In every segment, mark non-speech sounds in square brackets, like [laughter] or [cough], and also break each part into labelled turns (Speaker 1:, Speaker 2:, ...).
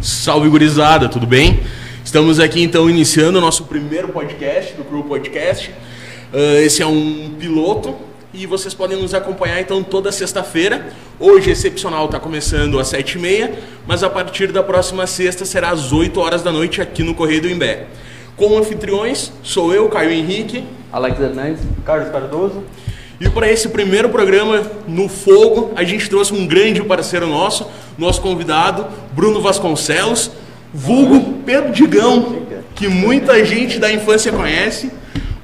Speaker 1: Salve gurizada, tudo bem? Estamos aqui então iniciando o nosso primeiro podcast do Crew Podcast. Ah, esse é um piloto e vocês podem nos acompanhar então toda sexta-feira. Hoje, excepcional, está começando às 7h30, mas a partir da próxima sexta será às 8 horas da noite aqui no Correio do Imbé. Como anfitriões, sou eu, Caio Henrique,
Speaker 2: Alex Hernandes.
Speaker 3: Carlos Cardoso.
Speaker 1: e para esse primeiro programa no Fogo, a gente trouxe um grande parceiro nosso, nosso convidado, Bruno Vasconcelos, vulgo Pedro Digão, que muita gente da infância conhece.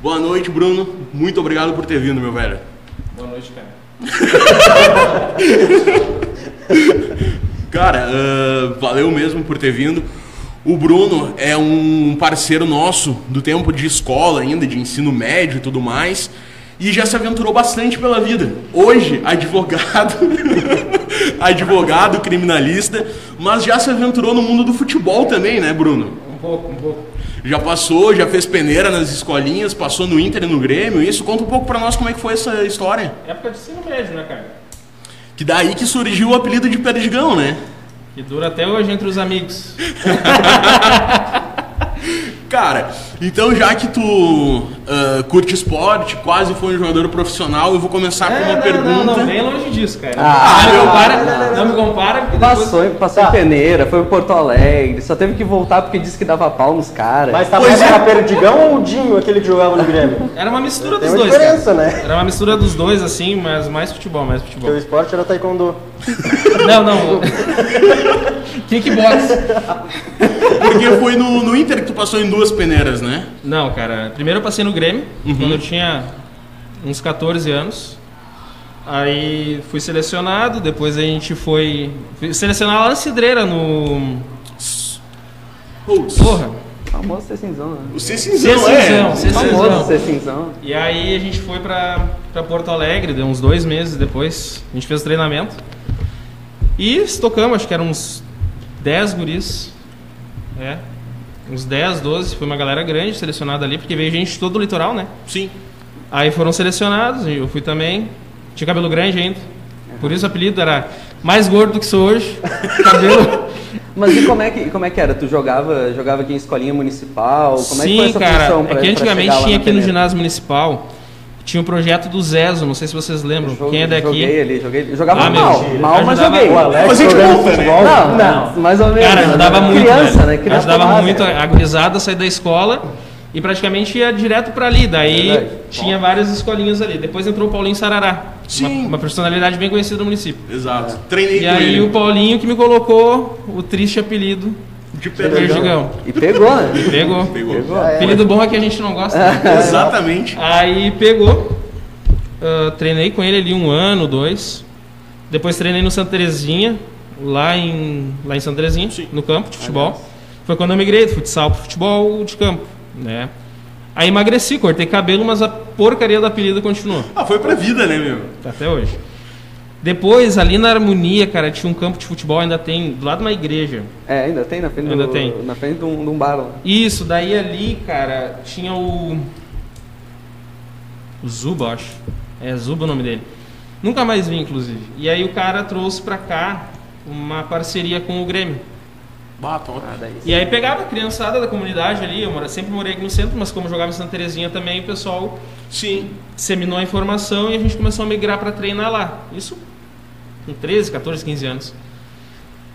Speaker 1: Boa noite, Bruno. Muito obrigado por ter vindo, meu velho.
Speaker 4: Boa noite, cara.
Speaker 1: Cara, ah, valeu mesmo por ter vindo. O Bruno é um parceiro nosso do tempo de escola ainda, de ensino médio e tudo mais. E já se aventurou bastante pela vida. Hoje, [laughs] advogado, advogado, criminalista, mas já se aventurou no mundo do futebol também, né, Bruno?
Speaker 4: Um pouco, um pouco.
Speaker 1: Já passou, já fez peneira nas escolinhas, passou no Inter e no Grêmio, isso. Conta um pouco pra nós como é que foi essa história.
Speaker 4: Época de ensino médio, né, cara?
Speaker 1: Que daí que surgiu o apelido de Perdigão, né?
Speaker 4: Que dura até hoje entre os amigos.
Speaker 1: Cara, então já que tu ah, curte esporte, quase foi um jogador profissional, eu vou começar com Ah, uma
Speaker 4: É, não,
Speaker 1: pergunta.
Speaker 4: Não, não, bem longe disso, cara.
Speaker 2: Ah,
Speaker 4: não, me
Speaker 2: não,
Speaker 4: compara,
Speaker 2: não,
Speaker 4: não,
Speaker 2: não,
Speaker 4: me compara, porque depois-
Speaker 2: Passou, em- passou em
Speaker 3: Tá.
Speaker 2: peneira, foi em Porto Alegre, só teve que voltar porque disse que dava pau nos caras.
Speaker 3: Mas tá
Speaker 1: Pois
Speaker 3: mais
Speaker 1: é.
Speaker 3: pra Perdigão ou o Dinho, aquele que jogava no Grêmio?
Speaker 1: [laughs]
Speaker 4: Era uma mistura
Speaker 3: Tem
Speaker 4: dos
Speaker 3: uma
Speaker 4: dois,
Speaker 3: diferença,
Speaker 4: cara.
Speaker 3: né?
Speaker 4: Era uma mistura dos dois, assim, mas mais futebol, mais futebol.
Speaker 3: Porque o esporte era taekwondo.
Speaker 4: Não, não. [laughs] Kickbox.
Speaker 1: Porque foi no, no Inter que tu passou em duas peneiras, né?
Speaker 4: Não, cara. Primeiro eu passei no Grêmio, quando eu tinha uns 14 anos. Aí fui selecionado, depois a gente foi... fui Selecionar lá na Cidreira, no...
Speaker 1: Putz,
Speaker 4: Porra.
Speaker 2: Famoso ser cinzão, né?
Speaker 1: O C cinzão,
Speaker 4: Cinzão,
Speaker 1: é.
Speaker 4: C cinzão.
Speaker 2: Famoso ser cinzão.
Speaker 4: E aí a gente foi pra, pra Porto Alegre, deu uns dois meses depois. A gente fez o treinamento. E estocamos, acho que eram uns 10 guris. É. Uns 10, 12. Foi uma galera grande selecionada ali, porque veio gente de todo o litoral, né?
Speaker 1: Sim.
Speaker 4: Aí foram selecionados, e eu fui também. Tinha cabelo grande ainda. Por isso o apelido era mais gordo do que sou
Speaker 2: [laughs]
Speaker 4: hoje. Cabelo.
Speaker 2: Mas e como é que, como é que era? Tu jogava, jogava aqui em escolinha municipal? Como é que
Speaker 4: Sim,
Speaker 2: foi essa
Speaker 4: cara.
Speaker 2: função pra,
Speaker 4: é que
Speaker 2: pra chegar
Speaker 4: antigamente
Speaker 2: lá
Speaker 4: tinha
Speaker 2: na
Speaker 4: aqui no
Speaker 2: peneira?
Speaker 4: ginásio municipal. Tinha o projeto do Zezo, não sei se vocês lembram.
Speaker 2: Jogo-
Speaker 4: Quem é daqui?
Speaker 2: Joguei ali, joguei. Eu Jogava
Speaker 4: Ah,
Speaker 2: mal,
Speaker 4: mentira.
Speaker 2: mal, mas
Speaker 4: Ajudava-
Speaker 2: joguei.
Speaker 4: O
Speaker 3: Alex
Speaker 1: Mas a gente
Speaker 3: jogando
Speaker 1: conta, né?
Speaker 3: futebol?
Speaker 2: Não, não, mais ou menos.
Speaker 4: Cara, ajudava muito.
Speaker 2: Criança, né? Criança
Speaker 4: Ajudava
Speaker 2: básica.
Speaker 4: muito a gurizada a sair da escola e praticamente ia direto pra ali. Daí
Speaker 2: Verdade.
Speaker 4: tinha várias escolinhas ali. Depois entrou o Paulinho Sarará,
Speaker 1: Sim.
Speaker 4: Uma, uma personalidade bem conhecida do município.
Speaker 1: Exato. Treinei
Speaker 4: E
Speaker 1: com
Speaker 4: aí
Speaker 1: ele.
Speaker 4: o Paulinho que me colocou o triste apelido
Speaker 1: De
Speaker 4: de
Speaker 1: Pedro Digão.
Speaker 4: Perdigão.
Speaker 2: E pegou, né?
Speaker 4: [laughs] Pegou.
Speaker 1: Pegou.
Speaker 3: Ah, é.
Speaker 4: Apelido bom é que a gente não
Speaker 2: [laughs]
Speaker 4: gosta. né?
Speaker 1: Exatamente.
Speaker 4: Aí pegou, ah, treinei com ele ali um ano, dois. Depois treinei no Santa Terezinha, lá em, lá em Santa Terezinha,
Speaker 1: Sim.
Speaker 4: no campo de futebol. Foi quando eu migrei do futsal pro futebol de campo, né? Aí emagreci, cortei cabelo, mas a porcaria do apelido continuou, tá
Speaker 1: Ah, foi pra vida, né, meu?
Speaker 4: até hoje. Depois, ali na Harmonia, cara, tinha um campo de futebol, ainda tem, do lado de uma igreja.
Speaker 2: É, ainda tem na frente,
Speaker 4: Ainda
Speaker 2: do,
Speaker 4: tem.
Speaker 2: Na frente de, um, de um bar lá.
Speaker 4: Isso, daí ali, cara, tinha o. O Zuba, eu acho. É Zuba o nome dele. Nunca mais vi, inclusive. E aí o cara trouxe pra cá uma parceria com o Grêmio.
Speaker 1: Bato, ó.
Speaker 2: Ah, daí.
Speaker 4: E aí pegava a criançada da comunidade ali, eu mora- sempre morei aqui no centro, mas como eu jogava em Santa Terezinha também, o pessoal
Speaker 1: Sim.
Speaker 4: seminou a informação e a gente começou a migrar para treinar lá. Isso com 13, 14, 15 anos.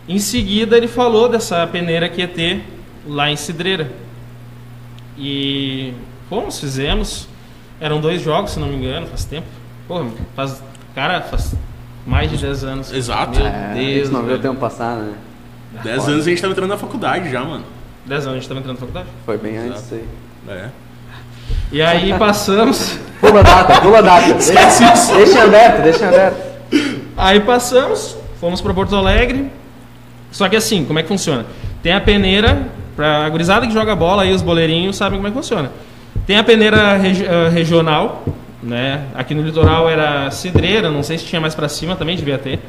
Speaker 4: Em seguida, ele falou dessa peneira que ia ter lá em Cidreira. E fomos, fizemos. Eram dois jogos, se não me engano, faz tempo. Porra, faz, cara, faz mais de 10 anos.
Speaker 1: Exato.
Speaker 4: Meu
Speaker 2: É, a
Speaker 4: Deus,
Speaker 2: gente não viu o
Speaker 4: velho.
Speaker 2: tempo passar, né?
Speaker 1: Dez anos a gente tava entrando na faculdade já, mano.
Speaker 4: 10 anos, a gente estava entrando na faculdade.
Speaker 2: Foi bem antes disso aí.
Speaker 1: É.
Speaker 4: E aí passamos...
Speaker 2: Pula a data, pula a
Speaker 4: [laughs]
Speaker 2: data.
Speaker 1: Esquece isso.
Speaker 2: deixa aberto, deixa aberto.
Speaker 4: Aí passamos, fomos para Porto Alegre. Só que assim, como é que funciona? Tem a peneira, pra a gurizada que joga bola aí, os boleirinhos sabem como é que funciona. Tem a peneira regi- ah, regional, né? Aqui no litoral era Cidreira, não sei se tinha mais para cima, também devia ter.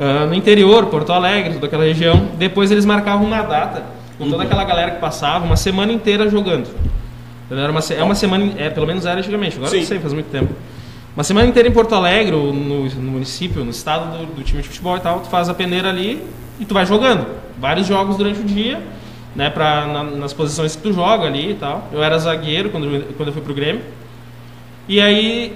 Speaker 4: Ah, no interior, Porto Alegre, toda aquela região. Depois eles marcavam uma data com toda aquela galera que passava, uma semana inteira jogando. Então, Era uma, se- é uma semana, é, pelo menos era antigamente, agora eu
Speaker 1: Sim.
Speaker 4: não sei, faz muito tempo. Uma semana inteira em Porto Alegre, ou no, no município, no estado do, do time de futebol e tal, tu faz a peneira ali e tu vai jogando. vários jogos durante o dia, né? Pra, na- nas posições que tu joga ali e tal. Eu era zagueiro quando, eu- quando eu fui pro Grêmio. E aí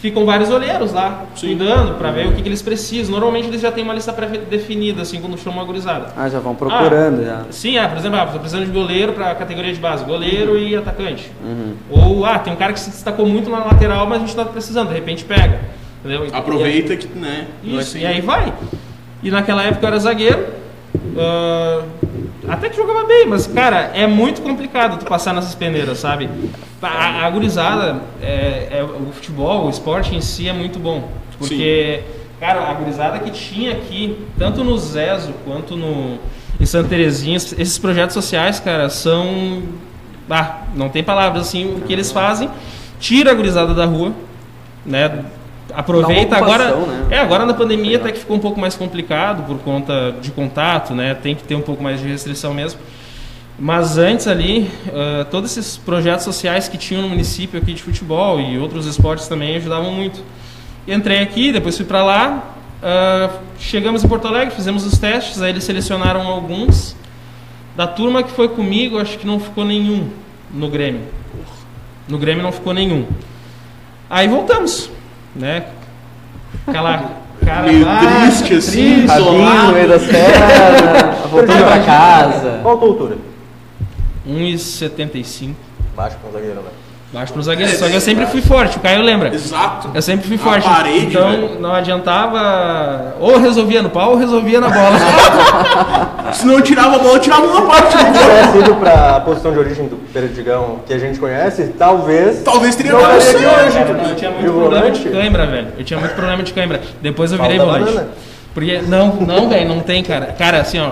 Speaker 4: ficam vários olheiros lá, cuidando pra ver o que, que eles precisam. Normalmente eles já têm uma lista pré-definida, assim, quando chamam a gurizada.
Speaker 2: Ah, já vão procurando, já.
Speaker 4: Sim, ah, por exemplo, ah, tô precisando de goleiro para categoria de base,
Speaker 2: Uhum.
Speaker 4: goleiro e atacante. Ou, ah, tem um cara que se destacou muito na lateral, mas a gente tá precisando, de repente pega. Entendeu? Então, E-
Speaker 1: Aproveita que, né?
Speaker 4: E,
Speaker 1: não é
Speaker 4: isso,
Speaker 1: assim.
Speaker 4: e aí vai. E naquela época eu era zagueiro. ah, até que jogava bem, mas, cara, é muito complicado tu passar nessas peneiras, sabe? A, a- a gurizada, é, é- o futebol, o esporte em si é muito bom. Porque, cara, a gurizada que tinha aqui, tanto no Zezo quanto no, em Santa Terezinha, esses esses projetos sociais, cara, são. Ah, não tem palavras assim, o que eles fazem. Tira a gurizada da rua, né? Aproveita
Speaker 2: Dá uma
Speaker 4: agora.
Speaker 2: ocupação, né?
Speaker 4: É, agora na pandemia
Speaker 2: Legal.
Speaker 4: até que ficou um pouco mais complicado por conta de contato, né? Tem que ter um pouco mais de restrição mesmo. Mas antes ali, ah, todos esses projetos sociais que tinham no município aqui de futebol e outros esportes também ajudavam muito. Entrei aqui, depois fui para lá. ah, chegamos em Porto Alegre, fizemos os testes, aí eles selecionaram alguns. Da turma que foi comigo, acho que não ficou nenhum no Grêmio. No Grêmio não ficou nenhum. Aí voltamos, né? Aquela cara
Speaker 1: Meio
Speaker 4: lá,
Speaker 1: triste, assim,
Speaker 2: Rabinho no meio das
Speaker 4: [laughs]
Speaker 2: pernas, voltando pra
Speaker 1: É.
Speaker 2: casa.
Speaker 3: Qual a tua altura?
Speaker 4: 1,75.
Speaker 3: Baixo com o zagueiro,
Speaker 1: né?
Speaker 3: velho.
Speaker 4: Baixo pro
Speaker 1: É,
Speaker 4: zagueiro. Só que eu sempre fui forte, o Caio lembra.
Speaker 1: Exato.
Speaker 4: Eu sempre fui
Speaker 1: A
Speaker 4: forte.
Speaker 1: parede,
Speaker 4: então
Speaker 1: velho.
Speaker 4: não adiantava. Ou resolvia no pau ou resolvia na
Speaker 1: [laughs]
Speaker 4: bola.
Speaker 1: Se não tirava a bola, eu tirava uma parte. né? do
Speaker 3: Se
Speaker 1: gol.
Speaker 3: tivesse ido pra posição de origem do Perdigão, que a gente conhece, talvez...
Speaker 1: Talvez teria
Speaker 3: Não,
Speaker 1: dado
Speaker 3: mas
Speaker 1: certo.
Speaker 3: eu-
Speaker 4: Cara, mas eu tinha
Speaker 3: E
Speaker 4: muito
Speaker 3: o
Speaker 4: problema de
Speaker 3: volante?
Speaker 4: câimbra, velho. Eu tinha muito problema de câimbra. Depois eu virei
Speaker 3: Falta
Speaker 4: volante.
Speaker 3: banana.
Speaker 4: Porque, não, não, velho, não tem, cara. Cara, assim, ó.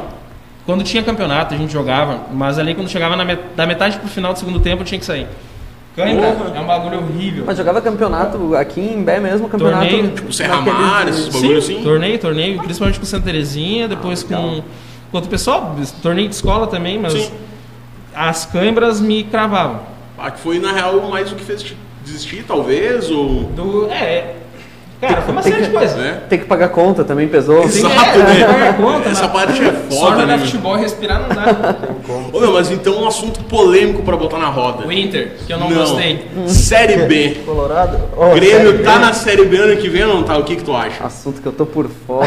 Speaker 4: Quando tinha campeonato, a gente jogava, mas ali quando chegava na met da metade pro final do segundo tempo, eu tinha que sair. Câimbra é um bagulho horrível.
Speaker 2: Mas jogava campeonato aqui em Bé mesmo, campeonato.
Speaker 4: Torneio.
Speaker 2: tipo,
Speaker 1: Tipo, Serra
Speaker 2: naqueles-
Speaker 1: Mar, esses bagulhos assim.
Speaker 4: Torneio, torneio, principalmente com Santa Terezinha, depois com, com outro pessoal, torneio de escola também, mas
Speaker 1: Sim.
Speaker 4: as câimbras me cravavam.
Speaker 1: Ah, que foi, na real, mais o que fez desistir, talvez, ou...
Speaker 4: Do, é, cara, foi uma série de coisas.
Speaker 1: Né?
Speaker 2: Tem que pagar conta também, pesou.
Speaker 1: Exato,
Speaker 4: é,
Speaker 1: né?
Speaker 4: é, conta,
Speaker 1: Essa
Speaker 4: né?
Speaker 1: parte é
Speaker 4: Só
Speaker 1: foda, né?
Speaker 4: jogar
Speaker 1: meu?
Speaker 4: futebol e respirar não dá.
Speaker 1: [laughs] Ô, meu, mas então um assunto polêmico pra botar na roda.
Speaker 4: O Inter, que eu não, gostei.
Speaker 1: Série B.
Speaker 3: Colorado? Oh, [laughs]
Speaker 1: Grêmio tá na Série B ano que vem ou não tá? O que que tu acha?
Speaker 2: Assunto que eu tô por
Speaker 4: [laughs]
Speaker 2: fora.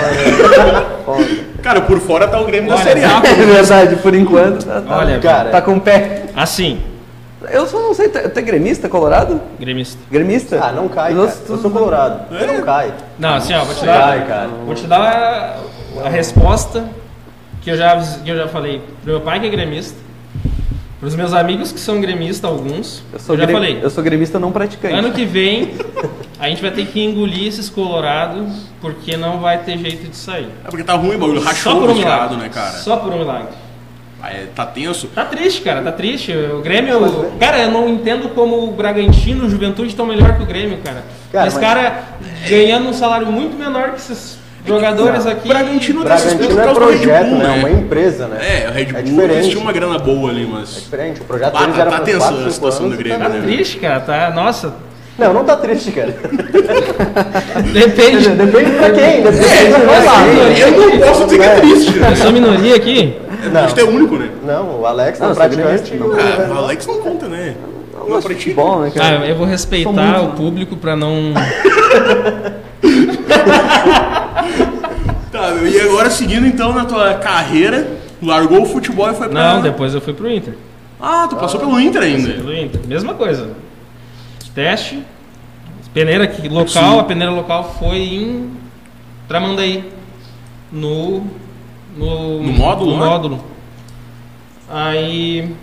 Speaker 2: Foda.
Speaker 1: Cara, por fora tá o Grêmio da
Speaker 4: Olha,
Speaker 1: Série A.
Speaker 2: [laughs]
Speaker 4: tá-
Speaker 2: É verdade, por enquanto. Tá, tá-
Speaker 4: Olha,
Speaker 3: cara.
Speaker 2: Tá com o pé.
Speaker 4: Assim,
Speaker 2: Eu só não sei, tu é tu é gremista, colorado?
Speaker 4: gremista.
Speaker 2: Gremista?
Speaker 3: Ah, não cai,
Speaker 2: Os
Speaker 3: cara.
Speaker 2: outros
Speaker 3: Eu
Speaker 2: tudo-
Speaker 3: sou colorado.
Speaker 1: É?
Speaker 3: Não cai.
Speaker 4: Não, assim, ó, vou te
Speaker 3: Não
Speaker 4: dar,
Speaker 3: cai, cara.
Speaker 4: vou te dar a, a resposta que eu, já, avis- que eu já falei pro meu pai que é gremista, pros meus amigos que são gremistas, alguns,
Speaker 2: Eu sou,
Speaker 4: já
Speaker 2: gre-
Speaker 4: falei.
Speaker 2: eu sou gremista não praticante.
Speaker 4: Ano que vem, a gente vai ter que engolir esses colorados, porque não vai ter jeito de sair.
Speaker 1: É porque tá ruim o bagulho, rachou
Speaker 4: um
Speaker 1: o tirado, né, cara?
Speaker 4: Só por um milagre.
Speaker 1: Ah, é, tá tenso.
Speaker 4: Tá triste, cara, tá triste. O Grêmio. Cara, eu não entendo como o Bragantino e o Juventude estão melhor que o Grêmio, cara.
Speaker 3: Cara,
Speaker 4: Esse
Speaker 3: mas-
Speaker 4: cara ganhando um salário muito menor que esses jogadores aqui.
Speaker 1: O Bragantino tá suspenso
Speaker 3: Bragantino
Speaker 1: por
Speaker 3: é
Speaker 1: causa do Red
Speaker 3: projeto,
Speaker 1: Bull,
Speaker 3: né? É uma
Speaker 1: né?
Speaker 3: empresa, né?
Speaker 1: É, o Red Bull
Speaker 3: diferente.
Speaker 1: eles tinham uma grana boa ali, mas...
Speaker 3: Diferente, o projeto
Speaker 1: Bah,
Speaker 3: deles
Speaker 1: tá-
Speaker 3: era
Speaker 1: tá
Speaker 3: pra
Speaker 1: tenso
Speaker 3: quatro,
Speaker 1: a
Speaker 3: cinco
Speaker 1: situação
Speaker 3: anos,
Speaker 1: do
Speaker 3: e
Speaker 1: Grêmio,
Speaker 3: tá
Speaker 1: né? É,
Speaker 3: na-
Speaker 4: Triste, cara, tá. Nossa.
Speaker 3: Não, não tá
Speaker 1: [laughs]
Speaker 3: triste, cara.
Speaker 4: Depende.
Speaker 3: Depende pra quem, depende né?
Speaker 1: É,
Speaker 3: pra
Speaker 1: mas
Speaker 3: quem.
Speaker 1: eu não posso dizer que é triste, né?
Speaker 4: Eu sou minoria aqui.
Speaker 1: A gente é único, né?
Speaker 3: Não, o Alex
Speaker 2: Não,
Speaker 3: não,
Speaker 2: eu
Speaker 3: é
Speaker 2: sou
Speaker 3: praticante.
Speaker 2: gremista, não.
Speaker 3: e o-
Speaker 1: Ah, o Alex não conta, né? Não,
Speaker 2: Nossa,
Speaker 1: pratica.
Speaker 2: futebol, né,
Speaker 4: Ah,
Speaker 2: cara?
Speaker 4: eu vou respeitar
Speaker 2: Sou muito,
Speaker 4: o público pra não.
Speaker 1: Tá, meu, e agora seguindo então na tua carreira, largou o futebol e foi pra...
Speaker 4: Não, depois eu fui pro Inter.
Speaker 1: Ah, tu passou pelo Inter ainda.
Speaker 4: Pelo Inter. Mesma coisa. Teste. Peneira aqui, local,
Speaker 1: Sim.
Speaker 4: a peneira local foi em Tramandaí. No. No,
Speaker 1: No módulo, né?
Speaker 4: módulo. Aí.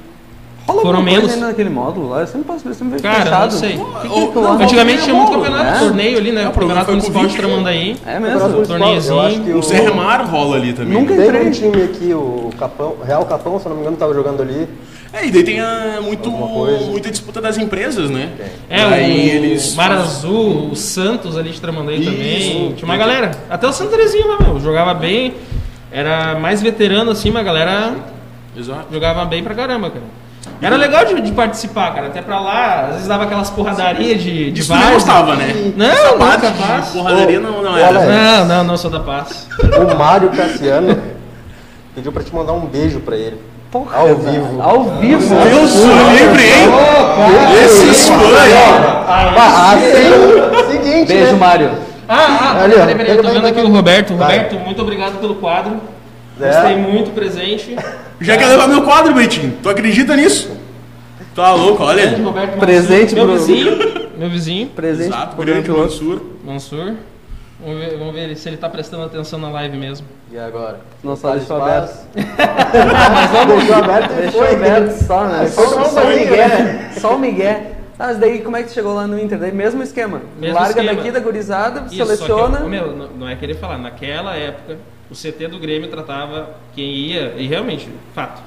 Speaker 2: Rola
Speaker 4: Foram
Speaker 2: alguma coisa
Speaker 4: menos.
Speaker 2: ainda naquele módulo lá, eu sempre posso ver, sempre vejo
Speaker 4: Cara,
Speaker 2: fechado.
Speaker 4: não sei.
Speaker 2: O que que é aquilo lá?
Speaker 1: Não,
Speaker 4: Antigamente tinha muito
Speaker 1: é bom,
Speaker 4: campeonato,
Speaker 2: né?
Speaker 4: torneio ali, né?
Speaker 1: É, o problema
Speaker 4: campeonato
Speaker 1: foi
Speaker 4: municipal
Speaker 1: com
Speaker 4: de
Speaker 1: 20.
Speaker 4: Tramandaí.
Speaker 2: É
Speaker 3: Brasil
Speaker 2: mesmo?
Speaker 4: Torneio. torneiozinho,
Speaker 3: Eu acho que
Speaker 1: O Serra Mar rola ali também.
Speaker 2: Nunca-
Speaker 1: né?
Speaker 3: Tem um time aqui, o Capão, Real Capão, se eu não me engano, tava jogando ali.
Speaker 1: É, e daí tem a, muito,
Speaker 3: Alguma coisa.
Speaker 1: muita disputa das empresas, né?
Speaker 4: É,
Speaker 1: Aí
Speaker 4: o
Speaker 1: eles-
Speaker 4: Mar Azul, o Santos ali de Tramandaí
Speaker 1: Isso.
Speaker 4: também. Tinha uma galera. Até o Santa Terezinha lá, meu. Jogava bem. Era mais veterano assim, mas a galera
Speaker 1: Exato.
Speaker 4: Jogava bem pra caramba, cara. Era legal de, de participar, cara. Até pra lá, às vezes dava aquelas porradarias de, de
Speaker 1: Isso tu não
Speaker 4: várzea.
Speaker 1: gostava, né?
Speaker 4: Não,
Speaker 1: Essa
Speaker 4: nunca
Speaker 1: parte
Speaker 4: mais.
Speaker 1: de porradaria não, não
Speaker 3: Ô,
Speaker 1: era.
Speaker 3: Alex.
Speaker 4: Não, não, não sou da paz.
Speaker 3: O Mário Cassiano Pediu pra te mandar um beijo pra ele.
Speaker 2: Porra,
Speaker 3: Ao
Speaker 2: cara.
Speaker 3: vivo.
Speaker 2: Ao vivo.
Speaker 1: Deus o livre, é hein? Esse spam aí.
Speaker 3: Ah, assim, seguinte,
Speaker 2: Beijo,
Speaker 3: né?
Speaker 2: Mário.
Speaker 4: Ah, ah, peraí,
Speaker 3: Ali, ó.
Speaker 4: peraí, peraí, eu tô
Speaker 3: Vai,
Speaker 4: vendo
Speaker 3: vai,
Speaker 4: aqui
Speaker 3: vai.
Speaker 4: o Roberto.
Speaker 3: Vai.
Speaker 4: Roberto, muito obrigado pelo quadro.
Speaker 3: É.
Speaker 4: Gostei muito, presente.
Speaker 1: Já quer levar meu quadro, Beitinho? Tu acredita nisso? Tá louco, olha
Speaker 4: Grande
Speaker 1: aí.
Speaker 4: Roberto Mansur,
Speaker 2: Presente
Speaker 4: meu
Speaker 2: pro-
Speaker 4: vizinho. Meu vizinho,
Speaker 2: Presente.
Speaker 1: Exato,
Speaker 2: pro
Speaker 1: grande
Speaker 2: Bruno.
Speaker 1: Mansur.
Speaker 4: Mansur. Vamos ver, vamos ver ele- se ele tá prestando atenção na live mesmo.
Speaker 3: E agora?
Speaker 2: Não só deixou aberto.
Speaker 3: [laughs] Deixou aberto e
Speaker 2: Deixou
Speaker 3: foi.
Speaker 2: aberto só, né? Só,
Speaker 3: só
Speaker 2: só o
Speaker 3: um
Speaker 2: Miguel, né? Só o Miguel. Ah, mas daí como é que tu chegou lá no Inter? Daí mesmo esquema.
Speaker 4: Mesmo
Speaker 2: Larga
Speaker 4: esquema.
Speaker 2: daqui da gurizada,
Speaker 4: Isso,
Speaker 2: seleciona.
Speaker 4: só que, meu, não- não é querer falar. Naquela época, o CT do Grêmio tratava quem ia, e realmente, fato,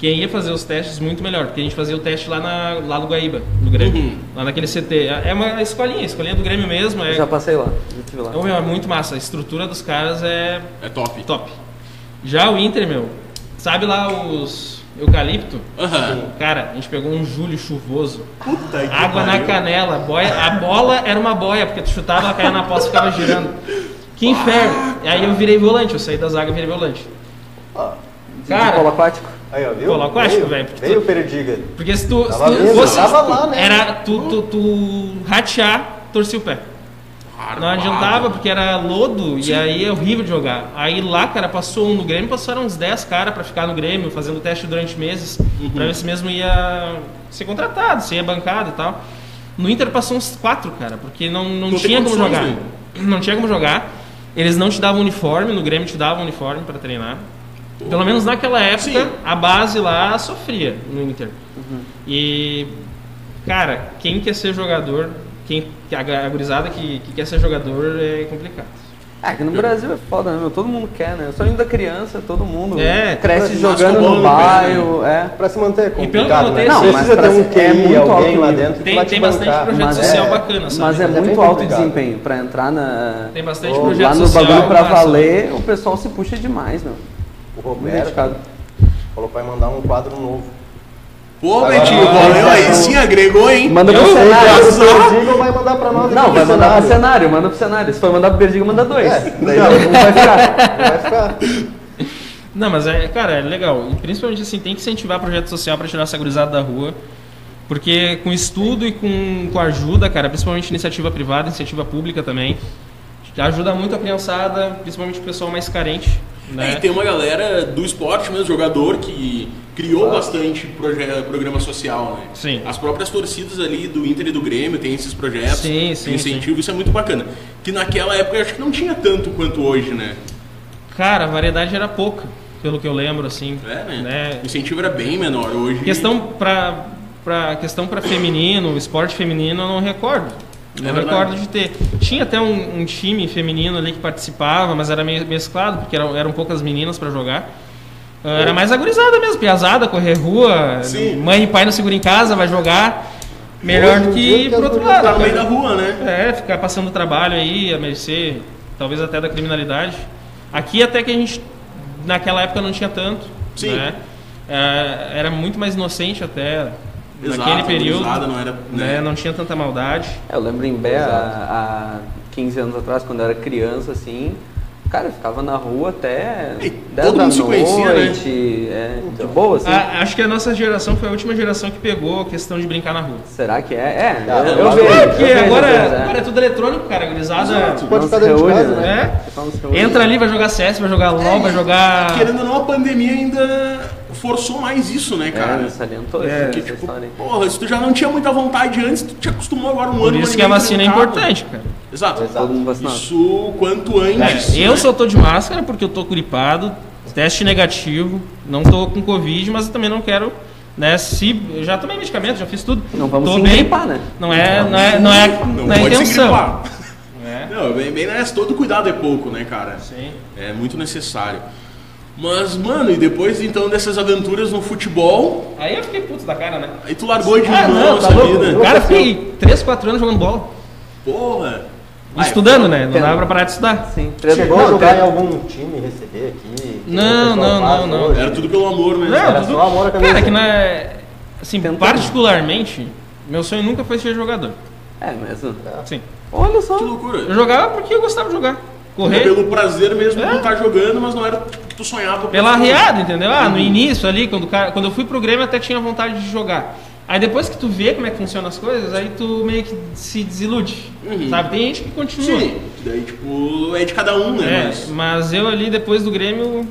Speaker 4: quem ia fazer os testes muito melhor, porque a gente fazia o teste lá, na, lá no Guaíba, do Grêmio,
Speaker 1: Uhum.
Speaker 4: lá naquele CT. É uma escolinha, escolinha do Grêmio mesmo. É,
Speaker 2: Já passei lá, já estive lá.
Speaker 4: Ô, meu, é muito massa, a estrutura dos caras é
Speaker 1: É top.
Speaker 4: top. Já o Inter, meu, sabe lá os eucalipto?
Speaker 1: Aham.
Speaker 4: Cara, a gente pegou um julho chuvoso,
Speaker 1: Puta que
Speaker 4: água na
Speaker 1: pariu.
Speaker 4: canela, boia, a bola era uma boia, porque tu chutava, ela caía na posse e ficava girando. Que inferno! E aí eu virei volante, eu saí da zaga e virei volante.
Speaker 3: Ah,
Speaker 2: De, de
Speaker 4: Cara,
Speaker 2: polo aquático.
Speaker 3: Aí, ó, viu?
Speaker 4: Coloca o Ashton,
Speaker 3: Veio-
Speaker 4: velho, porque
Speaker 3: Veio
Speaker 4: tu-
Speaker 3: o Perdiga.
Speaker 4: porque se tu, se
Speaker 3: Tava
Speaker 4: tu
Speaker 3: Tá mesmo,
Speaker 4: fosse-
Speaker 3: tava lá, né?
Speaker 4: era tu, tu, tu ratear, torcia o pé.
Speaker 1: Claro,
Speaker 4: Não
Speaker 1: claro.
Speaker 4: adiantava porque era lodo e aí é horrível de jogar. Aí lá, cara, passou um no Grêmio, passaram uns 10 caras pra ficar no Grêmio, fazendo teste durante meses,
Speaker 1: Uhum.
Speaker 4: pra ver se mesmo ia ser contratado, se ia bancado e tal. No Inter passou uns 4, cara, porque não,
Speaker 1: Não
Speaker 4: não,
Speaker 1: tem
Speaker 4: tinha como
Speaker 1: condições,
Speaker 4: jogar.
Speaker 1: né?
Speaker 4: [clears throat] Não tinha como jogar. Eles não te davam uniforme, no Grêmio te davam uniforme pra treinar. Pelo menos naquela época,
Speaker 1: Sim. Uhum.
Speaker 4: a base lá sofria no Inter. E, cara, quem quer ser jogador, quem, a ga- a gurizada que, que quer ser jogador é complicado.
Speaker 2: Ah, que no Brasil é foda, né, meu? Todo mundo quer, né? Só ainda criança, todo mundo
Speaker 4: É,
Speaker 2: cresce
Speaker 1: mas
Speaker 2: jogando
Speaker 1: tomando
Speaker 2: no
Speaker 1: no
Speaker 4: né?
Speaker 2: bairro, é.
Speaker 3: Pra se manter é
Speaker 4: pelo
Speaker 3: complicado, né?
Speaker 4: contexto- Não,
Speaker 3: Precisa
Speaker 2: mas pra
Speaker 3: ter um
Speaker 2: se- é
Speaker 3: QI,
Speaker 2: muito
Speaker 3: alguém
Speaker 2: alto
Speaker 3: lá
Speaker 2: nível.
Speaker 3: dentro que
Speaker 4: né? Tem-
Speaker 3: vai te
Speaker 4: tem bastante
Speaker 3: bancar.
Speaker 4: projeto
Speaker 2: Mas
Speaker 4: social
Speaker 2: é-
Speaker 4: bacana, sabe?
Speaker 2: Mas é,
Speaker 3: É bem
Speaker 2: muito alto o
Speaker 3: complicado.
Speaker 2: desempenho. Pra entrar na.
Speaker 4: Tem bastante
Speaker 2: ou
Speaker 4: projeto
Speaker 2: Lá no
Speaker 4: social,
Speaker 2: bagulho pra
Speaker 4: massa.
Speaker 2: valer, o pessoal se puxa demais, meu.
Speaker 3: O
Speaker 2: Muito
Speaker 3: Roberto
Speaker 2: dedicado.
Speaker 3: falou que vai mandar um quadro novo.
Speaker 1: Pô, Betinho, valeu aí. Sim, agregou, hein?
Speaker 2: Manda pro
Speaker 4: Eu-
Speaker 3: Tá
Speaker 2: cenário.
Speaker 3: O Perdiga vai mandar pra nós aqui
Speaker 2: Não,
Speaker 3: no
Speaker 2: vai mandar pro
Speaker 3: cenário.
Speaker 2: cenário, manda pro cenário. Se for mandar pro Perdigo, manda dois.
Speaker 3: É,
Speaker 2: Daí
Speaker 3: [laughs] não.
Speaker 2: não vai ficar.
Speaker 3: Vai ficar.
Speaker 4: Não, mas é, cara, é legal. E principalmente assim, tem que incentivar projeto social pra tirar essa gurizada da rua. Porque com estudo e com, com ajuda, cara, principalmente iniciativa privada, iniciativa pública também, ajuda muito a criançada, principalmente o pessoal mais carente.
Speaker 1: É,
Speaker 4: Né?
Speaker 1: e tem uma galera do esporte mesmo, jogador, que criou bastante proje- programa social, né?
Speaker 4: Sim.
Speaker 1: As próprias torcidas ali do Inter e do Grêmio tem esses projetos,
Speaker 4: Sim, sim,
Speaker 1: de incentivo, isso é muito bacana. Que naquela época eu acho que não tinha tanto quanto hoje, né?
Speaker 4: Cara, a variedade era pouca, pelo que eu lembro, assim.
Speaker 1: É, né?
Speaker 4: né?
Speaker 1: O incentivo era bem menor hoje.
Speaker 4: Questão pra, pra, questão pra feminino, esporte feminino, eu não recordo. Não
Speaker 1: É verdade.
Speaker 4: recordo de ter. Tinha até um, um time feminino ali que participava, mas era meio mesclado, porque eram, eram poucas meninas pra jogar. Ah, Era mais agorizada mesmo, piazada, correr rua,
Speaker 1: Sim.
Speaker 4: mãe e pai não segura em casa, vai jogar. Melhor
Speaker 3: Hoje
Speaker 4: do
Speaker 3: em
Speaker 4: que
Speaker 3: dia
Speaker 4: ir
Speaker 3: que
Speaker 4: pro
Speaker 3: as
Speaker 4: outro
Speaker 3: gurias
Speaker 4: lado.
Speaker 1: Tá no meio
Speaker 4: cara.
Speaker 1: da rua, né?
Speaker 4: É, ficar passando trabalho aí, a mercê, talvez até da criminalidade. Aqui até que a gente, naquela época não tinha tanto,
Speaker 1: Sim.
Speaker 4: né? É, era muito mais inocente até naquele
Speaker 1: Exato,
Speaker 4: período,
Speaker 1: gurizada, não era,
Speaker 4: né?
Speaker 1: né?
Speaker 4: Não tinha tanta maldade.
Speaker 2: É, Eu lembro em Bé, há há 15 anos atrás, quando eu era criança, assim. Cara, eu ficava na rua até
Speaker 1: E
Speaker 2: 10
Speaker 1: todo
Speaker 2: da
Speaker 1: mundo se conhecia, né?
Speaker 2: noite. é, de boa, assim.
Speaker 4: A- Ah, acho que a nossa geração foi a última geração que pegou a questão de brincar na rua.
Speaker 2: Será que é? É,
Speaker 3: Ah,
Speaker 2: eu, eu
Speaker 3: claro
Speaker 2: vejo.
Speaker 4: É, que
Speaker 2: eu vejo,
Speaker 4: agora,
Speaker 2: eu vejo, é.
Speaker 4: agora é tudo eletrônico, cara, gurizada.
Speaker 3: Pode
Speaker 2: Não
Speaker 3: ficar
Speaker 2: se
Speaker 3: dentro
Speaker 2: reúne,
Speaker 3: de
Speaker 2: É,
Speaker 3: casa,
Speaker 4: né?
Speaker 2: Só não se reúne.
Speaker 4: Entra ali, vai jogar CS, vai jogar LOL, vai jogar.
Speaker 1: Querendo ou não, a pandemia ainda forçou mais isso, né,
Speaker 2: É,
Speaker 1: cara?
Speaker 2: me salientou
Speaker 4: É,
Speaker 2: essa
Speaker 1: Porque, tipo,
Speaker 2: história aí.
Speaker 1: porra, se tu já não tinha muita vontade antes, tu te acostumou agora um ano
Speaker 4: Por
Speaker 1: um
Speaker 4: isso
Speaker 1: ano
Speaker 4: que a
Speaker 1: e meio
Speaker 4: vacina é
Speaker 1: trancado.
Speaker 4: importante, cara.
Speaker 1: Exato.
Speaker 3: Exato.
Speaker 2: Todo mundo vacinado.
Speaker 1: Isso quanto antes. né?
Speaker 4: É, eu só tô de máscara porque eu tô gripado, teste negativo, não tô com Covid, mas eu também não quero, né, se, eu já tomei medicamento, já fiz tudo.
Speaker 2: Não vamos
Speaker 4: tô
Speaker 2: se engripar, né?
Speaker 4: Não é, não é, não é, não é a intenção. É.
Speaker 1: Não, bem, bem nessa, todo cuidado é pouco, né, cara?
Speaker 4: Sim.
Speaker 1: É muito necessário. Mas, mano, e depois então dessas aventuras no futebol,
Speaker 4: Aí eu fiquei puto da cara, né?
Speaker 1: aí tu largou de
Speaker 4: Ah,
Speaker 1: mão
Speaker 4: não, tá
Speaker 1: essa
Speaker 4: louco.
Speaker 1: vida.
Speaker 4: Cara, eu fiquei 3, 4 anos jogando bola.
Speaker 1: Porra! Ah,
Speaker 4: estudando, né? Não
Speaker 2: entendo.
Speaker 4: dava pra parar de estudar.
Speaker 2: Sim, três
Speaker 3: Chegou
Speaker 2: não,
Speaker 3: a jogar
Speaker 2: três-
Speaker 3: em algum time, receber aqui? que
Speaker 4: Não,
Speaker 3: o pessoal
Speaker 4: não,
Speaker 3: faz
Speaker 4: não, não.
Speaker 1: é,
Speaker 3: hoje?
Speaker 1: Era tudo pelo amor, né?
Speaker 4: Não,
Speaker 3: Era
Speaker 4: tudo...
Speaker 3: só amor à camisa.
Speaker 4: Cara, que não é... Assim,
Speaker 2: Tentando.
Speaker 4: particularmente, meu sonho nunca foi ser jogador.
Speaker 2: É mesmo.
Speaker 4: Sim.
Speaker 2: Olha só.
Speaker 1: Que
Speaker 4: Eu
Speaker 1: loucura.
Speaker 4: jogava porque eu gostava de jogar. Correr.
Speaker 1: Pelo prazer mesmo de
Speaker 4: É.
Speaker 1: tu tá jogando, mas não era tipo, que tu sonhava. pra
Speaker 4: Pela
Speaker 1: fazer.
Speaker 4: arreada, entendeu? Ah, no início ali, quando, o cara- quando eu fui pro Grêmio, até tinha vontade de jogar. Aí depois que tu vê como é que funcionam as coisas, aí tu meio que se desilude.
Speaker 1: Uhum.
Speaker 4: Sabe? Tem gente que continua.
Speaker 1: Sim, daí tipo, é de cada um, né?
Speaker 4: Hum. É,
Speaker 1: mas-
Speaker 4: mas eu ali, depois do Grêmio,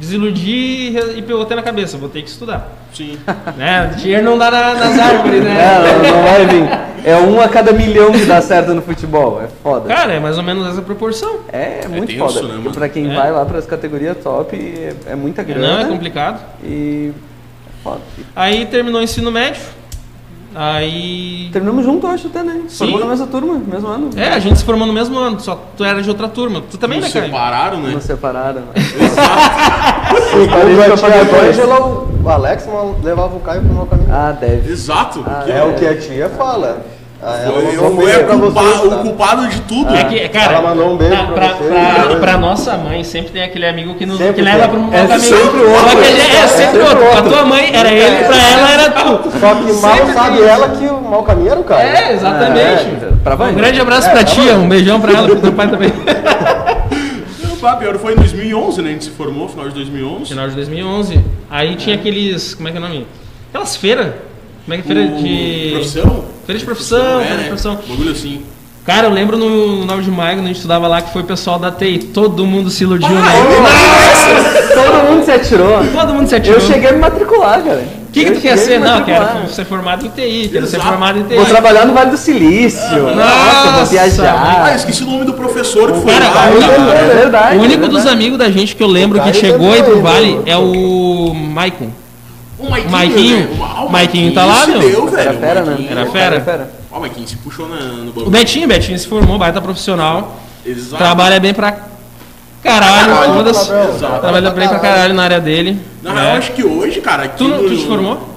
Speaker 4: desiludi e re- e pelotei na cabeça. Vou ter
Speaker 1: [laughs]
Speaker 4: que estudar.
Speaker 1: Sim.
Speaker 4: né? Dinheiro não dá na- nas árvores, né?
Speaker 2: Não,
Speaker 4: [laughs]
Speaker 2: não vai vir. É um a cada milhão que dá certo no futebol. É foda.
Speaker 4: Cara, é mais ou menos essa proporção.
Speaker 2: é muito
Speaker 1: tenso,
Speaker 2: foda.
Speaker 1: né,
Speaker 2: porque
Speaker 1: mano?
Speaker 2: pra quem
Speaker 4: É.
Speaker 2: vai lá pras categorias top, é, é muita grana.
Speaker 4: Não, é complicado.
Speaker 2: E. é Foda.
Speaker 4: Aí terminou o ensino médio. Aí.
Speaker 2: Terminamos junto, eu acho, até, né?
Speaker 4: Sim.
Speaker 2: Formou na mesma turma, mesmo ano.
Speaker 4: É, a gente se formou no mesmo ano, só tu era de outra turma. Tu também, né,
Speaker 1: Nos
Speaker 4: Caio?
Speaker 1: separaram, né?
Speaker 2: Nos separaram.
Speaker 3: O
Speaker 2: Vai pagar dois.
Speaker 3: o Alex mal- levava o Caio pro meu caminho.
Speaker 2: Ah, deve.
Speaker 1: Exato.
Speaker 2: Ah,
Speaker 1: Que-
Speaker 3: é o que a tia fala. Ah, ela
Speaker 1: eu
Speaker 3: mandou um
Speaker 1: eu
Speaker 3: beijo
Speaker 1: é
Speaker 3: pra
Speaker 1: culpa-
Speaker 3: vocês,
Speaker 1: o
Speaker 3: tá?
Speaker 1: culpado de tudo.
Speaker 4: É que, cara,
Speaker 3: Ela mandou um beijo
Speaker 4: pra,
Speaker 3: pra
Speaker 4: pra,
Speaker 3: você,
Speaker 4: pra-
Speaker 3: né?
Speaker 4: pra nossa mãe, sempre tem aquele amigo que, nos,
Speaker 3: Sempre
Speaker 4: que leva
Speaker 3: tem.
Speaker 4: pro um
Speaker 2: É
Speaker 4: caminho.
Speaker 2: sempre outro.
Speaker 4: Só que ele é,
Speaker 2: É
Speaker 4: sempre
Speaker 2: sempre
Speaker 4: outro. Pra
Speaker 2: outro.
Speaker 4: tua mãe era ele, pra ela era tu.
Speaker 3: Só que mal
Speaker 4: Sempre
Speaker 3: sabe
Speaker 4: tem isso.
Speaker 3: ela que o mau caminho era o Caio.
Speaker 4: É, exatamente.
Speaker 2: É, pra mãe.
Speaker 4: um grande abraço pra tia, um beijão pra ela, pro teu pai também.
Speaker 1: Não, pá, pior foi em 2011, né? A gente se formou, final de 2011.
Speaker 4: Final de 2011. Aí tinha aqueles, como é que é o nome? Aquelas feiras. Como é que é feira
Speaker 1: O-
Speaker 4: de...
Speaker 1: Profissão?
Speaker 4: Feira de profissão,
Speaker 1: É,
Speaker 4: feira de
Speaker 1: né?
Speaker 4: profissão.
Speaker 1: Bagulho assim.
Speaker 4: Cara, eu lembro no 9 de maio, quando a gente estudava lá, que foi o pessoal da TI. Todo mundo se iludiu, né?
Speaker 2: Todo mundo se atirou.
Speaker 4: Todo mundo se atirou.
Speaker 2: é? Eu cheguei a me matricular, cara.
Speaker 4: O que, que
Speaker 2: Eu
Speaker 4: tu quer
Speaker 2: cheguei a
Speaker 4: ser?
Speaker 2: me
Speaker 4: Não,
Speaker 2: matricular.
Speaker 4: quero ser formado em TI, quero ser
Speaker 1: Exato.
Speaker 4: formado em TI.
Speaker 2: Vou trabalhar no Vale do Silício. Nossa, vou
Speaker 4: Nossa,
Speaker 1: Ah,
Speaker 2: viajar.
Speaker 1: esqueci o nome do professor que foi
Speaker 4: Cara,
Speaker 1: lá. tá. cara.
Speaker 4: o único-
Speaker 2: É verdade.
Speaker 4: né? O único
Speaker 2: é
Speaker 4: dos
Speaker 2: verdade.
Speaker 4: amigos da gente que eu lembro
Speaker 3: O
Speaker 4: que
Speaker 3: cara
Speaker 4: chegou aí pro
Speaker 3: também,
Speaker 4: Vale
Speaker 3: né?
Speaker 4: é o Maicon.
Speaker 1: O Maiquinho.
Speaker 4: Maiquinho.
Speaker 1: né? Ah, o
Speaker 4: Maiquinho tá lá,
Speaker 1: se
Speaker 4: meu.
Speaker 1: deu, velho.
Speaker 2: Era
Speaker 1: O
Speaker 2: fera, né?
Speaker 1: Maiquinho-
Speaker 4: Era fera.
Speaker 2: Era fera.
Speaker 1: Ó, o Maiquinho se puxou na, no
Speaker 4: O
Speaker 1: bagulho.
Speaker 4: Betinho, Betinho se formou, baita profissional.
Speaker 1: Exato.
Speaker 4: Trabalha bem pra caralho,
Speaker 1: Caralho,
Speaker 4: todas.
Speaker 3: Gabriel.
Speaker 1: Exato.
Speaker 4: Trabalha bem pra caralho na área dele.
Speaker 1: Na
Speaker 4: né?
Speaker 1: real, acho que hoje, cara. aqui
Speaker 4: tu, não-
Speaker 1: no-
Speaker 4: tu te formou?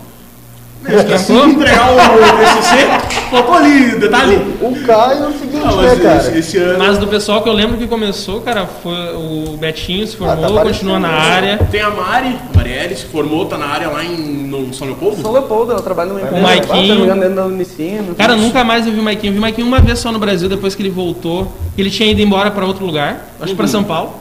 Speaker 1: Eu esqueci de entregar um o TCC. Faltou ali, detalhe.
Speaker 3: O Caio é o seguinte,
Speaker 1: Não,
Speaker 3: né,
Speaker 1: mas
Speaker 3: cara?
Speaker 1: esse, esse ano.
Speaker 4: Mas do pessoal que eu lembro que começou, cara, foi o Betinho se
Speaker 3: tá
Speaker 4: formou,
Speaker 3: parecendo,
Speaker 4: continua na
Speaker 3: né?
Speaker 4: área.
Speaker 1: Tem a Mari, Marielle, se formou, tá na área lá em no São Leopoldo.
Speaker 2: São Leopoldo, ela trabalha numa empresa. Se
Speaker 4: Maiquinho.
Speaker 2: eu não me engano, dentro da Unicino.
Speaker 4: Cara, nunca mais eu vi o Maiquinho. Eu vi o Maiquinho uma vez só no Brasil, depois que ele voltou. Ele tinha ido embora pra outro lugar, acho que pra
Speaker 1: Uhum.
Speaker 4: São Paulo.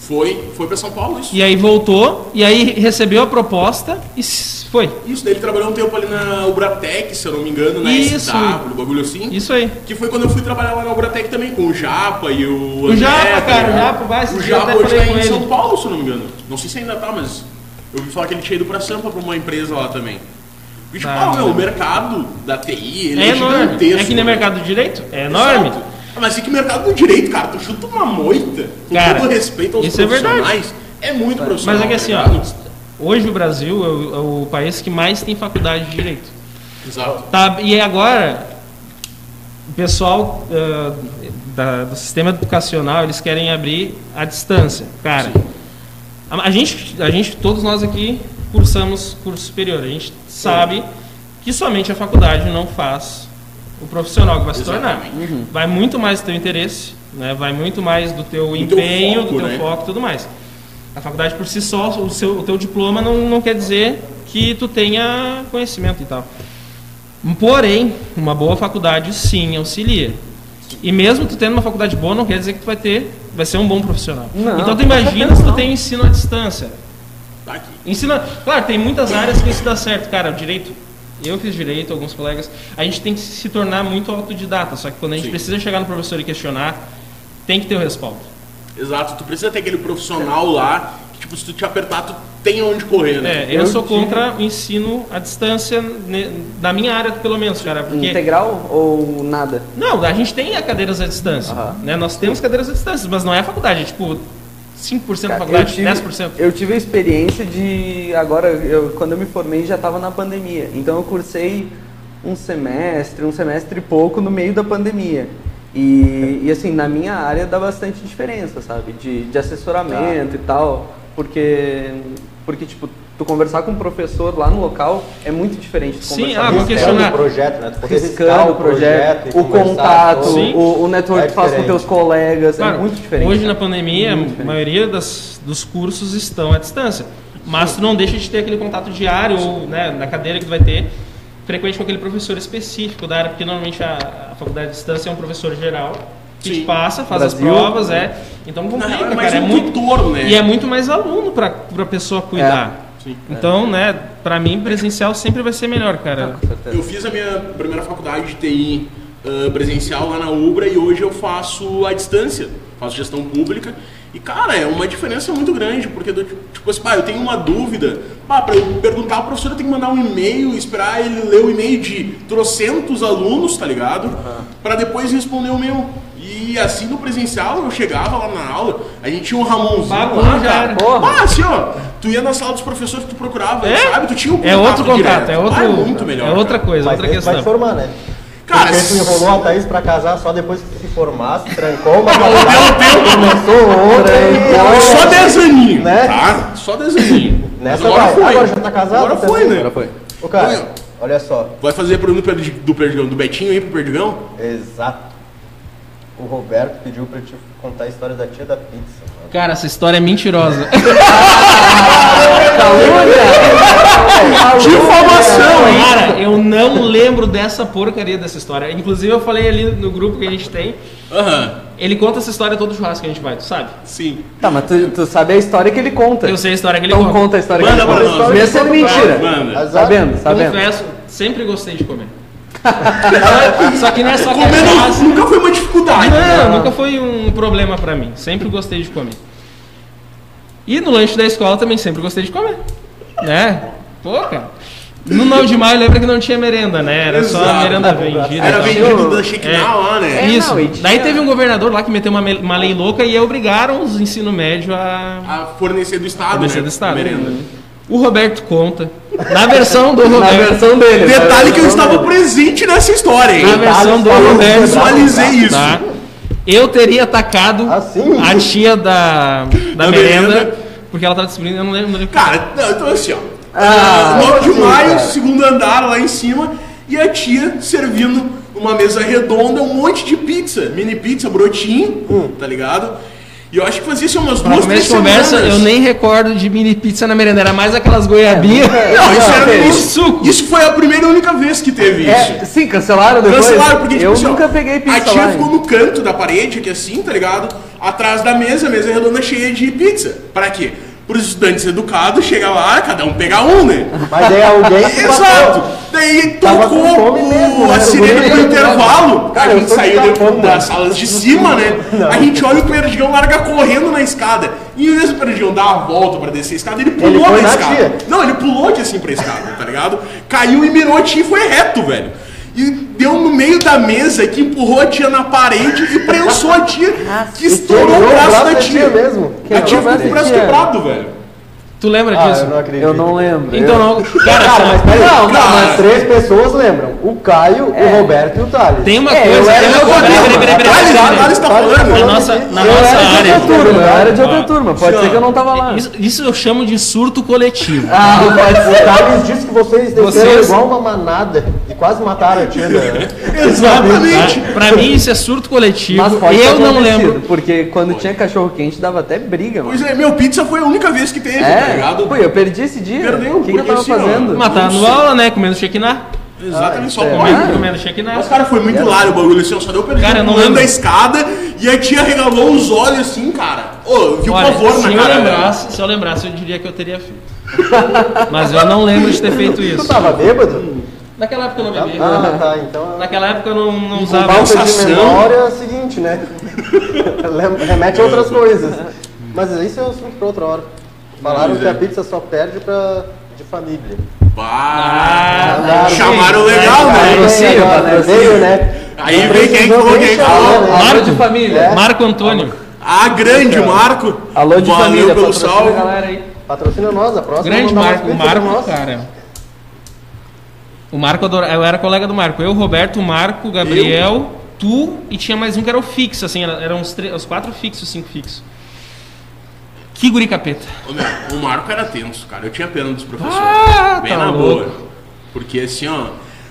Speaker 1: Foi, foi pra São Paulo isso.
Speaker 4: E aí voltou, e aí recebeu a proposta e s- foi.
Speaker 1: Isso, daí ele trabalhou um tempo ali na Ubratec, se eu não me engano, na
Speaker 4: Isso.
Speaker 1: SW, bagulho assim.
Speaker 4: Isso aí.
Speaker 1: Que foi quando eu fui trabalhar lá na Ubratec também, com o Japa e o.
Speaker 4: O
Speaker 1: André,
Speaker 4: Japa,
Speaker 1: tá
Speaker 4: cara, o
Speaker 1: ligado?
Speaker 4: Japa, vai, esse
Speaker 1: O
Speaker 4: dia eu
Speaker 1: Japa
Speaker 4: até
Speaker 1: hoje
Speaker 4: falei
Speaker 1: tá
Speaker 4: com
Speaker 1: em
Speaker 4: ele.
Speaker 1: São Paulo, se eu não me engano. Não sei se ainda tá, mas eu ouvi falar que ele tinha ido pra Sampa pra uma empresa lá também. E, tipo,
Speaker 4: Ah,
Speaker 1: ah, meu,
Speaker 4: não.
Speaker 1: o mercado da TI, ele é,
Speaker 4: É, enorme.
Speaker 1: gigantesco.
Speaker 4: É que nem
Speaker 1: né?
Speaker 4: mercado de direito? É enorme.
Speaker 1: Exato. Ah, Mas é que mercado do direito, cara, tu chuta uma moita, com
Speaker 4: Cara,
Speaker 1: todo respeito aos
Speaker 4: isso é verdade.
Speaker 1: profissionais, é, muito profissional.
Speaker 4: Mas é que assim, ó,
Speaker 1: tá ligado?
Speaker 4: hoje o Brasil é o, é o país que mais tem faculdade de direito.
Speaker 1: Exato.
Speaker 4: Tá, e agora, o pessoal ah, da- do sistema educacional, eles querem abrir à distância. Cara, a, a gente, a gente, todos nós aqui, cursamos curso superior. A gente sabe que somente a faculdade não faz o profissional que vai se tornar.
Speaker 1: Exatamente.
Speaker 4: Vai muito mais do teu interesse, né? vai muito mais do teu
Speaker 1: teu
Speaker 4: empenho,
Speaker 1: foco,
Speaker 4: do teu
Speaker 1: né?
Speaker 4: foco e tudo mais. A faculdade por si só, o, seu, o teu diploma não, não quer dizer que tu tenha conhecimento e tal. Um Porém, uma boa faculdade sim auxilia. E mesmo tu tendo uma faculdade boa, não quer dizer que tu vai ter, vai ser um bom profissional.
Speaker 2: Não,
Speaker 4: então tu
Speaker 2: com
Speaker 4: imagina
Speaker 2: certeza
Speaker 4: se tu
Speaker 2: não.
Speaker 4: tem ensino à distância.
Speaker 1: Tá aqui.
Speaker 4: Ensina. Claro, tem muitas áreas que isso dá certo, cara. O direito. Eu fiz direito, alguns colegas. A gente tem que se tornar muito autodidata. Só que quando a gente
Speaker 1: Sim.
Speaker 4: precisa chegar no professor e questionar, tem que ter o respaldo.
Speaker 1: Exato, tu precisa ter aquele profissional lá, que tipo, se tu te apertar, tu tem onde correr, né?
Speaker 4: É, eu,
Speaker 2: Eu
Speaker 4: sou
Speaker 2: tive-
Speaker 4: contra o ensino à distância, ne- da minha área pelo menos, cara. Porque.
Speaker 2: Integral ou nada?
Speaker 4: Não, a gente tem a cadeiras à distância.
Speaker 2: Aham.
Speaker 4: Né? Nós temos cadeiras à distância, mas não é a faculdade. É tipo 5% da
Speaker 2: Cara,
Speaker 4: faculdade,
Speaker 2: eu tive-
Speaker 4: 10%.
Speaker 2: Eu tive a experiência de. Agora, eu- quando eu me formei, já estava na pandemia. Então, eu cursei um semestre, um semestre e pouco no meio da pandemia. E, e, assim, na minha área dá bastante diferença, sabe? De, de assessoramento
Speaker 4: Tá.
Speaker 2: e tal. Porque, porque, tipo, tu conversar com um professor lá no local é muito diferente de
Speaker 4: Sim,
Speaker 2: conversar
Speaker 4: ah,
Speaker 2: com
Speaker 4: vou
Speaker 2: um
Speaker 3: Riscando
Speaker 4: questionar.
Speaker 3: o projeto, né? Tu poder riscar
Speaker 2: riscando o projeto,
Speaker 3: e
Speaker 2: o
Speaker 3: conversar
Speaker 2: contato,
Speaker 3: com-
Speaker 4: Sim.
Speaker 2: o, o network
Speaker 3: É
Speaker 2: que tu faz com
Speaker 3: diferente.
Speaker 2: teus colegas,
Speaker 4: Claro,
Speaker 2: é muito diferente.
Speaker 4: Hoje na
Speaker 2: sabe?
Speaker 4: pandemia,
Speaker 2: Muito
Speaker 4: a
Speaker 2: diferente.
Speaker 4: maioria das, dos cursos estão à distância. Mas tu não deixa de ter aquele contato diário ou né, na cadeira que tu vai ter frequente com aquele professor específico da área, porque normalmente a, a faculdade de distância é um professor geral que
Speaker 1: Sim.
Speaker 4: te passa, faz
Speaker 2: Brasil.
Speaker 4: as provas, é. Então
Speaker 1: Na
Speaker 4: complica,
Speaker 1: real, é mais
Speaker 4: cara. É
Speaker 1: um
Speaker 4: muito,
Speaker 1: tutor, né?
Speaker 4: e é muito mais aluno pra, pra pessoa cuidar.
Speaker 1: Sim.
Speaker 4: Então, né, pra mim presencial sempre vai ser melhor, cara.
Speaker 2: Com certeza.
Speaker 1: Eu fiz a minha primeira faculdade de TI ah, presencial lá na Ubra e hoje eu faço à distância, faço gestão pública. E, cara, é uma diferença muito grande, porque, do, tipo tipo assim, pá, eu tenho uma dúvida, pá, pra eu perguntar ao professor, eu tenho que mandar um e-mail, esperar ele ler o e-mail de trocentos alunos, tá ligado? Pra depois responder o meu. E assim, no presencial, eu chegava lá na aula, a gente tinha um Ramonzinho
Speaker 4: Bagulho
Speaker 1: lá,
Speaker 4: já
Speaker 1: cara.
Speaker 4: era.
Speaker 2: Porra.
Speaker 1: Ah, assim, ó, tu ia na sala dos professores, tu procurava,
Speaker 4: É?
Speaker 1: sabe? Tu tinha um
Speaker 4: É outro
Speaker 1: direto.
Speaker 4: contato, é outro.
Speaker 1: Ah, é muito melhor.
Speaker 4: é outra
Speaker 1: cara.
Speaker 4: coisa,
Speaker 3: Mas
Speaker 4: outra
Speaker 3: esse vai te
Speaker 4: questão.
Speaker 3: formar, né?
Speaker 1: Cara,
Speaker 3: Porque tu
Speaker 1: [laughs]
Speaker 3: enrolou a Thaís pra casar só depois que se formasse, trancou uma [laughs]
Speaker 1: deu tempo.
Speaker 3: começou outra e
Speaker 1: Foi
Speaker 3: olha,
Speaker 1: só desaninho,
Speaker 3: é Né?
Speaker 1: tá? Só desaninho. Mas
Speaker 3: Nessa vai. Agora já tá casado
Speaker 1: Agora
Speaker 3: também.
Speaker 1: foi, né?
Speaker 2: Agora foi.
Speaker 3: Ô, cara,
Speaker 1: Olha.
Speaker 3: olha só.
Speaker 1: Vai fazer pro do Perdi- do Perdigão, do Betinho aí pro Perdigão?
Speaker 3: Exato. O Roberto pediu pra eu te contar a história da tia da pizza. mano.
Speaker 4: Cara, essa história é mentirosa.
Speaker 1: Que informação, hein?
Speaker 4: Cara, eu não lembro dessa porcaria dessa história. Inclusive, eu falei ali no grupo que a gente tem.
Speaker 1: Aham,
Speaker 4: Ele conta essa história todo churrasco que a gente vai, tu sabe?
Speaker 1: sim.
Speaker 2: Tá, mas tu, tu sabe a história que ele conta.
Speaker 4: Eu sei a história que ele
Speaker 2: então
Speaker 4: conta.
Speaker 2: conta tá a história
Speaker 1: Manda
Speaker 2: que ele
Speaker 1: pra
Speaker 2: conta.
Speaker 1: nós.
Speaker 2: Mesmo
Speaker 3: é
Speaker 2: sendo mentira.
Speaker 1: Mano.
Speaker 3: Azar.
Speaker 2: Sabendo, sabendo.
Speaker 4: Confesso, sempre gostei de comer. Só- Só que não é só que é
Speaker 1: Comer não-
Speaker 4: churrasco.
Speaker 1: nunca foi uma dificuldade.
Speaker 4: Não, nunca foi um problema pra mim. Sempre gostei de comer. E no lanche da escola também sempre gostei de comer. Né? Pô, cara. No 9 de maio lembra que não tinha merenda, né? Era só a
Speaker 1: Exato.
Speaker 4: merenda vendida. e
Speaker 1: Era
Speaker 4: tal.
Speaker 1: vendido da Shake
Speaker 4: É.
Speaker 1: Now lá, né?
Speaker 2: É,
Speaker 4: Isso.
Speaker 2: não, e tinha-
Speaker 4: Daí teve um governador lá que meteu uma, me- uma lei louca e obrigaram os ensino médio a
Speaker 1: A fornecer do Estado,
Speaker 4: obedecer
Speaker 1: né?
Speaker 4: do Estado.
Speaker 1: Merenda.
Speaker 4: O Roberto conta. Na versão do
Speaker 2: Na
Speaker 4: Roberto.
Speaker 2: versão dele. na
Speaker 1: Detalhe que eu
Speaker 2: versão
Speaker 1: estava
Speaker 2: dele.
Speaker 1: presente nessa história,
Speaker 4: Na
Speaker 1: hein?
Speaker 4: versão do
Speaker 3: Eu
Speaker 4: Roberto.
Speaker 1: visualizei isso.
Speaker 4: tá? Eu teria atacado
Speaker 3: Ah, sim?
Speaker 4: a tia da, da
Speaker 1: Da
Speaker 4: merenda,
Speaker 1: merenda.
Speaker 4: porque ela tava disciplinando, eu não lembro. Não lembro.
Speaker 1: Cara, não, então assim, ó.
Speaker 2: Ah,
Speaker 1: 9 de
Speaker 3: sim,
Speaker 1: maio,
Speaker 3: cara.
Speaker 1: segundo andar lá em cima, e a tia servindo uma mesa redonda, um monte de pizza, mini pizza, brotinho, tá ligado? E eu acho que fazia assim umas
Speaker 4: Pra
Speaker 1: duas, três
Speaker 4: começo de conversa,
Speaker 1: semanas.
Speaker 4: eu nem recordo de mini pizza na merenda, era mais aquelas goiabinhas.
Speaker 1: É, Não, isso era
Speaker 2: Não,
Speaker 1: no
Speaker 2: teve.
Speaker 1: início-
Speaker 4: Suco.
Speaker 1: Isso foi a primeira e única vez que teve isso.
Speaker 2: É, sim, cancelaram depois.
Speaker 1: Cancelaram, porque tipo,
Speaker 2: Eu
Speaker 1: assim, ó,
Speaker 2: nunca peguei pizza
Speaker 1: A tia
Speaker 2: lá,
Speaker 1: ficou
Speaker 2: hein.
Speaker 1: no canto da parede, aqui assim, tá ligado? Atrás da mesa, a mesa é redonda cheia de pizza. Pra quê? Para os estudantes educados, chega lá, cada um pegar um, né?
Speaker 3: Mas é alguém que
Speaker 1: Exato!
Speaker 3: bateu.
Speaker 1: Daí
Speaker 3: Tava
Speaker 1: tocou
Speaker 3: com fome mesmo,
Speaker 1: a
Speaker 3: né?
Speaker 1: sirene pro
Speaker 3: Bonito.
Speaker 1: intervalo.
Speaker 3: Cara,
Speaker 1: a
Speaker 3: eu
Speaker 1: gente
Speaker 3: tô
Speaker 1: saiu de-
Speaker 3: escapando.
Speaker 1: das salas de cima, né? A gente olha o perdigão larga correndo na escada. E o mesmo perdigão dá a volta pra descer a escada, ele
Speaker 3: Ele
Speaker 1: pulou
Speaker 3: foi
Speaker 1: na
Speaker 3: na
Speaker 1: escada.
Speaker 3: tia.
Speaker 1: Não, ele pulou de assim pra escada, tá ligado? Caiu e mirou a tia e foi reto, velho. E deu no meio da mesa que empurrou a tia na parede e prensou a tia, que estourou o braço da tia. É tipo um
Speaker 3: mesmo.
Speaker 1: A tia ficou com o braço
Speaker 2: Quebrou o braço da tia.
Speaker 1: quebrado, velho.
Speaker 4: Tu lembra
Speaker 3: Ah,
Speaker 4: disso?
Speaker 3: eu não acredito.
Speaker 2: Eu não lembro.
Speaker 4: Então não. Cara,
Speaker 3: Cara, mas peraí.
Speaker 2: Não,
Speaker 3: Não,
Speaker 1: cara.
Speaker 3: mas três pessoas lembram. O Caio,
Speaker 2: É.
Speaker 3: o Roberto e o Thales.
Speaker 4: tem uma
Speaker 2: É, eu
Speaker 4: coisa.
Speaker 2: era
Speaker 4: tem uma
Speaker 2: meu
Speaker 4: coisa-
Speaker 2: goleiro,
Speaker 4: peraí, peraí, peraí,
Speaker 1: Thales,
Speaker 4: peraí, peraí.
Speaker 1: Thales tá falando.
Speaker 4: Na nossa, na
Speaker 3: Eu era
Speaker 4: nossa
Speaker 3: de outra
Speaker 4: área.
Speaker 2: Eu era de outra turma, eu era de
Speaker 4: Ó.
Speaker 2: outra turma. Pode
Speaker 1: Ó.
Speaker 2: ser que eu não tava lá.
Speaker 4: Isso, isso eu chamo de surto coletivo. tá?
Speaker 2: Ah, não pode ser.
Speaker 3: O Thales disse que vocês desceram
Speaker 4: Vocês-
Speaker 3: igual uma manada e quase mataram a né? tia. da-
Speaker 1: Exatamente.
Speaker 4: Tá? Pra mim isso é surto coletivo.
Speaker 2: Mas pode ter
Speaker 4: eu não
Speaker 2: acontecido,
Speaker 4: lembro.
Speaker 2: Porque quando tinha cachorro quente dava até briga, mano.
Speaker 1: Pois é, meu pizza foi a única vez que teve, tá ligado?
Speaker 2: É, pô, eu perdi esse dia.
Speaker 1: Perdeu,
Speaker 2: o que, que eu
Speaker 1: porque
Speaker 2: tava
Speaker 1: assim, ó,
Speaker 2: fazendo?
Speaker 1: uma-
Speaker 4: Matar no aula, né? Comendo chequiná.
Speaker 1: Exatamente, só
Speaker 2: sério?
Speaker 1: comigo.
Speaker 2: Ah.
Speaker 4: Comendo chequiná.
Speaker 1: Mas, cara, foi muito hilário o bagulho, assim, ó, só deu perdido
Speaker 4: Cara, eu não
Speaker 1: pulando
Speaker 4: lembro.
Speaker 1: a escada e a tia regalou os olhos assim, cara. Ô, viu o
Speaker 4: Olha,
Speaker 1: pavor
Speaker 4: se
Speaker 1: na
Speaker 4: eu
Speaker 1: cara. né? velho.
Speaker 4: lembrasse, se eu lembrasse, eu diria que eu teria feito. Mas eu não lembro de ter feito
Speaker 3: Tu
Speaker 4: isso.
Speaker 3: tava bêbado?
Speaker 4: Naquela época eu não bebia.
Speaker 3: Ah, tá. Então.
Speaker 4: Naquela época eu não, não usava.
Speaker 3: Falta de
Speaker 1: sensação.
Speaker 3: memória é o seguinte, né? [laughs] Lem- Remete a outras coisas. Mas isso é um assunto pra outra hora. Falaram
Speaker 1: Pois
Speaker 3: que
Speaker 1: é.
Speaker 3: a pizza só perde pra de família.
Speaker 1: Bah,
Speaker 3: Ah,
Speaker 1: chamaram
Speaker 4: sim.
Speaker 1: legal,
Speaker 2: Aí,
Speaker 1: né?
Speaker 2: Patrocínio,
Speaker 3: Agora, né?
Speaker 2: patrocínio.
Speaker 3: Veio, né?
Speaker 1: Aí
Speaker 3: Não
Speaker 1: vem quem
Speaker 3: precisou
Speaker 1: falou,
Speaker 3: nem
Speaker 1: quem
Speaker 3: falar,
Speaker 1: falou.
Speaker 3: né?
Speaker 2: Alô de família.
Speaker 4: É. Marco Antônio.
Speaker 1: Ah, grande Marco.
Speaker 2: Alô de
Speaker 1: Valeu
Speaker 2: família,
Speaker 1: pelo
Speaker 2: patrocina a
Speaker 1: salve.
Speaker 2: galera aí.
Speaker 3: Patrocina nós, a próxima.
Speaker 4: Grande
Speaker 3: mandar
Speaker 4: Marco. O
Speaker 3: umas pizzas um pra
Speaker 4: Marco,
Speaker 3: nós.
Speaker 4: cara. O Marco adora- Eu era colega do Marco. Eu, Roberto, Marco, Gabriel, tu e tinha mais um que era o fixo, assim, era- eram os, tre- os quatro fixos, cinco fixos. Que guri capeta.
Speaker 1: Ô, meu, o Marco era tenso, cara. Eu tinha pena dos professores.
Speaker 4: Ah,
Speaker 1: Bem
Speaker 4: tá
Speaker 1: na
Speaker 4: louco.
Speaker 1: boa. Porque assim, ó.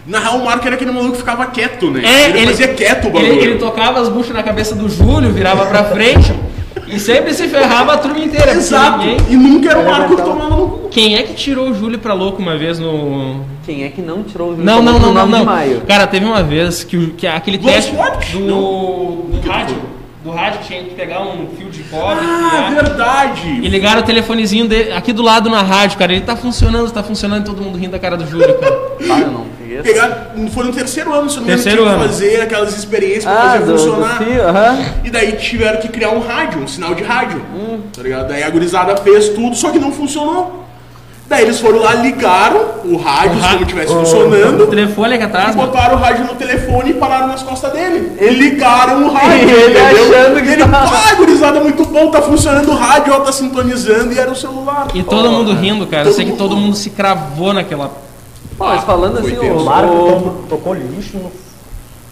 Speaker 1: Na real, o Marco era aquele maluco que ficava quieto, né?
Speaker 4: É,
Speaker 1: ele, fazia quieto o bagulho.
Speaker 4: Ele, ele tocava as buchas na cabeça do Júlio, virava pra frente e sempre se ferrava a turma inteira. porque
Speaker 1: Exato.
Speaker 4: ninguém-
Speaker 1: E nunca era o
Speaker 3: Ele
Speaker 1: Marco que
Speaker 3: levantava.
Speaker 1: tomava no cu.
Speaker 4: Quem é que tirou o Júlio pra louco uma vez no.
Speaker 2: Quem é que não tirou o
Speaker 4: Não, não, não, não,
Speaker 2: 9 de
Speaker 4: não.
Speaker 2: maio?
Speaker 4: Cara, teve uma vez que, o- que aquele
Speaker 1: Globo
Speaker 4: teste
Speaker 1: Esporte?
Speaker 4: do, do
Speaker 1: que
Speaker 4: rádio.
Speaker 1: foi?
Speaker 4: Do rádio tinha que pegar um fio de cobre.
Speaker 1: Ah,
Speaker 4: enfiar. E
Speaker 1: verdade!
Speaker 4: ligaram o telefonezinho dele aqui do lado na rádio, cara. Ele tá funcionando, tá funcionando e todo mundo rindo da cara do Júlio, cara.
Speaker 2: Ah, eu não peguei essa.
Speaker 1: Pegar, foi no terceiro ano, se eu não me engano,
Speaker 4: Terceiro
Speaker 1: tinha
Speaker 4: ano.
Speaker 1: que fazer aquelas experiências pra
Speaker 2: Ah,
Speaker 1: fazer
Speaker 2: do, do
Speaker 1: funcionar.
Speaker 2: fio,
Speaker 4: Ah.
Speaker 2: aham.
Speaker 1: E daí tiveram que criar um rádio, um sinal de rádio.
Speaker 2: Hum.
Speaker 1: Tá ligado? Daí a gurizada fez tudo, só que não funcionou. Daí eles foram lá, ligaram o rádio, como estivesse
Speaker 4: O
Speaker 1: funcionando,
Speaker 4: telefone é aqui
Speaker 1: e
Speaker 4: atrás, mano.
Speaker 1: botaram o rádio no telefone e pararam nas costas dele. E ligaram o rádio.
Speaker 2: [laughs] Ele
Speaker 1: entendeu?
Speaker 2: achando que
Speaker 1: ele,
Speaker 2: tava-
Speaker 1: ah, gurizada, muito bom, tá funcionando o rádio, ó, tá sintonizando, e era o celular.
Speaker 4: E todo mundo rindo, cara. Eu sei que
Speaker 1: Todo
Speaker 4: todo
Speaker 1: mundo-
Speaker 4: mundo se cravou naquela.
Speaker 2: Pô, mas falando assim,
Speaker 1: foi tenso.
Speaker 2: o,
Speaker 3: Claro
Speaker 2: o-
Speaker 3: que tocou, tocou lixo no.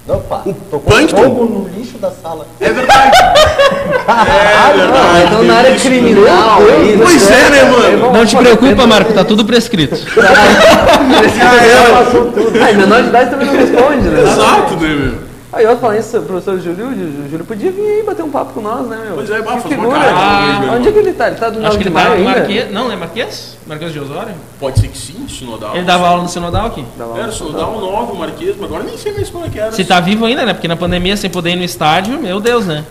Speaker 3: Não, pá. Tocou
Speaker 1: Plankton?
Speaker 3: fogo no lixo da sala.
Speaker 1: É verdade. é
Speaker 2: Ah,
Speaker 1: verdade.
Speaker 2: então não era
Speaker 1: Isso.
Speaker 2: criminal aí, né?
Speaker 1: Pois é, né, mano?
Speaker 4: Não te preocupa, Marco, tá tudo prescrito.
Speaker 2: Ah, e menor de idade também não responde, né?
Speaker 1: é. Exato, né, meu?
Speaker 2: Aí eu falando isso, professor Júlio, o Júlio podia vir aí bater um papo com nós, né, meu?
Speaker 1: Pois é, bah,
Speaker 2: que
Speaker 1: faz uma
Speaker 2: figura.
Speaker 1: cara,
Speaker 4: Ah,
Speaker 1: meu.
Speaker 2: Onde é que ele tá? Ele tá do
Speaker 4: Acho
Speaker 2: lado
Speaker 4: que
Speaker 2: de
Speaker 4: ele tá
Speaker 2: maio
Speaker 4: no
Speaker 2: ainda?
Speaker 4: Marquês. Não, é Marquês? Marquês de Osório?
Speaker 1: Pode ser que sim, sinodal.
Speaker 4: Ele dava aula no Sinodal aqui.
Speaker 2: Dá lá.
Speaker 1: Era sinodal 9, Marquês, mas agora nem sei mais como é que era.
Speaker 4: Se tá vivo ainda, né? Porque na pandemia, sem poder ir no estádio, meu Deus, né?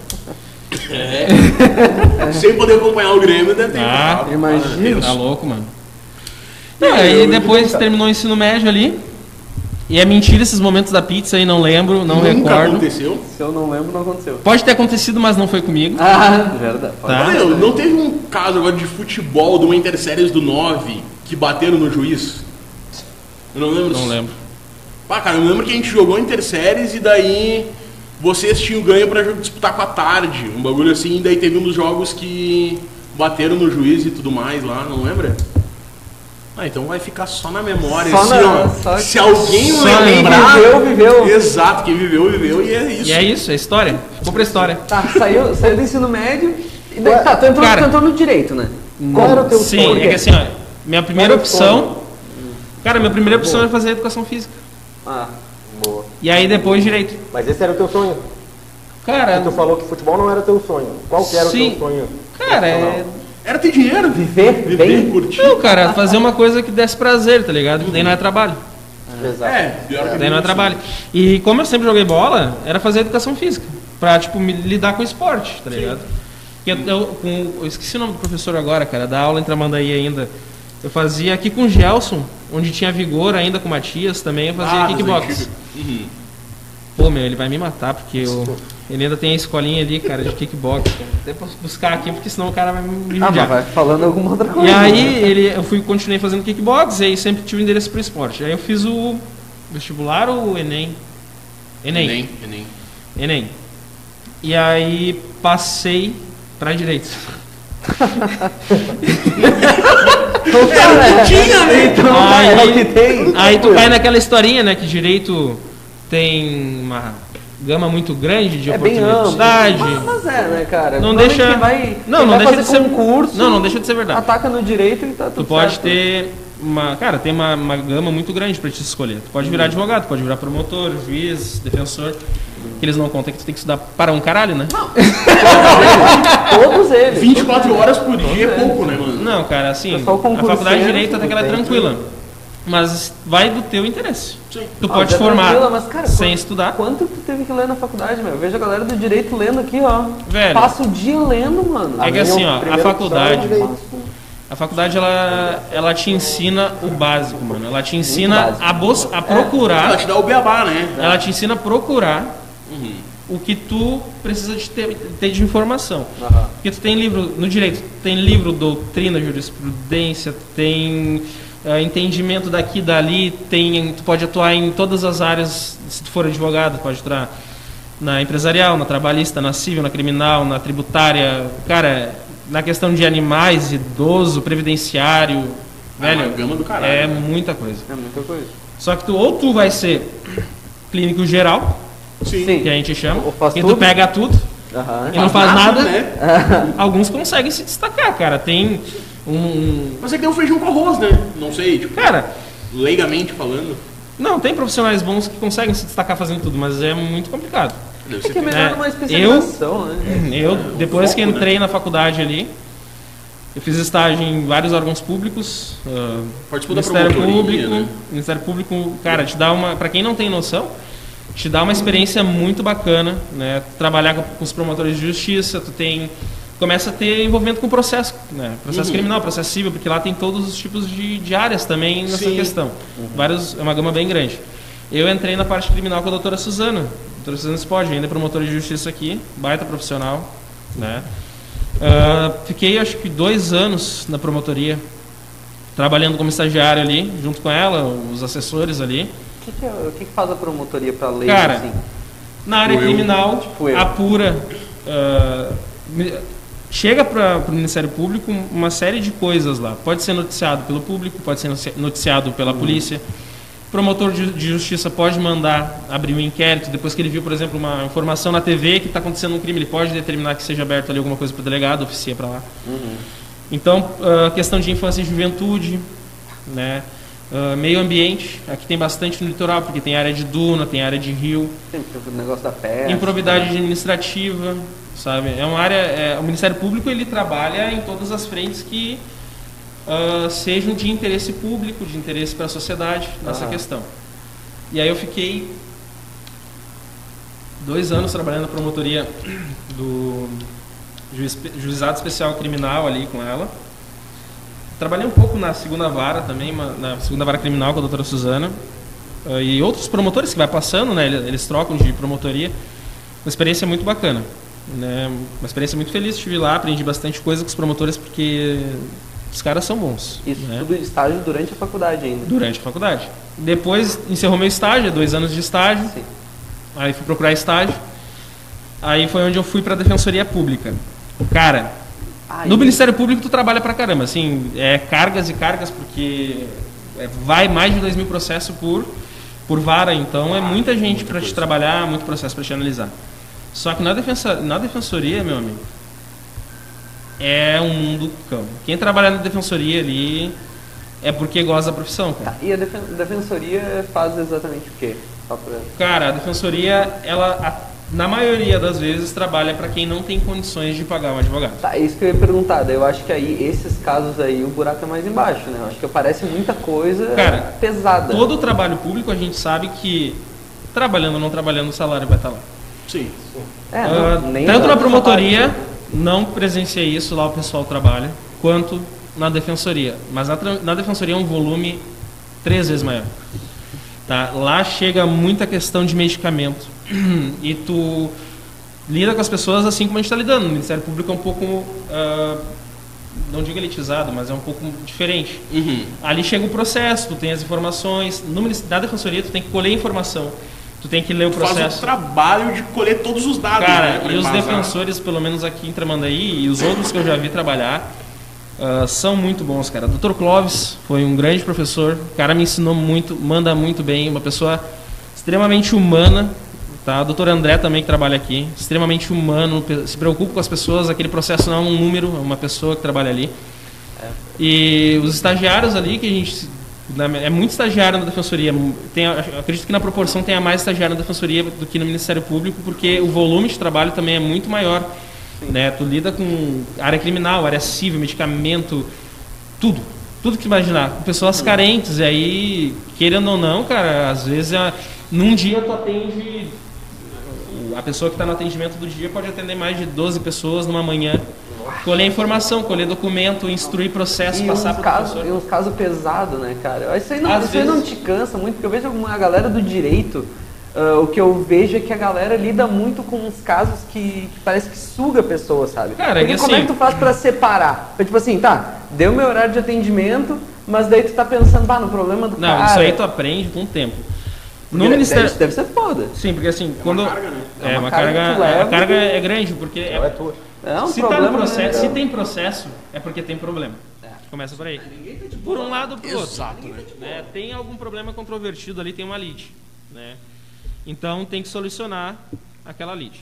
Speaker 1: É. Sem poder acompanhar o Grêmio, deve ter.
Speaker 4: Ah,
Speaker 1: entrado.
Speaker 2: imagina.
Speaker 4: Tá louco, mano. Não, aí depois terminou o ensino médio ali. E é mentira esses momentos da pizza aí, não lembro, não
Speaker 1: Nunca
Speaker 4: recordo.
Speaker 1: aconteceu.
Speaker 2: Se eu não lembro, não aconteceu.
Speaker 4: Pode ter acontecido, mas não foi comigo.
Speaker 2: Ah, verdade.
Speaker 4: Tá.
Speaker 1: Olha, não teve um caso agora de futebol de uma Interséries do 9 que bateram no juiz? Eu não lembro.
Speaker 4: Não
Speaker 1: se-
Speaker 4: lembro.
Speaker 1: Pá, cara, eu lembro que a gente jogou Interséries e daí vocês tinham ganho pra jo- disputar com a tarde. Um bagulho assim, e daí teve um dos jogos que bateram no juiz e tudo mais lá, não lembra? Ah, então vai ficar só na memória,
Speaker 2: Só
Speaker 1: assim,
Speaker 2: na-
Speaker 1: ó.
Speaker 2: só-
Speaker 1: Se alguém
Speaker 4: só
Speaker 1: lembrar.
Speaker 2: Quem viveu, viveu.
Speaker 1: Exato, quem viveu, viveu, e é isso.
Speaker 4: E é isso, é história. Ficou pra história.
Speaker 2: Tá, saiu, saiu do ensino médio e daí
Speaker 3: Ué,
Speaker 2: tá, tu entrou,
Speaker 4: cara.
Speaker 2: tu entrou no direito, né?
Speaker 3: Qual era o teu
Speaker 4: Sim,
Speaker 3: sonho?
Speaker 4: é que assim, ó, minha primeira
Speaker 3: Mas
Speaker 4: opção. Cara, minha primeira opção era fazer educação física.
Speaker 2: Ah,
Speaker 3: Boa.
Speaker 4: E aí depois direito.
Speaker 3: Mas esse era o teu sonho.
Speaker 4: Cara,
Speaker 3: Tu falou que futebol não era teu sonho. Qual que era o
Speaker 4: É. Sim.
Speaker 3: teu sonho?
Speaker 4: cara, é.
Speaker 1: Era ter dinheiro,
Speaker 2: Viver bem.
Speaker 1: curtir.
Speaker 4: Não, cara, fazer uma coisa que desse prazer, tá ligado? Que Daí não é trabalho.
Speaker 3: Exato.
Speaker 1: É, pior que
Speaker 4: Daí não é trabalho. E como eu sempre joguei bola, era fazer educação física. Pra, tipo, me lidar com esporte, tá ligado? Porque eu, eu- com- eu esqueci o nome do professor agora, cara, da aula em Tramandaí ainda. Eu fazia aqui com o Gelson, onde tinha vigor ainda com o Matias também, eu fazia
Speaker 1: Ah,
Speaker 4: kickbox.
Speaker 1: mas antigo. Uhum.
Speaker 4: Pô, meu, ele vai me matar, porque eu, ele ainda tem a escolinha ali, cara, de kickbox. cara. Até posso buscar aqui, porque senão o cara vai me
Speaker 2: ah mas
Speaker 4: judiar.
Speaker 2: vai falando alguma outra coisa.
Speaker 4: E
Speaker 2: né?
Speaker 4: aí ele, eu fui, continuei fazendo kickbox e aí sempre tive endereço pro esporte. Aí eu fiz o vestibular ou o Enem? Enem. Enem.
Speaker 1: Enem, Enem.
Speaker 4: E aí passei pra direito.
Speaker 2: Então, cara,
Speaker 1: É, não tinha, né?
Speaker 2: Então,
Speaker 4: Aí-
Speaker 2: é o que tem.
Speaker 4: Aí tu cai naquela historinha, né, que direito tem uma gama muito grande de
Speaker 2: É bem amplo.
Speaker 4: oportunidade.
Speaker 2: Mas, mas é, né, cara?
Speaker 4: Não
Speaker 2: Quando
Speaker 4: deixa.
Speaker 2: Quem vai,
Speaker 4: não,
Speaker 2: quem
Speaker 4: não
Speaker 2: vai
Speaker 4: deixa de
Speaker 2: fazer
Speaker 4: ser um
Speaker 2: concurso.
Speaker 4: Não, não deixa de ser verdade.
Speaker 2: Ataca no direito e tá tudo
Speaker 4: Tu pode
Speaker 2: certo.
Speaker 4: ter uma, cara, tem uma, uma gama muito grande pra te escolher. Tu pode
Speaker 2: Uhum.
Speaker 4: virar advogado, pode virar promotor, juiz, defensor. Que eles não contam que tu tem que estudar para um caralho, né?
Speaker 2: [laughs] Todos eles.
Speaker 1: 24 horas por dia é pouco, né, mano?
Speaker 4: Não, cara, assim,
Speaker 2: Pessoal
Speaker 4: a faculdade de direito até que ela é
Speaker 3: concurseiro,
Speaker 4: tranquila. Mas vai do teu interesse.
Speaker 1: Sim.
Speaker 4: Tu
Speaker 2: Ah,
Speaker 4: pode
Speaker 2: já
Speaker 4: formar
Speaker 2: tranquila, mas, cara,
Speaker 4: sem
Speaker 2: quando-
Speaker 4: estudar.
Speaker 2: Quanto que tu teve que ler na faculdade, meu? Eu Vejo a galera do direito lendo aqui, ó.
Speaker 4: Velho.
Speaker 2: Passa o dia lendo, mano. Ah,
Speaker 4: É que assim, ó, a
Speaker 3: primeira
Speaker 4: faculdade,
Speaker 3: opção era direito.
Speaker 4: a faculdade ela, ela te ensina o básico, mano. Ela te ensina
Speaker 2: básico. É.
Speaker 4: a, bos- a
Speaker 1: Ela
Speaker 4: procurar,
Speaker 1: te dá o beabá, né?
Speaker 4: ela te ensina a procurar
Speaker 1: Uhum.
Speaker 4: o que tu precisa de ter, ter de informação.
Speaker 2: Aham.
Speaker 4: Porque tu tem livro, no direito, tu tem livro, doutrina, jurisprudência, tu tem eh, entendimento daqui e dali, tem, tu pode atuar em todas as áreas, se tu for advogado, pode atuar na empresarial, na trabalhista, na civil, na criminal, na tributária, cara, na questão de animais, idoso, previdenciário,
Speaker 1: é uma
Speaker 4: velho,
Speaker 1: gama do caralho.
Speaker 4: é muita coisa.
Speaker 2: É muita coisa.
Speaker 4: Só que tu ou tu vai ser clínico geral,
Speaker 1: Sim.
Speaker 2: Sim.
Speaker 4: que a gente chama,
Speaker 2: Ou faz
Speaker 4: e tu
Speaker 2: tudo.
Speaker 4: pega tudo,
Speaker 2: Aham.
Speaker 1: É.
Speaker 4: e não faz nada,
Speaker 1: né?
Speaker 4: alguns conseguem se destacar, cara. Tem um. um-
Speaker 1: Mas é que tem um feijão com arroz, né? Não sei, tipo,
Speaker 4: Cara,
Speaker 1: leigamente falando.
Speaker 4: não, tem profissionais bons que conseguem se destacar fazendo tudo, mas é muito complicado.
Speaker 1: Deve
Speaker 2: É
Speaker 1: ser
Speaker 2: que é
Speaker 1: feio.
Speaker 2: melhor
Speaker 4: É,
Speaker 2: uma especialização, né?
Speaker 4: Eu, depois
Speaker 1: foco,
Speaker 4: que entrei na faculdade ali, Eu fiz estágio em vários órgãos públicos, ah,
Speaker 1: Participou da
Speaker 4: Ministério
Speaker 1: promotoria,
Speaker 4: Público.
Speaker 1: né?
Speaker 4: Ministério Público, cara, te dá uma, para quem não tem noção, te dá uma experiência muito bacana, né? Trabalhar com, com os promotores de justiça, tu tem começa a ter envolvimento com processo, né? Processo
Speaker 1: Uhum.
Speaker 4: criminal, processo civil, porque lá tem todos os tipos de, de áreas também nessa
Speaker 1: Sim. Uhum.
Speaker 4: questão. Vários, é uma gama bem grande. Eu entrei na parte criminal com a doutora Suzana. Doutora Suzana Spod, ainda é promotora de justiça aqui, baita profissional, né? Ah, fiquei acho que dois anos na promotoria, trabalhando como estagiário ali, junto com ela, os assessores ali.
Speaker 2: O que, que, é- o que que faz a promotoria pra lei,
Speaker 4: Cara,
Speaker 2: assim?
Speaker 4: Na área
Speaker 1: Tipo eu.
Speaker 4: criminal,
Speaker 2: Tipo eu.
Speaker 4: apura. ah, me- chega para o Ministério Público uma série de coisas lá. Pode ser noticiado pelo público, pode ser noci- noticiado pela polícia. Promotor de, de justiça pode mandar abrir um inquérito. Depois que ele viu, por exemplo, uma informação na TV que está acontecendo um crime, ele pode determinar que seja aberto ali alguma coisa para o delegado, oficia para lá. Então, ah, questão de infância e juventude, né? Ah, meio ambiente, aqui tem bastante no litoral, porque tem área de duna, tem área de rio.
Speaker 2: Tem o negócio da peça.
Speaker 4: Improvidade administrativa, sabe? É uma área. é, o Ministério Público ele trabalha em todas as frentes que ah, sejam de interesse público, de interesse para a sociedade nessa
Speaker 2: Aham.
Speaker 4: questão. E aí eu fiquei dois anos trabalhando na promotoria do juiz- juizado especial criminal ali com ela. Trabalhei um pouco na segunda vara também, uma- na segunda vara criminal com a doutora Suzana. Ah, e outros promotores que vai passando, né? Eles, eles trocam de promotoria. Uma experiência muito bacana, né? Uma experiência muito feliz. Estive lá, aprendi bastante coisa com os promotores porque os caras são bons.
Speaker 2: Isso
Speaker 4: né?
Speaker 2: tudo de estágio durante a faculdade ainda.
Speaker 4: durante a faculdade. Depois encerrou meu estágio, dois anos de estágio.
Speaker 2: Sim.
Speaker 4: Aí fui procurar estágio. Aí foi onde eu fui para defensoria pública. Cara,
Speaker 2: Ah,
Speaker 4: no
Speaker 2: e-
Speaker 4: Ministério Público tu trabalha pra caramba, assim, é cargas e cargas, porque é, vai mais de 2 mil processos por, por vara, então é muita gente pra te trabalhar, muito processo pra te analisar. Só que na, defensa, na defensoria, meu amigo, é um mundo cão. Quem trabalha na defensoria ali é porque gosta da profissão, cara.
Speaker 2: Tá, e a defen- defensoria faz exatamente o quê? Só pra...
Speaker 4: Cara, a defensoria, ela, a- na maioria das vezes, trabalha pra quem não tem condições de pagar um advogado.
Speaker 2: Tá, é isso que eu ia perguntar. daí Eu acho que aí, esses casos aí, o buraco é mais embaixo, né? Eu acho que aparece muita coisa
Speaker 4: Cara,
Speaker 2: pesada.
Speaker 4: Todo o trabalho público a gente sabe que trabalhando ou não trabalhando o salário vai estar lá.
Speaker 1: Sim.
Speaker 2: É, não,
Speaker 4: Ah,
Speaker 2: nem
Speaker 4: tanto
Speaker 2: tanto né?
Speaker 4: na
Speaker 2: essa
Speaker 4: promotoria,
Speaker 2: parte.
Speaker 4: não presenciei isso, lá o pessoal trabalha, quanto na defensoria. Mas na, tra- na defensoria é um volume três vezes maior. Tá? Lá chega muita questão de medicamento. [clears throat] e tu lida com as pessoas assim como a gente está lidando. O Ministério Público é um pouco, ah, não digo elitizado, mas é um pouco diferente.
Speaker 1: Uhum.
Speaker 4: Ali chega o processo, tu tem as informações. No, Ministério- na defensoria, tu tem que colher informação. Tu tem que ler o
Speaker 1: Tu Faz
Speaker 4: processo.
Speaker 1: o trabalho de colher todos os dados. né,
Speaker 4: Cara,
Speaker 1: pra
Speaker 4: e os
Speaker 1: embasar.
Speaker 4: defensores, pelo menos aqui em Tramandaí, e os outros que eu já vi trabalhar, ah, são muito bons, cara. Dr. Clóvis foi um grande professor, o cara me ensinou muito, manda muito bem, uma pessoa extremamente humana, tá? Dr. André também que trabalha aqui, extremamente humano, pe- se preocupa com as pessoas, aquele processo não é um número, é uma pessoa que trabalha ali. E os estagiários ali, que a gente. se- na- é muito estagiário na defensoria. Tem, a- acredito que na proporção tenha mais estagiário na defensoria do que no Ministério Público, porque o volume de trabalho também é muito maior. Né? Tu lida com área criminal, área civil, medicamento, tudo. Tudo que tu imaginar. Com pessoas carentes, e aí, querendo ou não, cara, às vezes é- num dia tu atende. A pessoa que está no atendimento do dia pode atender mais de 12 pessoas numa manhã. Colher informação, colher documento, instruir processo,
Speaker 2: E
Speaker 4: passar
Speaker 2: uns,
Speaker 4: para
Speaker 2: casos,
Speaker 4: professor.
Speaker 2: e uns casos pesados, né, cara? Isso aí, não,
Speaker 4: Às
Speaker 2: isso aí não
Speaker 4: vezes-
Speaker 2: te cansa muito, porque eu vejo alguma galera do direito, ah, o que eu vejo é que a galera lida muito com uns casos que, que parece que suga a pessoa, sabe?
Speaker 4: Cara,
Speaker 2: porque
Speaker 4: e
Speaker 2: como é
Speaker 4: assim-
Speaker 2: que tu faz pra separar? Tipo assim, tá, deu meu horário de atendimento, mas daí tu tá pensando, bah, no problema do cara.
Speaker 4: Não, isso aí tu aprende com o tempo. No
Speaker 2: Deve-
Speaker 4: Ministério.
Speaker 2: Deve, deve ser foda.
Speaker 4: Sim, porque assim, quando.
Speaker 1: carga, né?
Speaker 4: É,
Speaker 2: É
Speaker 4: uma
Speaker 2: uma
Speaker 4: carga.
Speaker 2: carga que tu leva
Speaker 4: a carga
Speaker 2: e-
Speaker 4: é grande, porque. é-
Speaker 3: Não é tua.
Speaker 2: É um
Speaker 4: se, tá no
Speaker 2: problema. né,
Speaker 4: processo- se
Speaker 2: cara?
Speaker 4: tem processo, é porque tem problema. Começa por aí. Por um lado ou pro outro.
Speaker 1: Exato, né?
Speaker 4: né? Tem algum problema controvertido ali, tem uma lead, né? Então tem que solucionar aquela lead.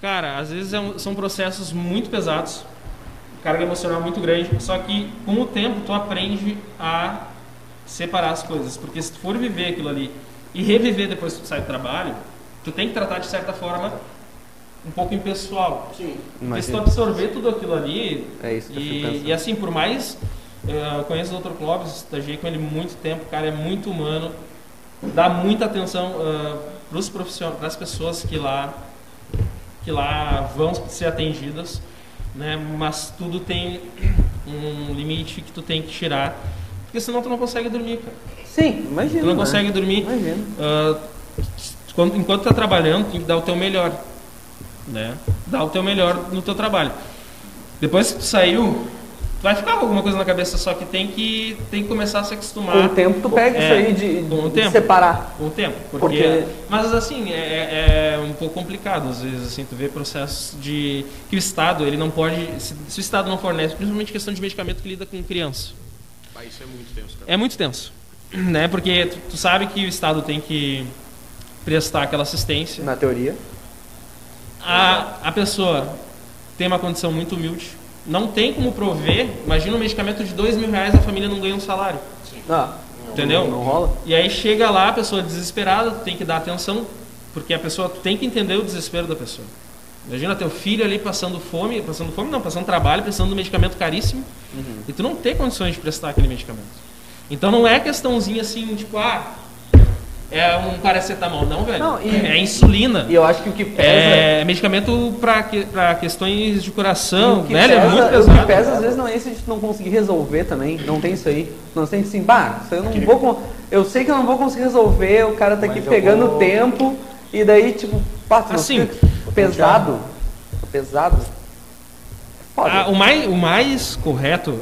Speaker 4: Cara, às vezes é um- são processos muito pesados, carga emocional é muito grande, só que com o tempo tu aprende a separar as coisas, porque se tu for viver aquilo ali e reviver depois que tu sai do trabalho, tu tem que tratar de certa forma um pouco impessoal.
Speaker 1: Sim.
Speaker 4: Porque se tu
Speaker 2: Imagina.
Speaker 4: absorver tudo aquilo ali,
Speaker 2: É isso que eu fico
Speaker 4: e,
Speaker 2: pensando.
Speaker 4: e assim, por mais eh, eu conheço o Dr. Clóvis, estagiei com ele muito tempo, o cara é muito humano, dá muita atenção para os profissionais, para as pessoas que lá que lá vão ser atendidas, né? Mas tudo tem um limite que tu tem que tirar, porque senão tu não consegue dormir, cara.
Speaker 2: Sim, imagina.
Speaker 4: Tu não
Speaker 2: né?
Speaker 4: consegue dormir.
Speaker 2: Imagina.
Speaker 4: Ah, quando- enquanto tá trabalhando, tem que dar o teu melhor, né? Dar o teu melhor no teu trabalho. Depois que tu saiu, tu vai ficar com alguma coisa na cabeça, só que tem que tem que começar a se acostumar
Speaker 2: Com o tempo tu pega
Speaker 4: É,
Speaker 2: isso aí de,
Speaker 4: com o
Speaker 2: de
Speaker 4: tempo.
Speaker 2: separar.
Speaker 4: com o tempo, porque,
Speaker 2: Porque-
Speaker 4: mas assim é, é- é um pouco complicado às vezes assim tu vê processos de que o Estado ele não pode se, se o Estado não fornece, principalmente questão de medicamento que lida com criança.
Speaker 1: Ah, isso é muito tenso, cara.
Speaker 4: É muito tenso, né? Porque tu, tu sabe que o Estado tem que prestar aquela assistência.
Speaker 2: Na teoria.
Speaker 4: A, a pessoa tem uma condição muito humilde, não tem como prover. Imagina um medicamento de dois mil reais, a família não ganha um salário,
Speaker 2: Ah,
Speaker 4: entendeu?
Speaker 2: Não, rola?
Speaker 4: E aí chega lá a pessoa desesperada, tu tem que dar atenção, porque a pessoa tu tem que entender o desespero da pessoa. Imagina teu filho ali passando fome, passando fome não, passando trabalho, precisando de um medicamento caríssimo,
Speaker 2: Uhum.
Speaker 4: e tu não ter condições de prestar aquele medicamento. Então não é questãozinha assim, tipo, ah, é um paracetamol, não, velho.
Speaker 2: Não, e-
Speaker 4: É insulina.
Speaker 2: E eu acho que o que pesa.
Speaker 4: É, medicamento para que, pra questões de coração,
Speaker 2: o que
Speaker 4: velho,
Speaker 2: pesa,
Speaker 4: é muito
Speaker 2: o que
Speaker 4: pesado.
Speaker 2: pesa às vezes não é isso de tu não conseguir resolver também. Não tem isso aí. Não tem assim, bah, isso aí eu não vou. con- Eu sei que eu não vou conseguir resolver, o cara tá aqui
Speaker 3: Mas eu
Speaker 2: pegando
Speaker 3: vou-
Speaker 2: tempo, e daí, tipo, pá, tu não
Speaker 4: Assim,
Speaker 2: fica pesado. Pesado. Foda.
Speaker 4: Ah, o, mais, o mais correto,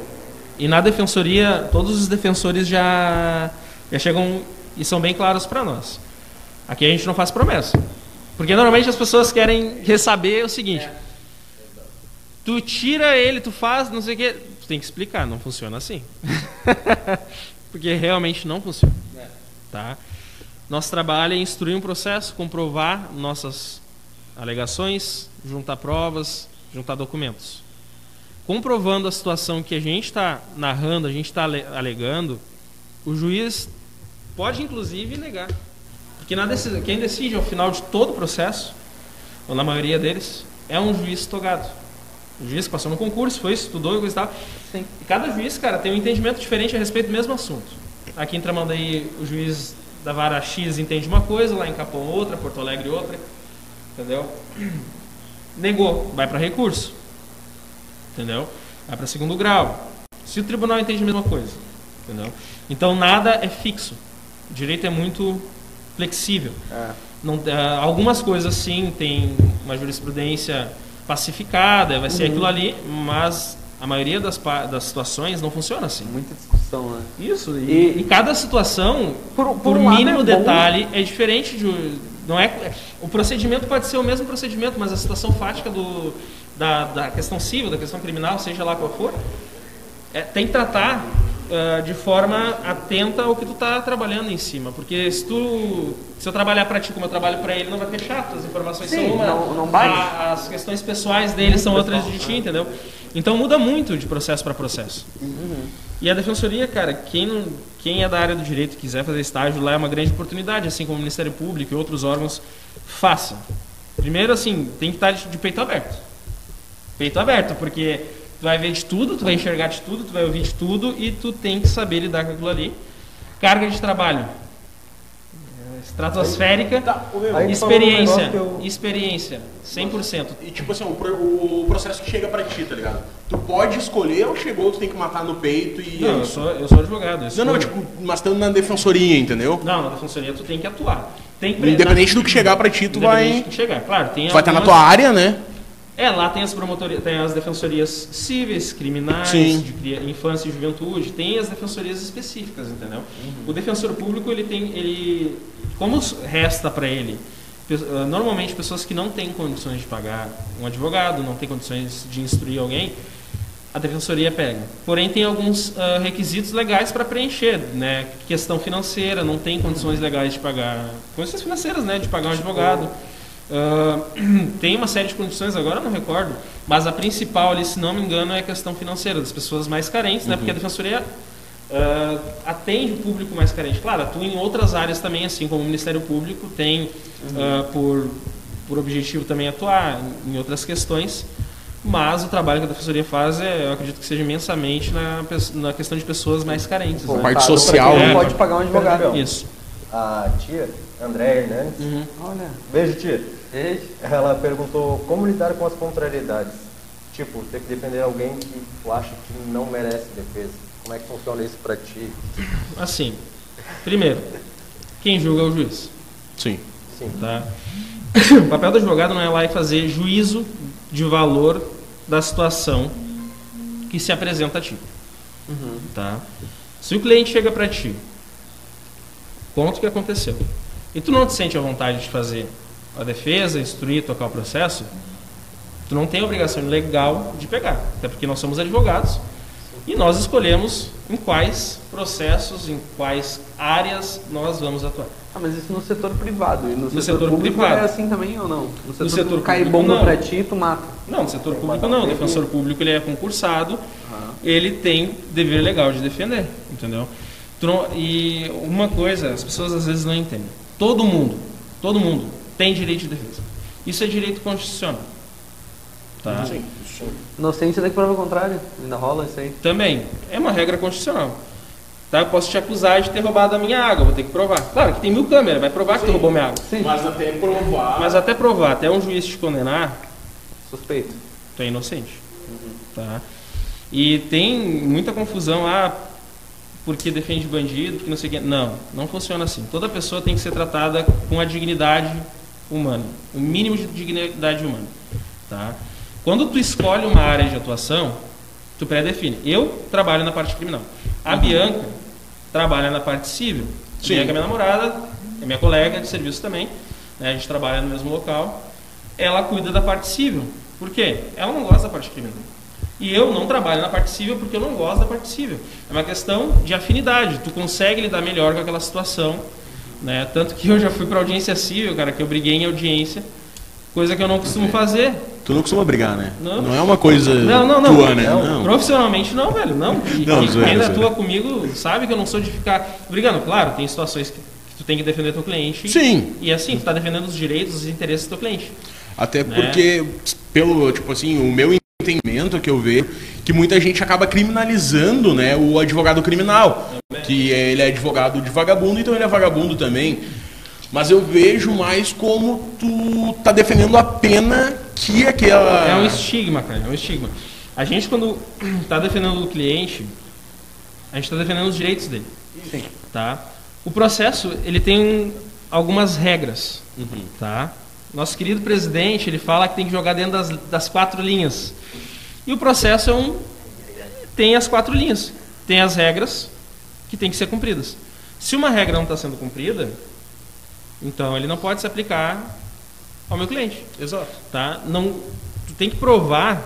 Speaker 4: e na defensoria, todos os defensores já, já chegam e são bem claros para nós. Aqui a gente não faz promessa. Porque normalmente as pessoas querem ressaber o seguinte: tu tira ele, tu faz, não sei o quê. Tu tem que explicar, não funciona assim. [laughs] Porque realmente não funciona. Tá? Nosso trabalho é instruir um processo, comprovar nossas alegações, juntar provas, juntar documentos. Comprovando a situação que a gente está narrando, a gente está alegando, o juiz pode inclusive negar. Porque na decisão, quem decide ao final de todo o processo, ou na maioria deles, é um juiz togado. O juiz que passou no concurso, foi, estudou e coisa e tal.
Speaker 2: Sim.
Speaker 4: E cada juiz, cara, tem um entendimento diferente a respeito do mesmo assunto. Aqui em Tramandaí, o juiz da vara X entende uma coisa, lá em Capão outra, Porto Alegre outra. Entendeu? Negou, vai para recurso. Entendeu? Vai para segundo grau. Se o tribunal entende a mesma coisa. Entendeu? Então nada é fixo. O direito é muito flexível.
Speaker 2: É.
Speaker 4: Não- ah, algumas coisas sim tem uma jurisprudência pacificada, vai ser aquilo ali, mas a maioria das, pa- das situações não funciona assim.
Speaker 2: Muita discussão, né?
Speaker 4: Isso,
Speaker 2: e-
Speaker 4: e, cada situação,
Speaker 2: Por,
Speaker 4: por,
Speaker 2: um lado,
Speaker 4: mínimo
Speaker 2: é bom,
Speaker 4: detalhe, é diferente de. Não é, o procedimento pode ser o mesmo procedimento, mas a situação fática do, da, da questão civil, da questão criminal, seja lá qual for, é, tem que tratar ah, de forma atenta ao que tu está trabalhando em cima. Porque se tu se eu trabalhar para ti como eu trabalho para ele, não vai ter chato, as informações
Speaker 2: Sim,
Speaker 4: são uma,
Speaker 2: não- não bate. é.
Speaker 4: a- as questões pessoais dele são outras de ti, entendeu? Então muda muito de processo para processo.
Speaker 2: Uhum.
Speaker 4: E a defensoria, cara, quem, não- quem é da área do direito e quiser fazer estágio lá é uma grande oportunidade, assim como o Ministério Público e outros órgãos, faça. Primeiro, assim, tem que estar de, de peito aberto. Peito aberto, porque tu vai ver de tudo, tu vai enxergar de tudo, tu vai ouvir de tudo e tu tem que saber lidar com aquilo ali. Carga de trabalho. É, Estratosférica.
Speaker 3: Aí tu falou um
Speaker 4: Experiência.
Speaker 3: negócio que eu-
Speaker 4: Experiência. 100%.
Speaker 1: E tipo assim, o, pro- o processo que chega pra ti, tá ligado? Tu pode escolher ou chegou, tu tem que matar no peito e.
Speaker 4: Não,
Speaker 1: é
Speaker 4: eu
Speaker 1: isso.
Speaker 4: sou, eu sou advogado. eu
Speaker 1: não, não,
Speaker 4: sou-
Speaker 1: tipo, mas estando na defensoria, entendeu?
Speaker 4: Não, na defensoria tu tem que atuar. Tem que
Speaker 1: Independente do que chegar pra ti, tu vai.
Speaker 4: Independente do que chegar. Claro, tem
Speaker 1: Tu vai estar na
Speaker 4: algumas-
Speaker 1: tua área, né?
Speaker 4: É, lá tem as promotorias, tem as defensorias cíveis, criminais,
Speaker 1: Sim.
Speaker 4: de cria- infância e juventude, tem as defensorias específicas, entendeu? O defensor público, ele tem, ele como s- resta para ele, Pe- ah, normalmente pessoas que não têm condições de pagar um advogado, não têm condições de instruir alguém, a defensoria pega. Porém, tem alguns ah, requisitos legais para preencher, né? Questão financeira, não tem condições legais de pagar. Condições financeiras, né? De pagar um advogado. Ah, [clears throat] tem uma série de condições, agora eu não recordo, mas a principal ali, se não me engano, é a questão financeira, das pessoas mais carentes, né? Porque a defensoria ah, atende o público mais carente. Claro, atua em outras áreas também, assim como o Ministério Público tem ah, por por objetivo também atuar em outras questões, mas o trabalho que a defensoria faz, é, eu acredito que seja imensamente na, pe- na questão de pessoas mais carentes.
Speaker 1: Bom,
Speaker 4: né?
Speaker 1: parte
Speaker 2: Voltado pra
Speaker 1: social,
Speaker 2: quem
Speaker 4: né?
Speaker 2: Não pode pagar um advogado.
Speaker 4: Isso. Uhum.
Speaker 3: A tia, Andréia Hernandes.
Speaker 2: Olha, é,
Speaker 3: Beijo, tia.
Speaker 2: beijo.
Speaker 3: Ela perguntou como lidar com as contrariedades. Tipo, ter que defender alguém que tu acha que não merece defesa. Como é que funciona isso pra ti?
Speaker 4: Assim, primeiro, quem julga é o juiz.
Speaker 1: Sim.
Speaker 3: Sim.
Speaker 4: Tá? [coughs] O papel do advogado não é lá e fazer juízo de valor da situação que se apresenta a ti. Tá? Se o cliente chega para ti, conta o que aconteceu, e tu não te sente à vontade de fazer a defesa, instruir, tocar o processo, tu não tem obrigação legal de pegar, até porque nós somos advogados e nós escolhemos em quais processos, em quais áreas nós vamos atuar.
Speaker 2: Ah, mas isso no setor privado. E no, setor,
Speaker 4: setor
Speaker 2: público
Speaker 4: privado.
Speaker 2: é assim também ou não? No setor,
Speaker 4: setor
Speaker 2: público cai
Speaker 4: público,
Speaker 2: bomba
Speaker 4: não.
Speaker 2: pra ti, tu mata.
Speaker 4: Não, no setor público não. O defensor público ele é concursado, ele tem dever legal de defender, entendeu? Tu não- E uma coisa, as pessoas às vezes não entendem. Todo mundo, todo mundo tem direito de defesa. Isso é direito constitucional. Tá?
Speaker 2: Inocente daqui é prova contrária. Ainda rola isso aí.
Speaker 4: Também. É uma regra constitucional. Tá? Eu posso te acusar de ter roubado a minha água, vou ter que provar. Claro que tem mil câmeras, vai provar que tu roubou minha água.
Speaker 1: Mas até provar.
Speaker 4: Mas até provar, até um juiz te condenar,
Speaker 2: Suspeito.
Speaker 4: tu é inocente. Tá? E tem muita confusão, ah, porque defende bandido, porque não sei o quê. Não, não funciona assim. Toda pessoa tem que ser tratada com a dignidade humana, o mínimo de dignidade humana. Tá? Quando tu escolhe uma área de atuação, tu pré-define. Eu trabalho na parte criminal. A Bianca trabalha na parte civil.
Speaker 1: Sim.
Speaker 4: Bianca é minha namorada, é minha colega de serviço também. né? A gente trabalha no mesmo local. Ela cuida da parte civil. Por quê? Ela não gosta da parte criminal. E eu não trabalho na parte civil porque eu não gosto da parte civil. É uma questão de afinidade. Tu consegue lidar melhor com aquela situação. Né? Tanto que eu já fui para audiência civil, cara, que eu briguei em audiência, coisa que eu não costumo fazer.
Speaker 1: Tu não costuma brigar, né?
Speaker 4: Não.
Speaker 1: é uma coisa
Speaker 4: Não, não, É um não.
Speaker 1: tua, né?
Speaker 4: Não, Profissionalmente não, velho. Não. E,
Speaker 1: Não,
Speaker 4: e
Speaker 1: zoeira,
Speaker 4: quem
Speaker 1: zoeira.
Speaker 4: atua comigo sabe que eu não sou de ficar brigando. Claro, tem situações que, que tu tem que defender teu cliente.
Speaker 1: Sim.
Speaker 4: E assim, tu tá defendendo os direitos, os interesses do teu cliente.
Speaker 1: Até
Speaker 4: Né?
Speaker 1: porque, pelo, tipo assim, o meu entendimento que eu vejo, que muita gente acaba criminalizando, né, o advogado criminal. Que é- ele é advogado de vagabundo, então ele é vagabundo também. Mas eu vejo mais como tu tá defendendo a pena que aquela...
Speaker 4: É um estigma, cara. É um estigma. A gente, quando [clears throat] tá defendendo o cliente, a gente tá defendendo os direitos dele. Tá? O processo, ele tem um- algumas regras. Tá? Nosso querido presidente, ele fala que tem que jogar dentro das, das quatro linhas. E o processo é um, tem as quatro linhas. Tem as regras que têm que ser cumpridas. Se uma regra não está sendo cumprida, então ele não pode se aplicar ao meu cliente. Exato. Tá? Não, tu tem que provar,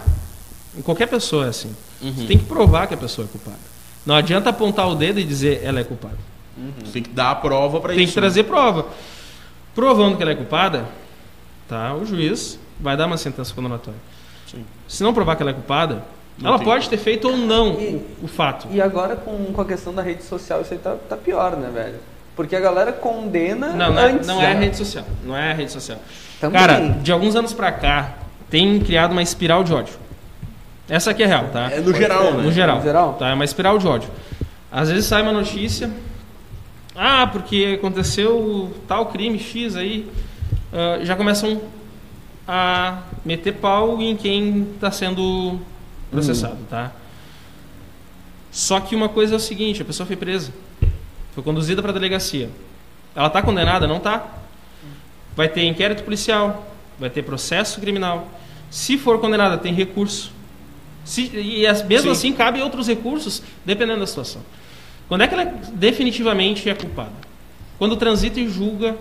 Speaker 4: em qualquer pessoa é assim,
Speaker 1: Uhum.
Speaker 4: tu tem que provar que a pessoa é culpada. Não adianta apontar o dedo e dizer ela é culpada.
Speaker 1: Tu Tem que dar a prova pra
Speaker 4: Uhum. tem
Speaker 1: É isso. né?
Speaker 4: que trazer prova. Provando que ela é culpada, tá? o juiz vai dar uma sentença condenatória.
Speaker 1: Sim.
Speaker 4: Se não provar que ela é culpada,
Speaker 1: Não
Speaker 4: ela
Speaker 1: tem.
Speaker 4: pode ter feito ou não
Speaker 2: E-
Speaker 4: o, o fato.
Speaker 2: E agora com, com a questão da rede social, isso aí tá, tá pior, né, velho? Porque a galera condena
Speaker 4: Não, não, é-
Speaker 2: antes.
Speaker 4: não é a
Speaker 2: já.
Speaker 4: rede social. Não é a rede social.
Speaker 2: Também.
Speaker 4: Cara, de alguns anos pra cá, tem criado uma espiral de ódio. Essa aqui é real, tá?
Speaker 1: É no geral, né?
Speaker 4: No geral.
Speaker 2: No geral?
Speaker 4: Tá? É uma espiral de ódio. Às vezes sai uma notícia. Ah, porque aconteceu tal crime X aí. ah, já começam a meter pau em quem está sendo processado, tá? Só que uma coisa é o seguinte, a pessoa foi presa. Foi conduzida para a delegacia. Ela está condenada? Não está. Vai ter inquérito policial, vai ter processo criminal. Se for condenada, tem recurso. Se- e as- mesmo assim, cabem outros recursos, dependendo da situação. Quando é que ela definitivamente é culpada? Quando transita e julga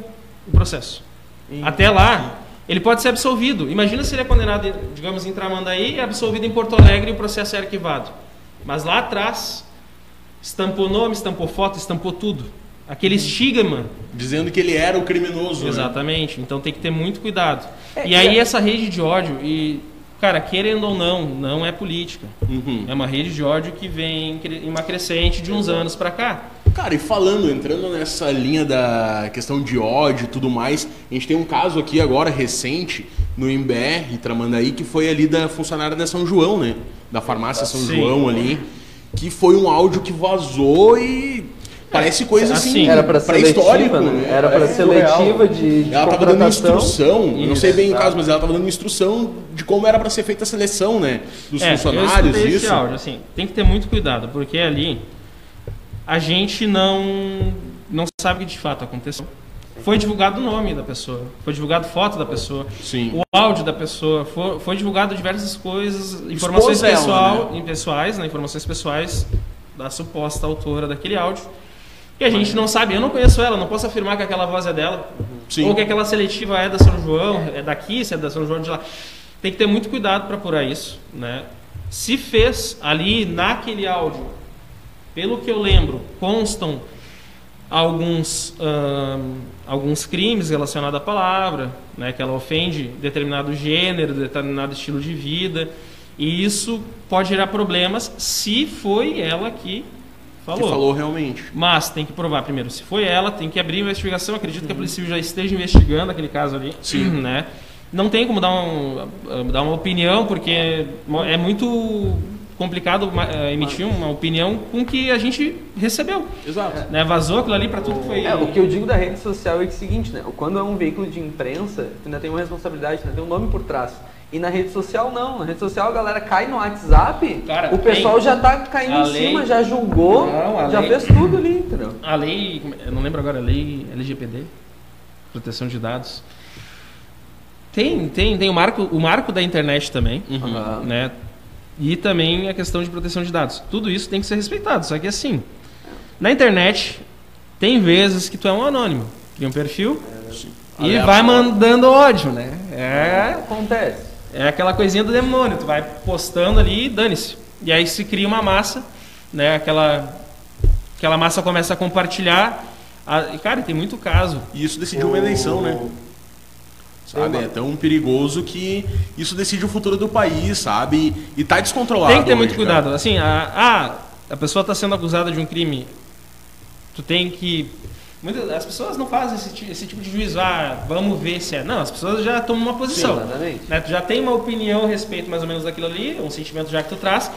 Speaker 4: o processo. Até lá, ele pode ser absolvido. Imagina se ele é condenado, em- digamos, em Tramandaí, é absolvido em Porto Alegre e o processo é arquivado. Mas lá atrás, estampou nome, estampou foto, estampou tudo. Aquele estigma
Speaker 1: Dizendo que ele era o criminoso. né?
Speaker 4: Exatamente. Então tem que ter muito cuidado.
Speaker 2: É,
Speaker 4: e
Speaker 2: e
Speaker 4: aí
Speaker 2: a-
Speaker 4: essa rede de ódio e cara, querendo ou não, não é política.
Speaker 1: Uhum.
Speaker 4: É uma rede de ódio que vem em cre- em uma crescente de uns anos pra cá.
Speaker 1: Cara, e falando, entrando nessa linha da questão de ódio e tudo mais, a gente tem um caso aqui agora recente no MBR, em Tramandaí, que foi ali da funcionária da São João, né? Da farmácia São
Speaker 4: Sim.
Speaker 1: João ali, que foi um áudio que vazou e parece coisa assim,
Speaker 4: assim,
Speaker 2: Era pra seletiva,
Speaker 1: pré-histórica,
Speaker 2: né? Era pra
Speaker 1: Parece-
Speaker 2: seletiva de, de
Speaker 1: ela tava dando
Speaker 2: contratação.
Speaker 1: instrução, eu não
Speaker 4: Isso,
Speaker 1: sei bem o
Speaker 3: exato.
Speaker 1: caso, mas ela tava dando instrução de como era para ser feita a seleção, né? Dos
Speaker 4: É, eu
Speaker 1: funcionários,
Speaker 4: escutei
Speaker 1: isso.
Speaker 4: Esse áudio, assim, tem que ter muito cuidado, porque ali a gente não não sabe o que de fato aconteceu. Foi divulgado o nome da pessoa, foi divulgado foto da pessoa,
Speaker 1: Sim.
Speaker 4: o áudio da pessoa, foi, foi divulgado diversas coisas, informações
Speaker 1: ela,
Speaker 4: pessoal, pessoais, né, informações pessoais da suposta autora daquele áudio. E a gente não sabe, eu não conheço ela, não posso afirmar que aquela voz é dela,
Speaker 1: Sim.
Speaker 4: ou que aquela seletiva é da São João, é daqui, se é da São João de lá. Tem que ter muito cuidado para apurar isso, né? Se fez ali naquele áudio, pelo que eu lembro, constam alguns ahn, alguns crimes relacionados à palavra, né? Que ela ofende determinado gênero, determinado estilo de vida, e isso pode gerar problemas se foi ela que
Speaker 1: Que falou realmente.
Speaker 4: mas tem que provar primeiro se foi ela, tem que abrir a investigação. Acredito que a polícia já esteja investigando aquele caso ali.
Speaker 1: Sim.
Speaker 4: [clears throat] Né? Não tem como dar, um, ah, dar uma opinião, porque mo- é muito complicado ma- ah, emitir uma opinião com o que a gente recebeu.
Speaker 1: Exato.
Speaker 4: Né? Vazou aquilo ali para tudo que foi.
Speaker 2: É, o que eu digo da rede social é que é o seguinte, né? Quando é um veículo de imprensa, tu ainda tem uma responsabilidade, tu ainda tem um nome por trás. E na rede social não. Na rede social a galera cai no WhatsApp,
Speaker 4: Cara,
Speaker 2: o pessoal
Speaker 4: tem.
Speaker 2: já tá caindo
Speaker 4: A
Speaker 2: em
Speaker 4: lei-
Speaker 2: cima, já julgou,
Speaker 4: Não, a
Speaker 2: já
Speaker 4: lei-
Speaker 2: fez tudo ali, entendeu?
Speaker 4: A lei, como é- eu não lembro agora, a lei LGPD, proteção de dados. Tem, tem, tem o marco, o marco da internet também.
Speaker 2: Ah,
Speaker 4: né? E também a questão de proteção de dados. Tudo isso tem que ser respeitado. Só que assim, na internet tem vezes que tu é um anônimo, cria um perfil e
Speaker 1: Aleatório.
Speaker 4: vai mandando ódio, né? É,
Speaker 2: Acontece.
Speaker 4: é aquela coisinha do demônio, tu vai postando ali e dane-se. E aí se cria uma massa, né? Aquela aquela massa começa a compartilhar. A- e, cara, tem muito caso.
Speaker 1: E isso decidiu uma eleição, né? Sabe? É tão perigoso que isso decide o futuro do país, sabe? E tá descontrolado.
Speaker 4: Tem que ter muito
Speaker 1: hoje,
Speaker 4: cuidado.
Speaker 1: cara.
Speaker 4: Assim, a, ah, a pessoa está sendo acusada de um crime. Tu tem que. Muitas, as pessoas não fazem esse, ti- esse tipo de juízo. Ah, vamos ver se é. Não, as pessoas já tomam uma posição.
Speaker 2: exatamente.
Speaker 4: né? Tu já tem uma opinião a respeito mais ou menos daquilo ali, um sentimento já que tu traz.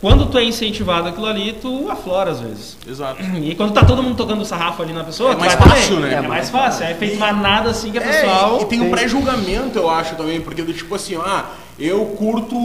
Speaker 4: Quando tu é incentivado aquilo ali, tu aflora às vezes.
Speaker 1: Exato.
Speaker 4: E quando tá todo mundo tocando sarrafo ali na pessoa,
Speaker 1: É
Speaker 4: tu
Speaker 1: mais
Speaker 4: vai
Speaker 1: fácil,
Speaker 4: também.
Speaker 1: né?
Speaker 4: É mais fácil. É feito uma nada assim que a
Speaker 1: É,
Speaker 4: pessoal.
Speaker 1: e tem um pré-julgamento, eu acho, também, porque do tipo assim, ah, eu curto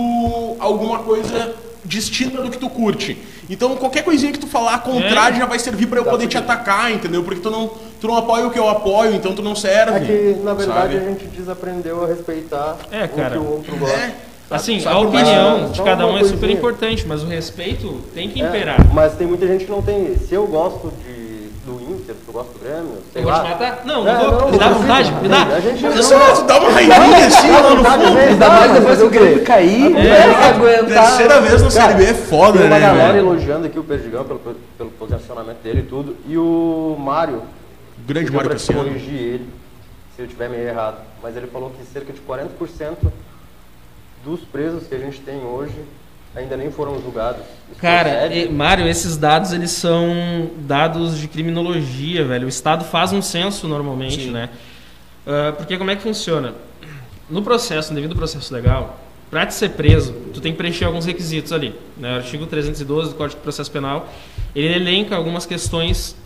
Speaker 1: alguma coisa distinta do que tu curte. Então qualquer coisinha que tu falar contrário
Speaker 4: É.
Speaker 1: já vai servir
Speaker 3: Tá
Speaker 1: pra eu poder te atacar, entendeu? Porque tu não, tu não apoia o que eu apoio, então tu não serve.
Speaker 3: É que, na verdade, é
Speaker 1: sabe?
Speaker 3: a gente desaprendeu a respeitar
Speaker 4: É,
Speaker 3: o que
Speaker 4: cara.
Speaker 3: o outro gosta.
Speaker 1: É.
Speaker 4: Assim,
Speaker 3: Sabe
Speaker 4: a
Speaker 3: que vai-
Speaker 4: opinião
Speaker 3: só
Speaker 4: de cada
Speaker 3: uma
Speaker 4: um é super
Speaker 3: coisinha.
Speaker 4: importante, mas o respeito tem que
Speaker 3: É,
Speaker 4: imperar.
Speaker 3: mas tem muita gente que não tem. Se eu gosto de, do Inter, se eu gosto do Grêmio,
Speaker 4: Eu
Speaker 3: sei
Speaker 4: vou
Speaker 3: lá.
Speaker 4: te matar? Ah. Não,
Speaker 3: É,
Speaker 4: não É vou. Me dá
Speaker 3: não precisa.
Speaker 4: vontade, me dá.
Speaker 3: A gente
Speaker 1: Só dá uma raivinha assim lá no fundo.
Speaker 2: Ainda mais depois do Grêmio
Speaker 3: Grêmio.
Speaker 2: cair, tu vai ter que aguentar.
Speaker 1: Terceira vez no
Speaker 3: Cara,
Speaker 1: Série B é foda,
Speaker 3: Tem uma
Speaker 1: né?
Speaker 3: galera
Speaker 1: velho?
Speaker 3: elogiando aqui o Perdigão pelo, pelo posicionamento dele e tudo. E o Mário,
Speaker 1: Grande né?
Speaker 3: pediu
Speaker 1: Mário
Speaker 3: pra te
Speaker 1: Cassiano.
Speaker 3: corrigir ele, se eu estiver meio errado. Mas ele falou que cerca de 40% dos presos que a gente tem hoje ainda nem foram julgados. Isso é
Speaker 4: Cara,
Speaker 3: procede?
Speaker 4: e- Mário, esses dados eles são dados de criminologia, velho. O Estado faz um censo normalmente,
Speaker 1: Sim.
Speaker 4: né? Ah, porque como é que funciona? No processo, no devido processo legal, para te ser preso, tu tem que preencher alguns requisitos ali. Né? O artigo 312 do Código de Processo Penal, ele elenca algumas questões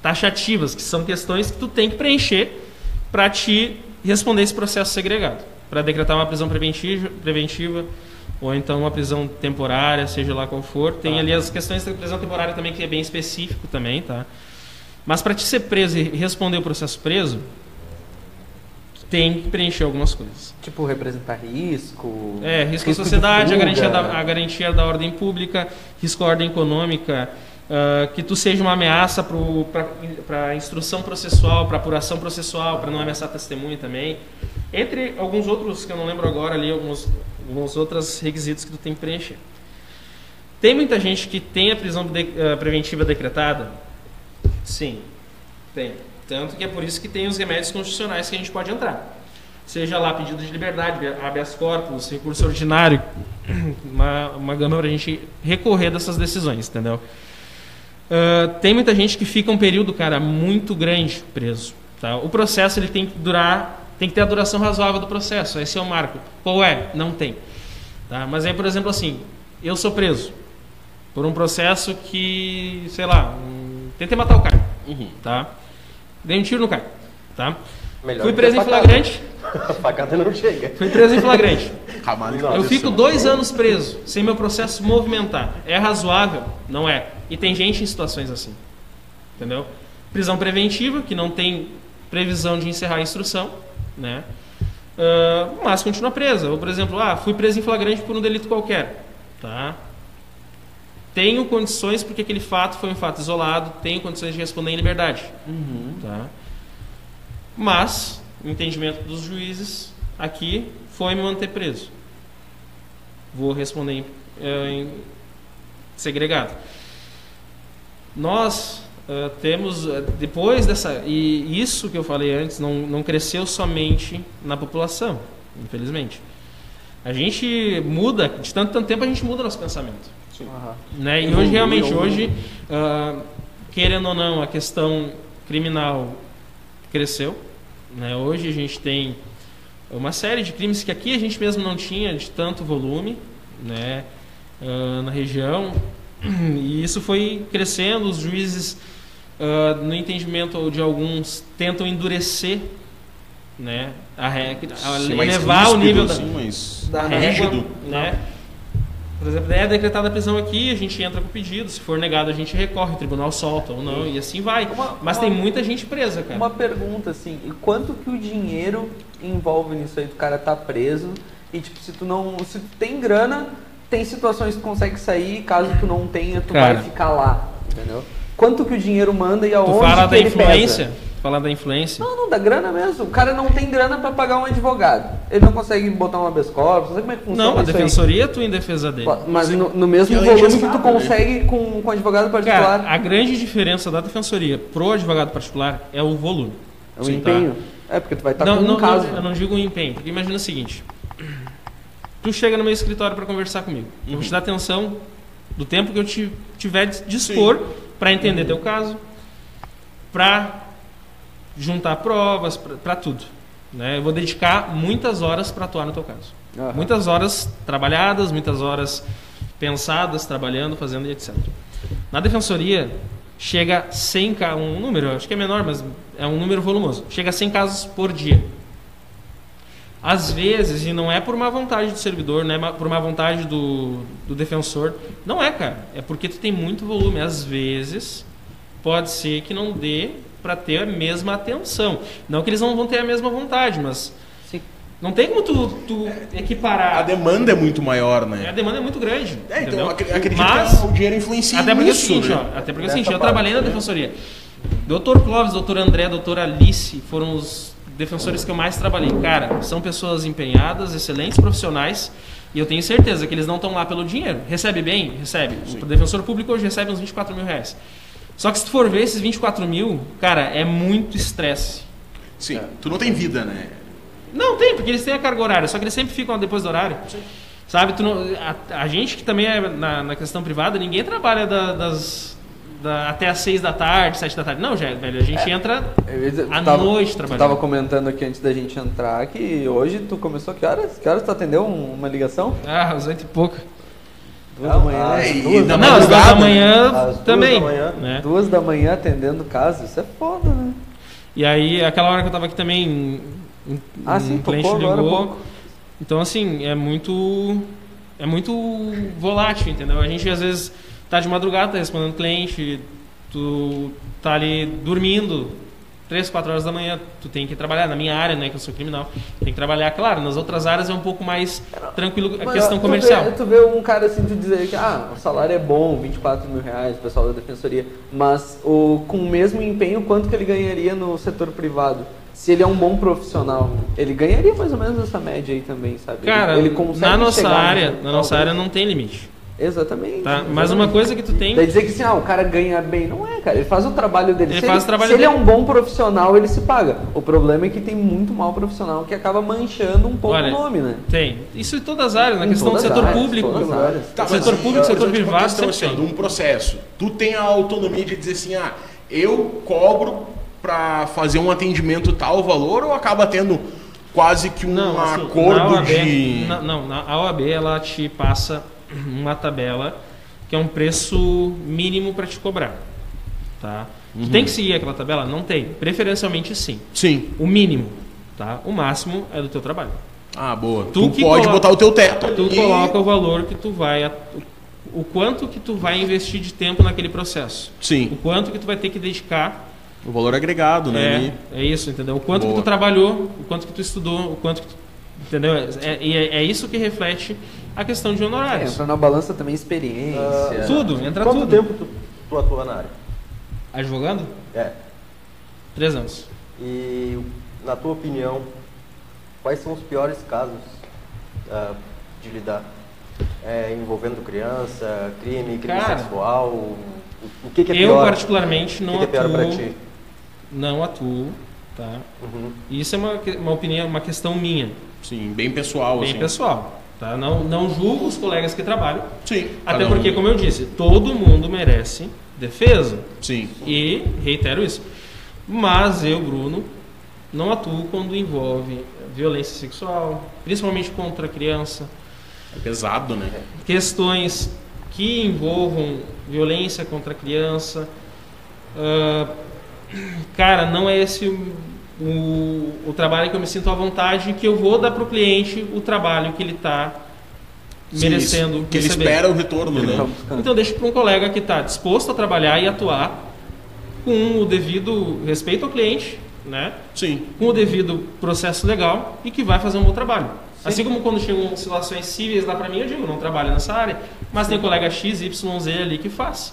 Speaker 4: taxativas, que são questões que tu tem que preencher para te responder esse processo segregado, para decretar uma prisão preventiva, preventiva ou então uma prisão temporária, seja lá qual for. Tem ali as questões da prisão temporária também que é bem específico também, tá? Mas para te ser preso e responder o processo preso, tu tem que preencher algumas coisas.
Speaker 2: Tipo, representar risco.
Speaker 4: É, risco à
Speaker 2: de
Speaker 4: sociedade, a
Speaker 2: fuga.
Speaker 4: garantia, da, a garantia da ordem pública, risco à ordem econômica, ah, que tu seja uma ameaça para instrução processual, para apuração processual, para não ameaçar testemunha também. Entre alguns outros que eu não lembro agora ali, alguns, alguns outros requisitos que tu tem que preencher. Tem muita gente que tem a prisão de- ah, preventiva decretada? Sim, tem. Tanto que é por isso que tem os remédios constitucionais que a gente pode entrar seja lá pedido de liberdade, habeas corpus, recurso [clears throat] ordinário, uma, uma gama para a gente recorrer dessas decisões, entendeu? ah, tem muita gente que fica um período, cara, muito grande preso. Tá? O processo ele tem que durar, tem que ter a duração razoável do processo. Esse é o marco. Qual é? Não tem. Tá? Mas aí, por exemplo, assim, eu sou preso por um processo que, sei lá, um... tentei matar o cara,
Speaker 1: Uhum.
Speaker 4: tá? Dei um tiro no cara, tá?
Speaker 3: Melhor é
Speaker 4: Fui
Speaker 3: que
Speaker 4: preso
Speaker 3: a
Speaker 4: em
Speaker 3: facada.
Speaker 4: flagrante.
Speaker 3: A facada não chega.
Speaker 4: Fui preso em flagrante.
Speaker 1: Ramada de
Speaker 3: Eu
Speaker 4: Eu
Speaker 1: proteção.
Speaker 4: fico dois anos preso sem meu processo movimentar. É razoável? Não é. E tem gente em situações assim. Entendeu? Prisão preventiva, que não tem previsão de encerrar a instrução, né? Ah, mas continua presa. Ou, por exemplo, ah, fui preso em flagrante por um delito qualquer. Tá? Tenho condições, porque aquele fato foi um fato isolado, tenho condições de responder em liberdade. Tá? Mas, o entendimento dos juízes aqui foi me manter preso. Vou responder em, eh, em segregado. Nós eh, temos, eh, depois dessa. E isso que eu falei antes não, não cresceu somente na população, infelizmente. A gente muda, de tanto, tanto tempo a gente muda nosso pensamento.
Speaker 2: Aham.
Speaker 4: Né? E hoje,
Speaker 1: Evoluiu.
Speaker 4: realmente, hoje, ah, querendo ou não, a questão criminal cresceu. Né? Hoje a gente tem uma série de crimes que aqui a gente mesmo não tinha de tanto volume né? ah, na região. [clears throat] E isso foi crescendo, os juízes, ah, no entendimento de alguns, tentam endurecer né? a, re- a
Speaker 1: Sim, mais
Speaker 4: elevar o
Speaker 1: ríspido,
Speaker 4: nível da,
Speaker 1: assim, mais
Speaker 2: da
Speaker 4: a régua,
Speaker 1: rígido.
Speaker 4: né? Por exemplo, é decretada a prisão aqui, a gente entra com o pedido, se for negado a gente recorre, o tribunal solta ou não, e assim vai.
Speaker 2: Uma-
Speaker 4: Mas
Speaker 2: uma-
Speaker 4: tem muita gente presa, cara.
Speaker 2: Uma pergunta assim, e quanto que o dinheiro envolve nisso aí do cara tá preso? E tipo, se tu não. Se tu tem grana, tem situações que tu consegue sair, caso tu não tenha, tu
Speaker 4: Cara.
Speaker 2: vai ficar lá. Entendeu? Quanto que o dinheiro manda e aonde
Speaker 4: Tu fala
Speaker 2: que
Speaker 4: da
Speaker 2: ele pesa?
Speaker 4: influência? Fala da influência.
Speaker 2: Não, não, da grana mesmo. O cara não tem grana pra pagar um advogado. Ele não consegue botar um habeas corpus, não sei como é que funciona
Speaker 4: Não, a
Speaker 2: isso aí.
Speaker 4: defensoria tu em defesa dele.
Speaker 2: Mas no, no mesmo
Speaker 1: Ela é
Speaker 2: volume que
Speaker 1: engessada,
Speaker 2: tu consegue com, com advogado particular,
Speaker 4: Cara, a grande diferença da defensoria pro advogado particular é o volume.
Speaker 2: é o
Speaker 4: Sim, tá?
Speaker 2: empenho. É, porque tu vai estar
Speaker 4: não,
Speaker 2: com um
Speaker 4: não,
Speaker 2: caso.
Speaker 4: não, eu não digo um empenho, porque imagina o seguinte: tu chega no meu escritório para conversar comigo, eu
Speaker 2: Uhum.
Speaker 4: vou te dar atenção do tempo que eu te tiver de dispor para
Speaker 2: Uhum.
Speaker 4: entender teu caso, para juntar provas, para tudo. Né? Eu vou dedicar muitas horas para atuar no teu caso.
Speaker 2: Aham.
Speaker 4: Muitas horas trabalhadas, muitas horas pensadas, trabalhando, fazendo e etc. Na defensoria, chega 100 ca- um número, eu acho que é menor, mas é um número volumoso. Chega a 100 casos por dia. Às vezes, e não é por má vontade do servidor, não é ma- por má vontade do, do defensor. Não é, cara. É porque tu tem muito volume. Às vezes, pode ser que não dê para ter a mesma atenção. Não que eles não vão ter a mesma vontade, mas
Speaker 2: Sim.
Speaker 4: não tem como tu, tu equiparar.
Speaker 1: A demanda é muito maior,
Speaker 4: A
Speaker 1: né?
Speaker 4: demanda é muito grande.
Speaker 1: É, então
Speaker 4: entendeu?
Speaker 1: eu acre- acredito
Speaker 4: mas,
Speaker 1: que o dinheiro influencia
Speaker 4: até porque é o
Speaker 1: nisso,
Speaker 4: seguinte,
Speaker 1: né?
Speaker 4: ó, até porque é o
Speaker 3: Nessa
Speaker 4: seguinte, eu
Speaker 3: parte,
Speaker 4: trabalhei na
Speaker 3: né?
Speaker 4: defensoria. Dr. Clóvis, Dr. André, Dr. Alice foram os defensores que eu mais trabalhei. Cara, são pessoas empenhadas, excelentes profissionais, e eu tenho certeza que eles não estão lá pelo dinheiro. Recebe bem? Recebe. O defensor público hoje recebe uns 24 mil reais. Só que se tu for ver esses 24 mil, cara, é muito estresse.
Speaker 1: Sim, tu não tem vida, né?
Speaker 4: Não, tem, porque eles têm a carga horária, só que eles sempre ficam depois do horário. Sabe, tu não- a, a gente que também é na, na questão privada, ninguém trabalha da- das, da- até às seis da tarde, sete da tarde. Não, já, velho, a gente entra
Speaker 2: Eu ia dizer, tu
Speaker 4: à
Speaker 2: tava-
Speaker 4: noite
Speaker 2: Tu
Speaker 4: trabalhando.
Speaker 2: tava comentando aqui antes da gente entrar que hoje tu começou que horas? Que horas tu atendeu um- uma ligação?
Speaker 4: Ah, às oito e pouco.
Speaker 2: Duas
Speaker 3: Ah,
Speaker 2: da manhã. né?
Speaker 3: ah,
Speaker 1: É, e
Speaker 3: duas
Speaker 1: da
Speaker 4: não, às duas
Speaker 1: madrugada,
Speaker 4: da manhã
Speaker 3: né? Às duas
Speaker 4: também.
Speaker 3: da manhã.
Speaker 4: né?
Speaker 2: Duas da manhã atendendo caso, isso é foda, né?
Speaker 4: E aí, aquela hora que eu tava aqui também, um,
Speaker 2: Ah,
Speaker 4: um
Speaker 2: sim,
Speaker 4: cliente
Speaker 2: tocou agora há
Speaker 4: ligou.
Speaker 2: pouco.
Speaker 4: Então, assim, é muito. É muito volátil, entendeu? A gente às vezes tá de madrugada, tá respondendo cliente, tu tá ali dormindo, três quatro horas da manhã, tu tem que trabalhar. Na minha área, né, que eu sou criminal, tem que trabalhar, claro. Nas outras áreas é um pouco mais tranquilo a
Speaker 2: Mas,
Speaker 4: questão
Speaker 2: ó,
Speaker 4: comercial.
Speaker 2: Tu vê, tu vê um cara assim, tu dizer que ah, o salário é bom, 24 mil reais, o pessoal da defensoria, mas o, com o mesmo empenho, quanto que ele ganharia no setor privado? Se ele é um bom profissional, ele ganharia mais ou menos essa média aí também, sabe? Ele-
Speaker 4: Cara,
Speaker 2: ele consegue
Speaker 4: na nossa
Speaker 2: chegar né? no
Speaker 4: área,
Speaker 2: resultado.
Speaker 4: na nossa área não tem limite.
Speaker 2: Exatamente.
Speaker 4: Tá? Mas uma coisa que tu tem.
Speaker 2: Daí dizer que assim, ah, o cara ganha bem. Não é, cara. Ele faz o trabalho dele.
Speaker 4: Ele
Speaker 2: se
Speaker 4: faz
Speaker 2: ele,
Speaker 4: o trabalho
Speaker 2: se ele é
Speaker 4: dele.
Speaker 2: um bom profissional, ele se paga. O problema é que tem muito mau profissional que acaba manchando um pouco
Speaker 4: Olha,
Speaker 2: o nome, né?
Speaker 4: Tem. Isso em todas as áreas, na
Speaker 2: Em
Speaker 4: questão do
Speaker 2: todas as
Speaker 4: setor
Speaker 2: áreas,
Speaker 4: público.
Speaker 2: todas as áreas.
Speaker 1: Tá,
Speaker 4: setor
Speaker 1: mas,
Speaker 4: público,
Speaker 1: eu-
Speaker 4: setor
Speaker 1: eu tenho uma
Speaker 4: privado,
Speaker 1: questão, assim,
Speaker 4: sempre
Speaker 1: ó,
Speaker 4: tem.
Speaker 1: de um processo. Tu tem a autonomia de dizer assim, ah, eu cobro pra fazer um atendimento tal valor ou acaba tendo quase que um
Speaker 4: Não, assim,
Speaker 1: acordo
Speaker 4: na OAB,
Speaker 1: de...
Speaker 4: na- não, na a OAB ela te passa uma tabela que é um preço mínimo para te cobrar. Tá? Tu
Speaker 2: Uhum.
Speaker 4: tem que seguir aquela tabela? Não tem. Preferencialmente sim.
Speaker 1: Sim.
Speaker 4: O mínimo. Tá? O máximo é do teu trabalho.
Speaker 1: Ah, boa. Tu,
Speaker 4: Tu que
Speaker 1: pode
Speaker 4: coloca-
Speaker 1: botar o teu teto.
Speaker 4: Tu
Speaker 1: ali.
Speaker 4: coloca o valor que tu vai. a- O quanto que tu vai investir de tempo naquele processo. O
Speaker 1: Sim,
Speaker 4: quanto que tu vai ter que dedicar
Speaker 1: o valor agregado, né? ali.
Speaker 4: é, é isso, entendeu? O quanto
Speaker 1: Boa.
Speaker 4: que tu trabalhou, o quanto que tu estudou, o quanto que tu, entendeu? É, e é, é isso que reflete a questão de
Speaker 2: É,
Speaker 4: honorários.
Speaker 2: entra na balança também experiência.
Speaker 3: Ah,
Speaker 4: tudo, entra
Speaker 3: Quanto
Speaker 4: tudo.
Speaker 3: tempo tu, tu atua na área?
Speaker 4: Advogando?
Speaker 3: É.
Speaker 4: Três anos.
Speaker 3: E, na tua opinião, quais são os piores casos ah, de lidar? É, envolvendo criança, crime, crime
Speaker 4: Cara,
Speaker 3: sexual? O, o que, que é
Speaker 4: eu
Speaker 3: pior?
Speaker 4: particularmente não
Speaker 3: o que, que é pior
Speaker 4: atuo,
Speaker 3: pra ti?
Speaker 4: não atuo, tá?
Speaker 3: Uhum.
Speaker 4: E isso é uma, que- uma opinião, uma questão minha,
Speaker 1: Sim, bem pessoal,
Speaker 4: bem
Speaker 1: assim.
Speaker 4: pessoal, tá? Não, não julgo os colegas que trabalham,
Speaker 1: Sim.
Speaker 4: até
Speaker 1: cada um.
Speaker 4: porque, como eu disse, todo mundo merece defesa.
Speaker 1: Sim.
Speaker 4: E reitero isso. Mas eu, Bruno, não atuo quando envolve violência sexual, principalmente contra a criança,
Speaker 1: É pesado, né?
Speaker 4: questões que envolvam violência contra a criança. Ah, cara, não é esse o, o, o trabalho que eu me sinto à vontade, que eu vou dar para o cliente o trabalho que ele está merecendo.
Speaker 1: Sim, Que ele
Speaker 4: receber.
Speaker 1: espera o retorno,
Speaker 2: Ele tá
Speaker 1: né?
Speaker 2: buscando.
Speaker 4: Então deixa para um colega que está disposto a trabalhar e atuar com o devido respeito ao cliente, né?
Speaker 1: Sim.
Speaker 4: com o devido processo legal e que vai fazer um bom trabalho. Assim como quando chegam situações cíveis lá para mim, eu digo, não trabalho nessa área, mas tem colega X, Y, Z ali que faz.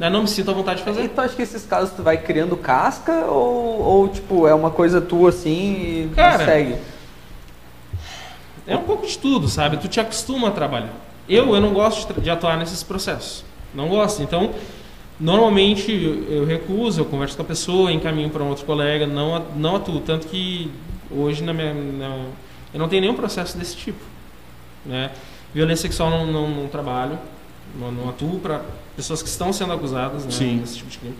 Speaker 4: Né? Não me sinto à vontade de
Speaker 2: E
Speaker 4: fazer.
Speaker 2: tu acha então, que esses casos tu vai criando casca ou, ou tipo, é uma coisa tua assim e
Speaker 4: Cara,
Speaker 2: segue?
Speaker 4: É um pouco de tudo, sabe? Tu te acostuma a trabalhar. Eu, eu não gosto de tra- de atuar nesses processos. Não gosto. Então, normalmente eu eu recuso, eu converso com a pessoa, encaminho para um outro colega, não, a- não atuo. Tanto que hoje na minha, na- eu não tenho nenhum processo desse tipo. Né? Violência sexual não, não, não trabalho, não, não atuo para pessoas que estão sendo acusadas né,
Speaker 1: Sim.
Speaker 4: desse tipo de crime.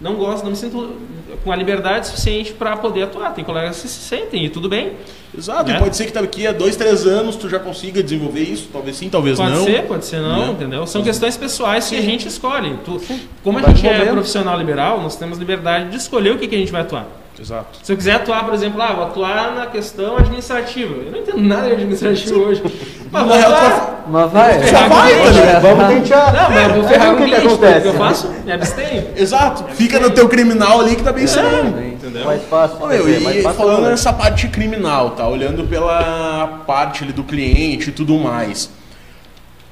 Speaker 4: Não gosto, não me sinto com a liberdade suficiente para poder atuar. Tem colegas que se sentem e tudo bem.
Speaker 1: Exato,
Speaker 4: Né?
Speaker 1: e pode ser que daqui a dois, três anos tu já consiga desenvolver isso, talvez sim, talvez
Speaker 4: Pode
Speaker 1: não.
Speaker 4: ser, pode ser não,
Speaker 1: Né?
Speaker 4: entendeu? São questões pessoais que a gente escolhe. Tu- como a
Speaker 2: Vai
Speaker 4: gente é
Speaker 2: envolvendo.
Speaker 4: profissional liberal, nós temos liberdade de escolher o que, que a gente vai atuar.
Speaker 1: Exato.
Speaker 4: Se eu quiser atuar, por exemplo, ah, vou atuar na questão administrativa. Eu não entendo nada de administrativo hoje. Mas vou atuar.
Speaker 2: Mas vai.
Speaker 4: Já vai, tá ligado?
Speaker 3: Vamos tentear.
Speaker 4: Não, mas eu vou ferrar
Speaker 3: Aí
Speaker 4: com
Speaker 3: o
Speaker 4: o
Speaker 3: que, que
Speaker 4: cliente. O que
Speaker 3: acontece?
Speaker 4: eu faço? Me abstenho.
Speaker 1: Exato.
Speaker 4: É
Speaker 1: Fica no teu criminal ali que tá bem sereno.
Speaker 3: Mais fácil,
Speaker 1: Ô,
Speaker 3: quer
Speaker 1: Meu,
Speaker 3: dizer,
Speaker 1: e
Speaker 3: mais fácil
Speaker 1: falando
Speaker 3: não, né?
Speaker 1: nessa parte criminal, tá? Olhando pela parte ali do cliente e tudo mais.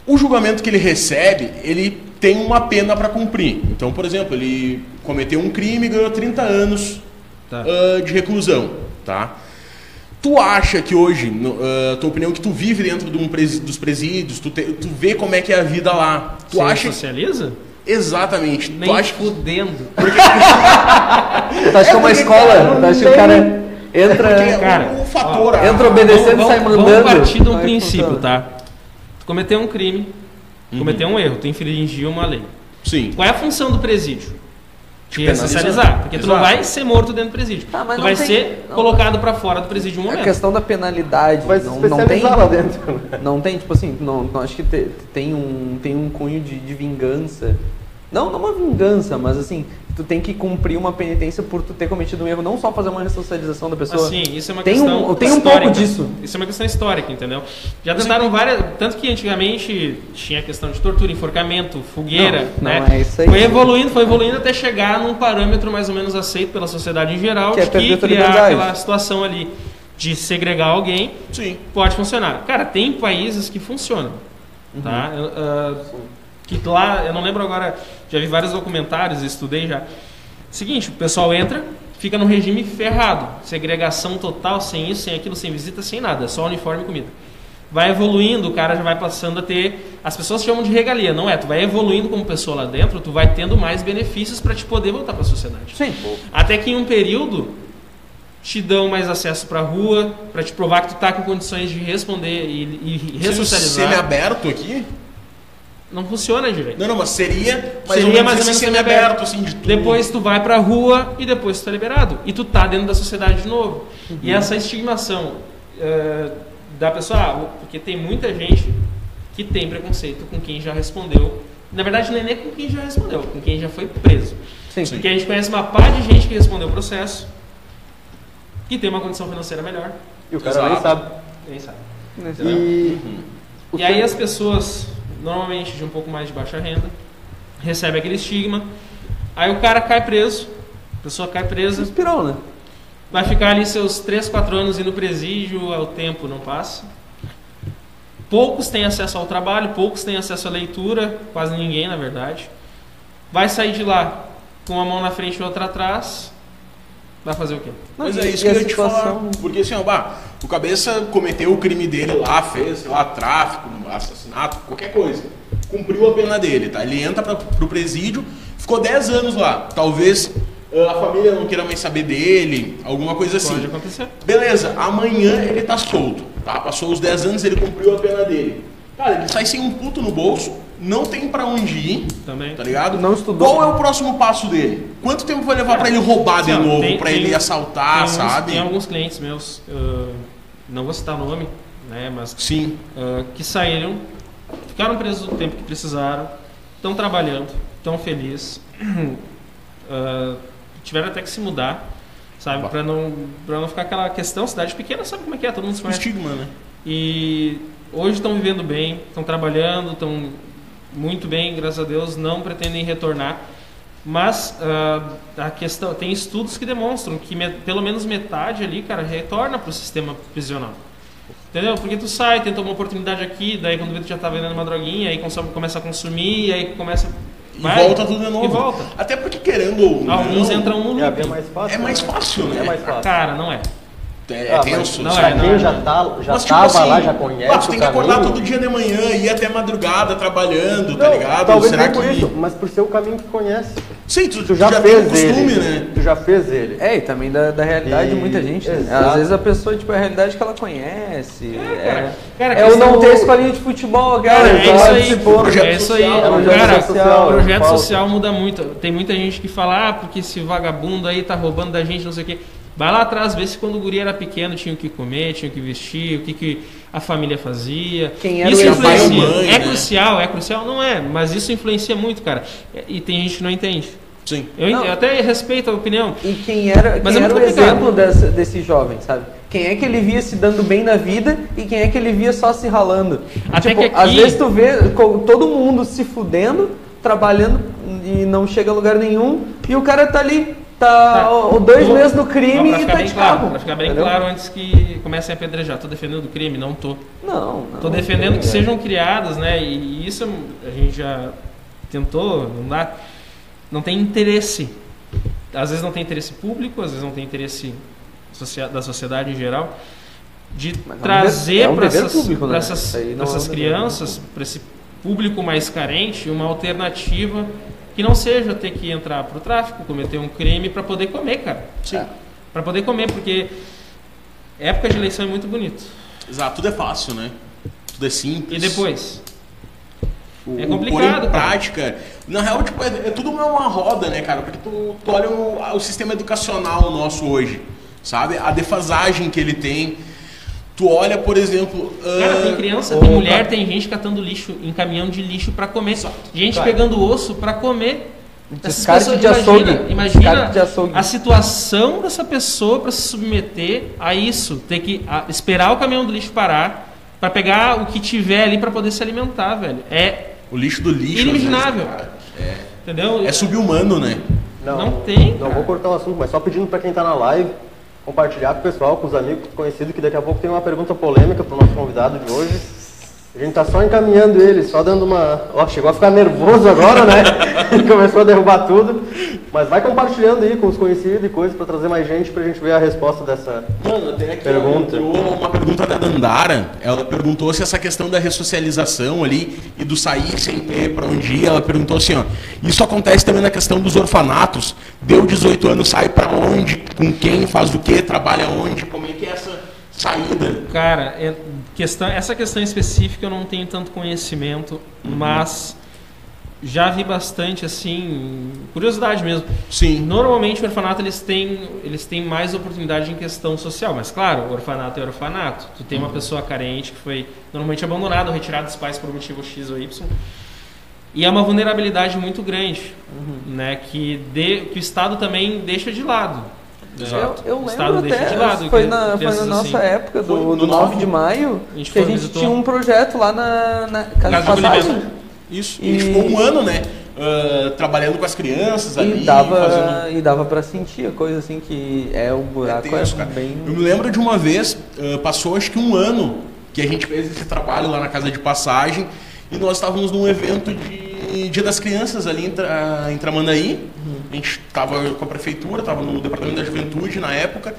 Speaker 1: O julgamento que ele recebe, ele tem uma pena para cumprir. Então, por exemplo, ele cometeu um crime e ganhou 30 anos
Speaker 4: Tá.
Speaker 1: ah, de reclusão, tá? Tu acha que hoje, no, ah, tua opinião, que tu vive dentro de um presi- dos presídios, tu, te- tu vê como é que é a vida lá. Tu
Speaker 4: Você
Speaker 1: acha...
Speaker 4: socializa?
Speaker 1: Exatamente.
Speaker 4: Nem
Speaker 1: Tu acha que...
Speaker 4: fudendo.
Speaker 2: Tu acha que é uma
Speaker 1: porque,
Speaker 2: escola?
Speaker 1: cara,
Speaker 2: Tu acha que o
Speaker 1: não
Speaker 2: cara
Speaker 1: Porque
Speaker 2: entra.
Speaker 4: Cara,
Speaker 1: é o, o fator...
Speaker 2: ó, entra obede- Obedecendo, sai mandando.
Speaker 4: Vamos partir de um
Speaker 2: Vai
Speaker 4: princípio,
Speaker 2: funciona.
Speaker 4: tá? Tu cometeu um crime, tu cometeu um erro, tu infringiu uma lei.
Speaker 1: Sim.
Speaker 4: Qual é a função do presídio? Te
Speaker 2: Tipo,
Speaker 1: penalizar.
Speaker 4: ressocializar. Porque tu não
Speaker 1: Exato.
Speaker 4: vai ser morto dentro do presídio.
Speaker 2: Tá, mas
Speaker 4: tu
Speaker 2: não
Speaker 4: vai
Speaker 2: tem-
Speaker 4: ser
Speaker 2: não.
Speaker 4: colocado pra fora do presídio um
Speaker 2: A
Speaker 4: momento.
Speaker 2: questão da penalidade
Speaker 3: Vai se
Speaker 2: não, não tem.
Speaker 3: especializar lá dentro. né?
Speaker 2: Não tem, tipo assim, não, não acho que te- tem, um, tem um cunho de, de vingança. Não, não uma vingança, mas assim, tu tem que cumprir uma penitência por tu ter cometido um erro, não só fazer uma ressocialização da pessoa.
Speaker 4: Assim, isso é uma
Speaker 2: Tem
Speaker 4: questão
Speaker 2: um- tem um
Speaker 4: histórica.
Speaker 2: pouco disso.
Speaker 4: Isso é uma questão histórica, entendeu? Já tentaram várias... Tanto que antigamente tinha a questão de tortura, enforcamento, fogueira,
Speaker 2: Não,
Speaker 4: né?
Speaker 2: não é isso aí.
Speaker 4: Foi evoluindo, foi evoluindo até chegar num parâmetro mais ou menos aceito pela sociedade em geral
Speaker 2: Que é
Speaker 4: de
Speaker 2: perder
Speaker 4: que
Speaker 2: tua
Speaker 4: criar
Speaker 2: liberdade.
Speaker 4: aquela situação ali de segregar alguém
Speaker 1: Sim.
Speaker 4: pode funcionar. Cara, tem países que funcionam, tá? Eu, ah, que lá, eu não lembro agora, já vi vários documentários, estudei já. Seguinte, o pessoal entra, fica num regime ferrado, segregação total, sem é isso, sem aquilo, sem visita, sem nada, só uniforme e comida. Vai evoluindo, o cara já vai passando a ter As pessoas chamam de regalia, não é? Tu vai evoluindo como pessoa lá dentro, tu vai tendo mais benefícios para te poder voltar para a sociedade.
Speaker 2: Sim.
Speaker 4: Até que em um período te dão mais acesso para rua, para te provar que tu tá com condições de responder e, e ressocializar.
Speaker 1: um semi-aberto aqui?
Speaker 4: Não funciona direito.
Speaker 1: Não, não, mas seria mais
Speaker 4: Seria
Speaker 1: ou menos,
Speaker 4: mais ou
Speaker 1: esse
Speaker 4: menos
Speaker 1: semi-aberto, assim, de tudo.
Speaker 4: Depois tu vai pra rua e depois tu tá liberado. E tu tá dentro da sociedade de novo. E
Speaker 2: Uhum.
Speaker 4: essa estigmação eh, da pessoa, ah, o- porque tem muita gente que tem preconceito com quem já respondeu. Na verdade, não é nem com quem já respondeu, com quem já foi preso.
Speaker 2: Sim.
Speaker 4: Porque a gente conhece uma pá de gente que respondeu o processo, que tem uma condição financeira melhor.
Speaker 3: E o cara nem
Speaker 1: Exato.
Speaker 3: sabe.
Speaker 4: Ninguém sabe.
Speaker 3: E, o
Speaker 4: É E aí
Speaker 3: seu-
Speaker 4: as pessoas, normalmente de um pouco mais de baixa renda, recebem aquele estigma. Aí o cara cai preso, a pessoa cai presa,
Speaker 2: Inspirou, né?
Speaker 4: vai ficar ali seus 3, 4 anos indo presídio, é o tempo não passa. Poucos têm acesso ao trabalho, poucos têm acesso à leitura, quase ninguém na verdade. Vai sair de lá com uma mão na frente e outra atrás, vai fazer o quê?
Speaker 1: Mas
Speaker 2: Não,
Speaker 1: é
Speaker 2: e-
Speaker 1: isso
Speaker 2: e
Speaker 1: que eu
Speaker 2: a
Speaker 1: ia te falar.
Speaker 2: situação-
Speaker 1: Porque assim, ó, bah, o cabeça cometeu o crime dele lá, fez, sei lá, tráfico, assassinato, qualquer coisa. Cumpriu a pena dele, tá? Ele entra pra, pro presídio, ficou 10 anos lá. Talvez ah, a família não queira mais saber dele, alguma coisa assim.
Speaker 4: Pode acontecer.
Speaker 1: Beleza, amanhã ele tá solto, tá? Passou os 10 anos, ele cumpriu a pena dele. Cara, ele sai sem um puto no bolso, não tem pra onde ir,
Speaker 4: Também.
Speaker 1: tá ligado?
Speaker 2: Não estudou.
Speaker 1: Qual é o próximo passo dele? Quanto tempo vai levar pra ele roubar de
Speaker 4: Sabe,
Speaker 1: novo,
Speaker 4: É. tem-
Speaker 1: pra ele
Speaker 4: tem- tem
Speaker 1: assaltar,
Speaker 4: alguns-
Speaker 1: Ah, sabe?
Speaker 4: Tem alguns clientes meus, ah, não vou citar nome, né, mas
Speaker 1: Sim.
Speaker 4: ah, que saíram, ficaram presos o tempo que precisaram, estão trabalhando, estão [clears throat] felizes, ah, tiveram até que se mudar, sabe,
Speaker 1: Bah.
Speaker 4: para não para não ficar aquela questão cidade pequena, sabe como é que é, todo mundo se
Speaker 1: O
Speaker 4: conhece.
Speaker 1: estigma, né?
Speaker 4: E hoje estão vivendo bem, estão trabalhando, estão muito bem, graças a Deus, não pretendem retornar. Mas ah, a questão tem estudos que demonstram que me- pelo menos metade ali, cara, retorna para o sistema prisional. Entendeu? Porque tu sai, tenta uma oportunidade aqui, daí quando vê tu já tá vendendo uma droguinha, aí consome- começa a consumir, aí começa
Speaker 1: E volta tudo de novo.
Speaker 4: E volta.
Speaker 1: Até porque querendo ou não,
Speaker 4: Alguns entram um no
Speaker 3: é a via
Speaker 4: looping.
Speaker 3: mais fácil.
Speaker 1: É mais
Speaker 3: né?
Speaker 1: fácil, né?
Speaker 3: É mais fácil.
Speaker 4: Cara, não é.
Speaker 1: É,
Speaker 3: Ah, mas
Speaker 1: tenso.
Speaker 4: não
Speaker 1: sabe?
Speaker 4: é,
Speaker 3: pra quem já, tá, já
Speaker 1: Mas, tipo
Speaker 3: tava
Speaker 1: assim,
Speaker 3: lá, já conhece
Speaker 1: ah, tu tem
Speaker 3: o
Speaker 1: que acordar
Speaker 3: caminho.
Speaker 1: todo dia de manhã, ir até madrugada trabalhando, tá
Speaker 3: Não,
Speaker 1: ligado?
Speaker 3: Talvez
Speaker 1: Será
Speaker 3: nem
Speaker 1: que.
Speaker 3: por isso, mas por ser o caminho que conhece.
Speaker 1: Sim, tu,
Speaker 3: Tu já,
Speaker 1: tem o
Speaker 3: fez
Speaker 1: costume,
Speaker 3: ele.
Speaker 1: né?
Speaker 3: Tu já fez ele.
Speaker 2: É, e também da, da realidade de
Speaker 3: E-
Speaker 2: muita gente. Né?
Speaker 3: Exato.
Speaker 2: Às vezes a pessoa, tipo, é a realidade que ela conhece. É,
Speaker 4: cara. Cara,
Speaker 2: é o não
Speaker 4: questão-
Speaker 2: ter escolinha de futebol, cara.
Speaker 4: Cara, é
Speaker 2: só
Speaker 4: isso aí.
Speaker 2: participou.
Speaker 1: Projeto
Speaker 4: é isso aí.
Speaker 1: social,
Speaker 4: Cara,
Speaker 3: projeto social,
Speaker 4: o projeto
Speaker 3: falta.
Speaker 4: social muda muito. Tem muita gente que fala, ah, porque esse vagabundo aí tá roubando da gente, não sei o quê. Vai lá atrás, vê se quando o guri era pequeno tinha o que comer, tinha o que vestir, o que, que a família fazia.
Speaker 2: Quem era
Speaker 4: isso
Speaker 2: o
Speaker 1: pai e
Speaker 4: influencia.
Speaker 1: mãe,
Speaker 4: é
Speaker 1: né?
Speaker 4: crucial, é crucial, não é, mas isso influencia muito, cara. E tem gente que não entende.
Speaker 1: Sim.
Speaker 4: Eu,
Speaker 2: Não.
Speaker 4: eu até respeito a opinião.
Speaker 2: E quem era,
Speaker 4: Mas
Speaker 2: quem
Speaker 4: é
Speaker 2: era
Speaker 4: muito
Speaker 2: o
Speaker 4: complicado.
Speaker 2: exemplo desse, desse jovem, sabe? Quem é que ele via se dando bem na vida e quem é que ele via só se ralando?
Speaker 4: Até
Speaker 2: tipo,
Speaker 4: que aqui-
Speaker 2: Às vezes tu vê co- todo mundo se fudendo, trabalhando e não chega a lugar nenhum e o cara tá ali, tá,
Speaker 4: Tá.
Speaker 2: o- o dois
Speaker 4: Vou-
Speaker 2: meses no
Speaker 4: Só
Speaker 2: crime
Speaker 4: pra
Speaker 2: e
Speaker 4: ficar
Speaker 2: tá
Speaker 4: bem
Speaker 2: de
Speaker 4: claro,
Speaker 2: carro.
Speaker 4: pra ficar bem
Speaker 2: entendeu?
Speaker 4: claro antes que comecem a apedrejar. Tô defendendo o crime, não tô.
Speaker 2: Não, não. É.
Speaker 4: Estou defendendo que sejam criadas, né? E e isso a gente já tentou, não dá. Não tem interesse. Às vezes não tem interesse público, às vezes não tem interesse socia- da sociedade em geral, de
Speaker 2: Mas é um
Speaker 4: trazer
Speaker 2: dever- é um
Speaker 4: para
Speaker 2: dever
Speaker 4: essas,
Speaker 2: público, né?
Speaker 4: pra essas,
Speaker 2: Isso aí não
Speaker 4: pra
Speaker 2: é um
Speaker 4: essas
Speaker 2: dever
Speaker 4: crianças, para esse público mais carente, uma alternativa que não seja ter que entrar para o tráfico, cometer um crime para poder comer, cara.
Speaker 1: Sim.
Speaker 3: É.
Speaker 4: Para poder comer, porque época de eleição é muito bonito.
Speaker 1: Exato, tudo é fácil, né? Tudo é simples.
Speaker 4: E depois?
Speaker 1: O-
Speaker 4: É
Speaker 1: o
Speaker 4: complicado,
Speaker 1: pôr
Speaker 4: cara.
Speaker 1: em Tipo, prática. Na real, tipo, é, é tudo uma, uma roda, né, cara? Porque tu, tu olha o, a- o sistema educacional nosso hoje, sabe? A defasagem que ele tem. Tu olha, por exemplo.
Speaker 4: Cara,
Speaker 1: ah,
Speaker 4: tem criança, tem
Speaker 3: opa.
Speaker 4: mulher, tem gente catando lixo em caminhão de lixo pra comer. Gente
Speaker 3: Cara.
Speaker 4: pegando osso pra comer. Essas
Speaker 2: Descarte
Speaker 4: pessoas,
Speaker 2: de açougue.
Speaker 4: imagina, imagina
Speaker 2: Descarte de açougue.
Speaker 4: a situação dessa pessoa pra se submeter a isso, ter que a- esperar o caminhão do lixo parar pra pegar o que tiver ali pra poder se alimentar, velho. É,
Speaker 1: O lixo do lixo.
Speaker 4: Inimaginável.
Speaker 1: às vezes, cara.
Speaker 4: entendeu?
Speaker 1: É subhumano, né?
Speaker 4: Não tem,
Speaker 3: Não
Speaker 4: cara.
Speaker 3: vou cortar o assunto, mas só pedindo pra quem tá na live compartilhar com o pessoal, com os amigos, conhecidos, que daqui a pouco tem uma pergunta polêmica pro nosso convidado de hoje. A gente tá só encaminhando ele, só dando uma. Ó, chegou a ficar nervoso agora, né? [laughs] Começou a derrubar tudo. Mas vai compartilhando aí com os conhecidos e coisas para trazer mais gente pra gente ver a resposta dessa.
Speaker 1: Mano, até aqui
Speaker 3: Pergunta.
Speaker 1: entrou uma pergunta da Dandara. Ela perguntou se essa questão da ressocialização ali e do sair sem ter para onde ir, ela perguntou assim, ó. Isso acontece também na questão dos orfanatos. Deu 18 anos, sai para onde, com quem, faz o quê, trabalha onde, como é que é essa saída?
Speaker 4: Cara, é- questão, essa questão específica eu não tenho tanto conhecimento,
Speaker 1: Uhum.
Speaker 4: mas já vi bastante, assim, curiosidade mesmo.
Speaker 1: Sim.
Speaker 4: Normalmente o orfanato eles têm, eles têm mais oportunidade em questão social, mas claro, orfanato é orfanato. Tu
Speaker 2: Uhum.
Speaker 4: tem uma pessoa carente que foi normalmente abandonada ou retirada dos pais por motivo X ou Y. E é uma vulnerabilidade muito grande,
Speaker 2: Uhum.
Speaker 4: né? Que, de, que o Estado também deixa de lado.
Speaker 2: Eu,
Speaker 4: Exato.
Speaker 2: eu
Speaker 4: O
Speaker 2: lembro
Speaker 4: Estado deixa
Speaker 2: até,
Speaker 4: de lado
Speaker 2: foi
Speaker 4: cri-
Speaker 2: na, foi na
Speaker 4: crianças
Speaker 2: nossa
Speaker 4: assim.
Speaker 2: época
Speaker 1: Foi
Speaker 2: do,
Speaker 1: no
Speaker 2: do 9
Speaker 1: nove.
Speaker 2: de maio,
Speaker 4: A gente
Speaker 2: que a
Speaker 4: foi,
Speaker 2: gente
Speaker 4: visitou.
Speaker 2: tinha um projeto lá na, na Casa de
Speaker 4: Casa do
Speaker 2: Passagem.
Speaker 4: Alimento.
Speaker 1: Isso.
Speaker 2: E-
Speaker 1: E ficou um ano, né? ah, trabalhando com as crianças ali,
Speaker 2: E dava,
Speaker 1: fazendo.
Speaker 2: e dava pra sentir a coisa assim que é o buraco é,
Speaker 1: tenso, cara.
Speaker 2: bem.
Speaker 1: Eu me lembro de uma vez, ah, passou acho que um ano que a gente fez esse trabalho lá na casa de passagem e nós estávamos num evento de Dia das Crianças ali em, Tra- em Tramandaí. A gente estava com a prefeitura, estava no departamento da juventude na época.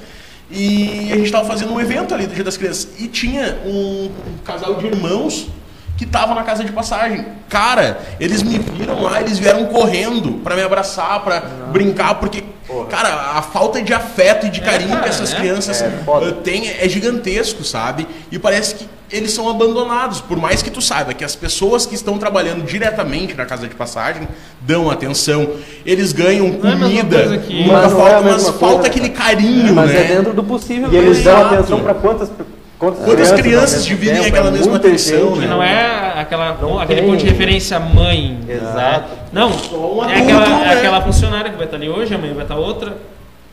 Speaker 1: E a gente estava fazendo um evento ali do Dia das Crianças. E tinha um casal de irmãos que tava na casa de passagem. Cara, eles me viram lá, eles vieram correndo pra me abraçar, pra brincar, porque, cara, a falta de afeto e de carinho
Speaker 4: cara,
Speaker 1: que essas
Speaker 4: né?
Speaker 1: crianças
Speaker 3: É, foda.
Speaker 1: eh, têm é gigantesco, sabe? E parece que eles são abandonados, por mais que tu saiba que as pessoas que estão trabalhando diretamente na casa de passagem dão atenção, eles ganham
Speaker 4: Não é a mesma
Speaker 1: comida,
Speaker 4: coisa que-
Speaker 1: nunca
Speaker 3: Mas não é a
Speaker 1: falta, mas
Speaker 3: mesma
Speaker 1: falta
Speaker 3: coisa,
Speaker 1: aquele carinho,
Speaker 2: Mas
Speaker 1: né?
Speaker 2: é dentro do possível. né?
Speaker 3: E eles dão
Speaker 1: Exato.
Speaker 3: atenção para quantas, quantas,
Speaker 1: Quantas
Speaker 3: ao
Speaker 1: crianças
Speaker 3: mesmo
Speaker 1: dividem
Speaker 3: tempo,
Speaker 1: aquela
Speaker 3: é
Speaker 1: mesma
Speaker 3: muita
Speaker 1: atenção,
Speaker 3: gente,
Speaker 1: né?
Speaker 4: Não é aquela,
Speaker 3: Não
Speaker 4: aquele
Speaker 3: tem.
Speaker 4: ponto de referência mãe. né?
Speaker 3: Exato.
Speaker 4: Não,
Speaker 1: um adulto,
Speaker 4: é, aquela,
Speaker 1: né?
Speaker 4: é aquela funcionária que vai estar ali hoje, amanhã vai estar outra.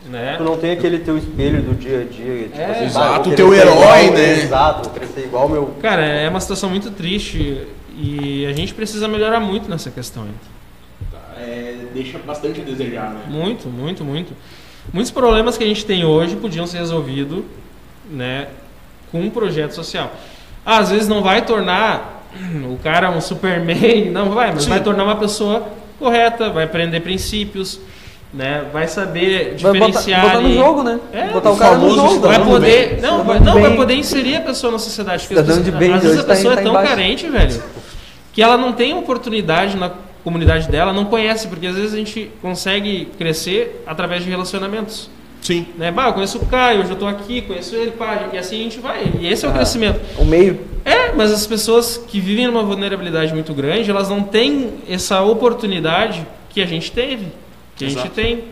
Speaker 4: Né?
Speaker 3: Tu não tem aquele teu espelho do dia a dia. Tipo,
Speaker 4: É.
Speaker 3: assim,
Speaker 1: Exato,
Speaker 3: "Ah, eu vou
Speaker 1: o teu
Speaker 3: crescer
Speaker 1: herói,
Speaker 3: igual-
Speaker 1: né?"
Speaker 3: Exato, vou crescer igual meu.
Speaker 4: Cara, é uma situação muito triste e a gente precisa melhorar muito nessa questão ainda.
Speaker 1: É, deixa bastante a desejar, né?
Speaker 4: Muito, muito, muito. Muitos problemas que a gente tem hoje podiam ser resolvidos né, com um projeto social. Às vezes não vai tornar [clears throat] o cara um Superman, [laughs] não vai, mas
Speaker 1: Sim.
Speaker 4: vai tornar uma pessoa correta, vai aprender princípios, né, vai saber
Speaker 2: Vai botar,
Speaker 4: diferenciar.
Speaker 2: botar no
Speaker 4: e-
Speaker 2: jogo, né?
Speaker 4: É,
Speaker 2: botar o
Speaker 1: o
Speaker 2: cara no
Speaker 1: famoso
Speaker 2: jogo.
Speaker 1: cidadão
Speaker 2: né?
Speaker 4: vai
Speaker 1: do
Speaker 4: poder, não, vai, não
Speaker 2: Bem.
Speaker 4: vai poder inserir a pessoa na sociedade. porque
Speaker 2: Cidadão
Speaker 4: as
Speaker 2: de
Speaker 4: pessoas-
Speaker 2: bem,
Speaker 4: às vezes
Speaker 2: hoje
Speaker 4: a
Speaker 2: tá em-
Speaker 4: pessoa
Speaker 2: tá
Speaker 4: é tão
Speaker 2: embaixo.
Speaker 4: carente, velho, que ela não tem oportunidade na comunidade dela, não conhece, porque às vezes a gente consegue crescer através de relacionamentos.
Speaker 1: Sim.
Speaker 4: Né? Bah, eu conheço o Caio, hoje eu tô aqui, conheço ele, pá, e assim a gente vai. E esse é o
Speaker 2: Ah.
Speaker 4: crescimento.
Speaker 2: O meio.
Speaker 4: É, mas as pessoas que vivem numa vulnerabilidade muito grande, elas não têm essa oportunidade que a gente teve, que a
Speaker 1: Exato. Uhum.
Speaker 4: gente tem.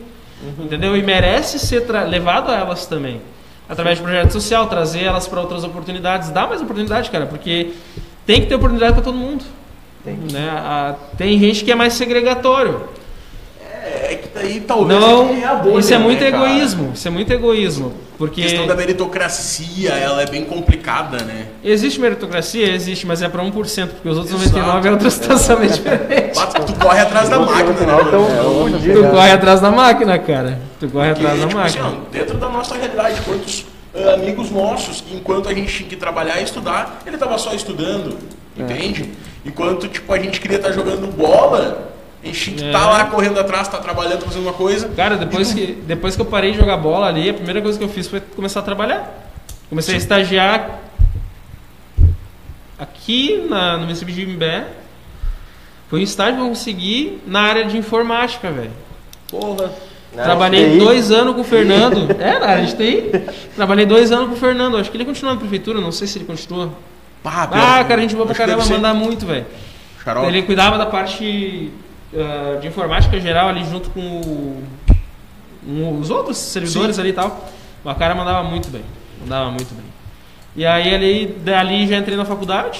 Speaker 4: Entendeu? E merece ser tra- levado a elas também. Através de projeto social, trazer elas para outras oportunidades. Dá mais oportunidade, cara, porque tem que ter oportunidade para todo mundo.
Speaker 2: Tem.
Speaker 4: Né? A- tem gente que é mais segregatório.
Speaker 1: É que daí talvez
Speaker 4: Não,
Speaker 1: a bolha,
Speaker 4: isso é muito
Speaker 1: né, cara?
Speaker 4: egoísmo. Isso é muito egoísmo.
Speaker 1: A
Speaker 4: Porque
Speaker 1: questão da meritocracia, ela é bem complicada, né?
Speaker 4: existe meritocracia, existe, mas é para 1%, porque os outros
Speaker 1: Exato.
Speaker 4: 99% é
Speaker 1: [laughs]
Speaker 4: outra situação bem diferente.
Speaker 1: Basta que tu corre
Speaker 3: então,
Speaker 1: atrás da máquina, né?
Speaker 3: final
Speaker 1: mano?
Speaker 3: tão
Speaker 1: Porque,
Speaker 3: fudido.
Speaker 4: Tu corre atrás da máquina, cara. Tu corre atrás da
Speaker 1: tipo assim,
Speaker 4: máquina.
Speaker 1: ó, dentro da nossa realidade, quantos ah, amigos nossos, que enquanto a gente tinha que trabalhar e estudar, ele tava só estudando,
Speaker 4: É.
Speaker 1: entende? Enquanto, tipo, a gente queria estar jogando bola, a gente tinha que
Speaker 4: É.
Speaker 1: estar lá correndo atrás, tá trabalhando, fazendo uma coisa.
Speaker 4: Cara, depois que, depois que eu parei de jogar bola ali, a primeira coisa que eu fiz foi começar a trabalhar. Comecei a estagiar aqui na, no município de Imbé. Foi um estágio que eu consegui na área de informática, velho.
Speaker 1: Porra.
Speaker 3: né?
Speaker 4: Trabalhei
Speaker 3: TI,
Speaker 4: dois anos com
Speaker 1: [laughs]
Speaker 4: o Fernando. É, na área de TI. Trabalhei dois anos com o Fernando. Acho que ele continua na prefeitura, não sei se ele continua.
Speaker 1: Pá,
Speaker 4: Ah,
Speaker 1: pior.
Speaker 4: cara, a gente boa pra
Speaker 1: Acho que deve
Speaker 4: caramba,
Speaker 1: ser
Speaker 4: mandar muito, velho.
Speaker 1: Xarope.
Speaker 4: Ele cuidava da parte ah, de informática geral ali junto com o- um- os outros servidores ali e tal. O cara mandava muito bem. Mandava muito bem. E aí ali, dali já entrei na faculdade.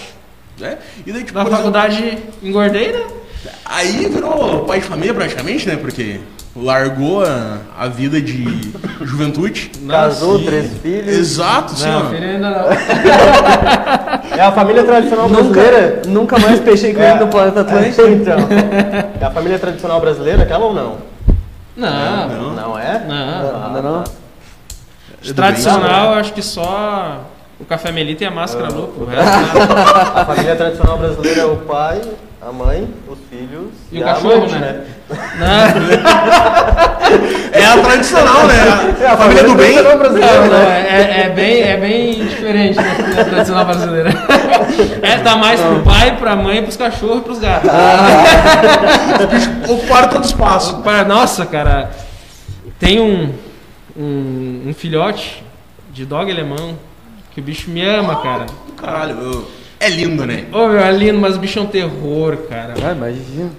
Speaker 1: né? E daí, tipo,
Speaker 4: Na
Speaker 1: por exemplo,
Speaker 4: faculdade engordei, né?
Speaker 1: Aí virou pai de família praticamente, né? Porque largou a, a vida de juventude.
Speaker 3: Casou, três filhos.
Speaker 1: Exato, sim.
Speaker 4: Não,
Speaker 1: ó.
Speaker 4: filho ainda não.
Speaker 3: É a família tradicional brasileira? É.
Speaker 2: Nunca, nunca
Speaker 3: [laughs]
Speaker 2: mais peixei com ele no planeta Atlântico.
Speaker 3: então. É a família tradicional brasileira, aquela ou não?
Speaker 4: Não.
Speaker 1: Não.
Speaker 3: Não é? tá.
Speaker 4: Não.
Speaker 2: Não, não, não.
Speaker 4: De Tradicional, acho que só O café melita e a máscara lúpulo. O resto né? nada.
Speaker 3: A família tradicional brasileira é o pai, a mãe, os filhos
Speaker 4: E o cachorro,
Speaker 3: amante,
Speaker 4: né? Não,
Speaker 1: É a tradicional, né?
Speaker 3: É, a família
Speaker 1: do bem?
Speaker 3: tradicional brasileira,
Speaker 4: não, não,
Speaker 3: né?
Speaker 4: é, é bem, é bem diferente da comida tradicional brasileira. É, tá mais pro pai, pra mãe, pros cachorros e pros gatos. Ah.
Speaker 1: [laughs] O quarto do espaço.
Speaker 4: Para, nossa, cara, tem um, um, um filhote de dog alemão que o bicho me ama, cara.
Speaker 1: Caralho, meu. é lindo, né?
Speaker 4: Ô, meu, é lindo, mas o bicho é um terror, cara.
Speaker 2: Ah, imagina.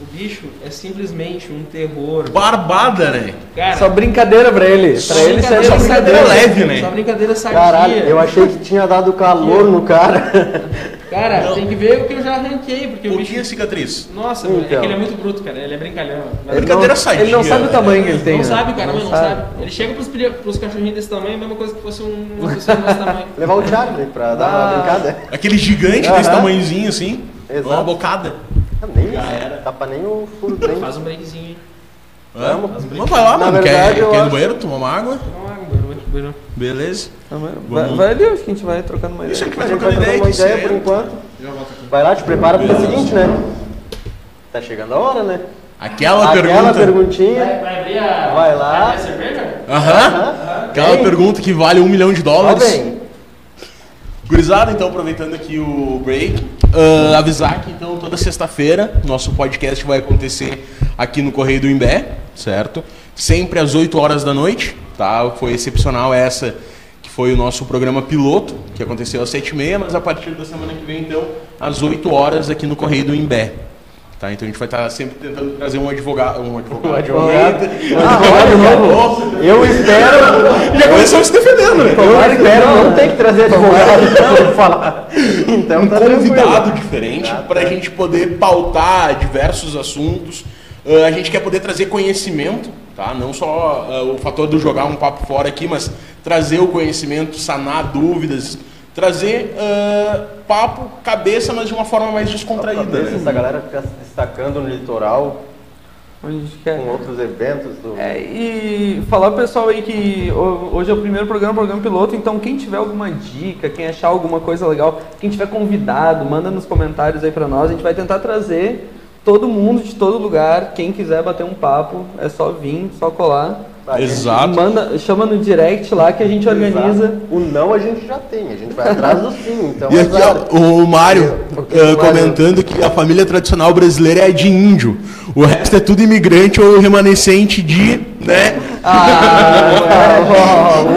Speaker 4: O bicho é simplesmente um terror.
Speaker 1: Barbada, né?
Speaker 4: Cara,
Speaker 2: É Só brincadeira pra ele. Pra ele isso é só
Speaker 1: brincadeira
Speaker 2: brincadeira.
Speaker 1: leve, né?
Speaker 4: Só brincadeira sadia.
Speaker 3: Caralho, eu achei que tinha dado calor no cara.
Speaker 4: Cara,
Speaker 1: Não.
Speaker 4: tem que ver o que eu já arranquei, porque o bicho...
Speaker 1: Pouquinha cicatriz.
Speaker 4: Nossa, mano, é
Speaker 3: Então.
Speaker 4: que ele é muito bruto, cara. Ele é brincalhão. Mas
Speaker 1: Ele Brincadeira sadia,
Speaker 2: Ele não sabe
Speaker 1: né?
Speaker 2: o tamanho que ele tem.
Speaker 4: não
Speaker 2: né?
Speaker 4: sabe, cara, mano, não sabe. Ele chega pros, pri- pros cachorrinhos desse tamanho, a mesma coisa que fosse um, uma pessoa desse tamanho.
Speaker 3: Levar o Charlie pra dar uma brincada.
Speaker 1: Aquele gigante desse
Speaker 3: Aham.
Speaker 1: tamanhozinho assim.
Speaker 3: Exato.
Speaker 1: Uma bocada.
Speaker 3: Nem
Speaker 1: Já era.
Speaker 3: Tapa nem o furo do dente.
Speaker 4: Faz um breakzinho.
Speaker 1: Hã?
Speaker 3: Vamos.
Speaker 1: Mas vai lá,
Speaker 3: Na
Speaker 1: mano. Quer,
Speaker 3: verdade,
Speaker 1: quer
Speaker 3: eu
Speaker 1: ir no
Speaker 3: acho-
Speaker 1: banheiro? Tomar uma água?
Speaker 4: Não, água, barulho, barulho.
Speaker 1: Beleza.
Speaker 2: Ah, mas Vai,
Speaker 1: Vamos.
Speaker 2: vai ali, acho que a gente vai trocando uma
Speaker 1: Isso
Speaker 2: ideia.
Speaker 1: aqui
Speaker 3: A
Speaker 1: vai
Speaker 3: gente vai
Speaker 1: trocando
Speaker 3: trocar
Speaker 1: ideia.
Speaker 3: uma
Speaker 1: que
Speaker 3: ideia
Speaker 1: isso
Speaker 3: por
Speaker 1: é-
Speaker 3: enquanto.
Speaker 4: Já volto aqui.
Speaker 3: Vai lá, te prepara pro dia seguinte, né? Tá chegando a hora, né?
Speaker 1: Aquela,
Speaker 3: Aquela
Speaker 1: pergunta.
Speaker 3: perguntinha.
Speaker 4: Vai, vai abrir a...
Speaker 3: Vai lá.
Speaker 4: abrir a cerveja?
Speaker 1: Aham.
Speaker 3: Aham.
Speaker 1: Aquela
Speaker 3: Vem.
Speaker 1: pergunta que vale um milhão de
Speaker 3: Ó,
Speaker 1: dólares.
Speaker 3: bem.
Speaker 1: Gurizada, então, aproveitando aqui o break, ah, avisar que, então, toda sexta-feira, nosso podcast vai acontecer aqui no Correio do Imbé, certo? Sempre às 8 horas da noite, tá? Foi excepcional essa que foi o nosso programa piloto, que aconteceu às 7h30, mas a partir da semana que vem, então, às 8 horas aqui no Correio do Imbé. Tá, então a gente vai estar sempre tentando trazer um advogado. Um advogado.
Speaker 3: Um advogado.
Speaker 1: Eita,
Speaker 3: Ah, olha, novo. Eu espero.
Speaker 1: Já começamos se defendendo, né?
Speaker 3: Eu espero não ter que trazer advogado pra eu falar. Então
Speaker 1: um
Speaker 3: tá tranquilo. é.
Speaker 1: convidado diferente para a gente poder pautar diversos assuntos. Ah, a gente quer poder trazer conhecimento, tá? Não só ah, o fator do jogar um papo fora aqui, mas trazer o conhecimento, sanar dúvidas, trazer ah, papo cabeça, mas de uma forma mais descontraída.
Speaker 3: Talvez Essa
Speaker 1: né?
Speaker 3: galera fica se destacando no litoral
Speaker 2: Onde a gente quer.
Speaker 3: com outros eventos do.
Speaker 2: É, e falar pro pessoal aí que ho- hoje é o primeiro programa, programa piloto, então quem tiver alguma dica, quem achar alguma coisa legal, quem tiver convidado, manda nos comentários aí pra nós, a gente vai tentar trazer todo mundo de todo lugar, quem quiser bater um papo, é só vir, só colar.
Speaker 3: A gente-
Speaker 1: Exato.
Speaker 2: Manda, chama no direct lá que a gente organiza.
Speaker 3: Exato. O não a gente já tem, a gente vai atrás do sim. Então,
Speaker 1: E aqui
Speaker 3: azar.
Speaker 1: ó, o Mário
Speaker 3: Porque o
Speaker 1: ah,
Speaker 3: Mário-
Speaker 1: comentando que a família tradicional brasileira é a de índio. O resto é tudo imigrante ou remanescente de, né?
Speaker 2: Ah,
Speaker 1: Boa,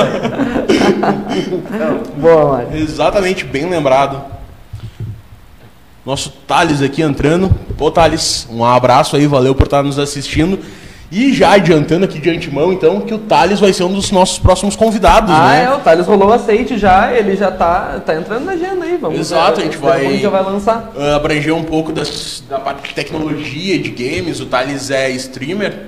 Speaker 1: boa. tá
Speaker 2: boa, Mário.
Speaker 1: Exatamente, bem lembrado. Nosso Thales aqui entrando. Pô, Thales, um abraço aí, valeu por estar nos assistindo. E já adiantando aqui de antemão, então, que o Thales vai ser um dos nossos próximos convidados,
Speaker 2: Ah,
Speaker 1: né?
Speaker 2: é, o Thales rolou o aceite já, ele já tá, tá entrando na agenda aí, vamos
Speaker 1: Exato, a gente vai-
Speaker 2: A gente já vai lançar.
Speaker 1: Ah, abranger um pouco das- da parte de tecnologia, de games. O Thales é streamer.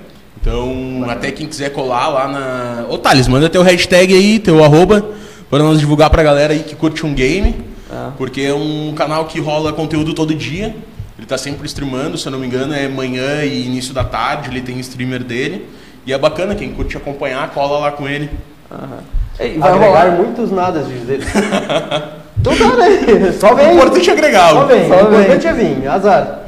Speaker 1: Então, até quem quiser colar lá na. Ô, Thales, manda teu hashtag aí, teu arroba, para nós divulgar pra galera aí que curte um game.
Speaker 2: Ah.
Speaker 1: Porque é um canal que rola conteúdo todo dia. Ele tá sempre streamando, se eu não me engano, é manhã e início da tarde. Ele tem streamer dele. E é bacana, quem curte acompanhar, cola lá com ele.
Speaker 2: Aham. Ei, vai
Speaker 3: Vai agregar
Speaker 2: rolar.
Speaker 3: muitos nadas de dizer. então tá, né? Só
Speaker 1: O
Speaker 3: vem.
Speaker 1: importante é agregar.
Speaker 3: Só vem.
Speaker 2: Só
Speaker 3: o
Speaker 2: vem.
Speaker 3: importante é vir. Azar.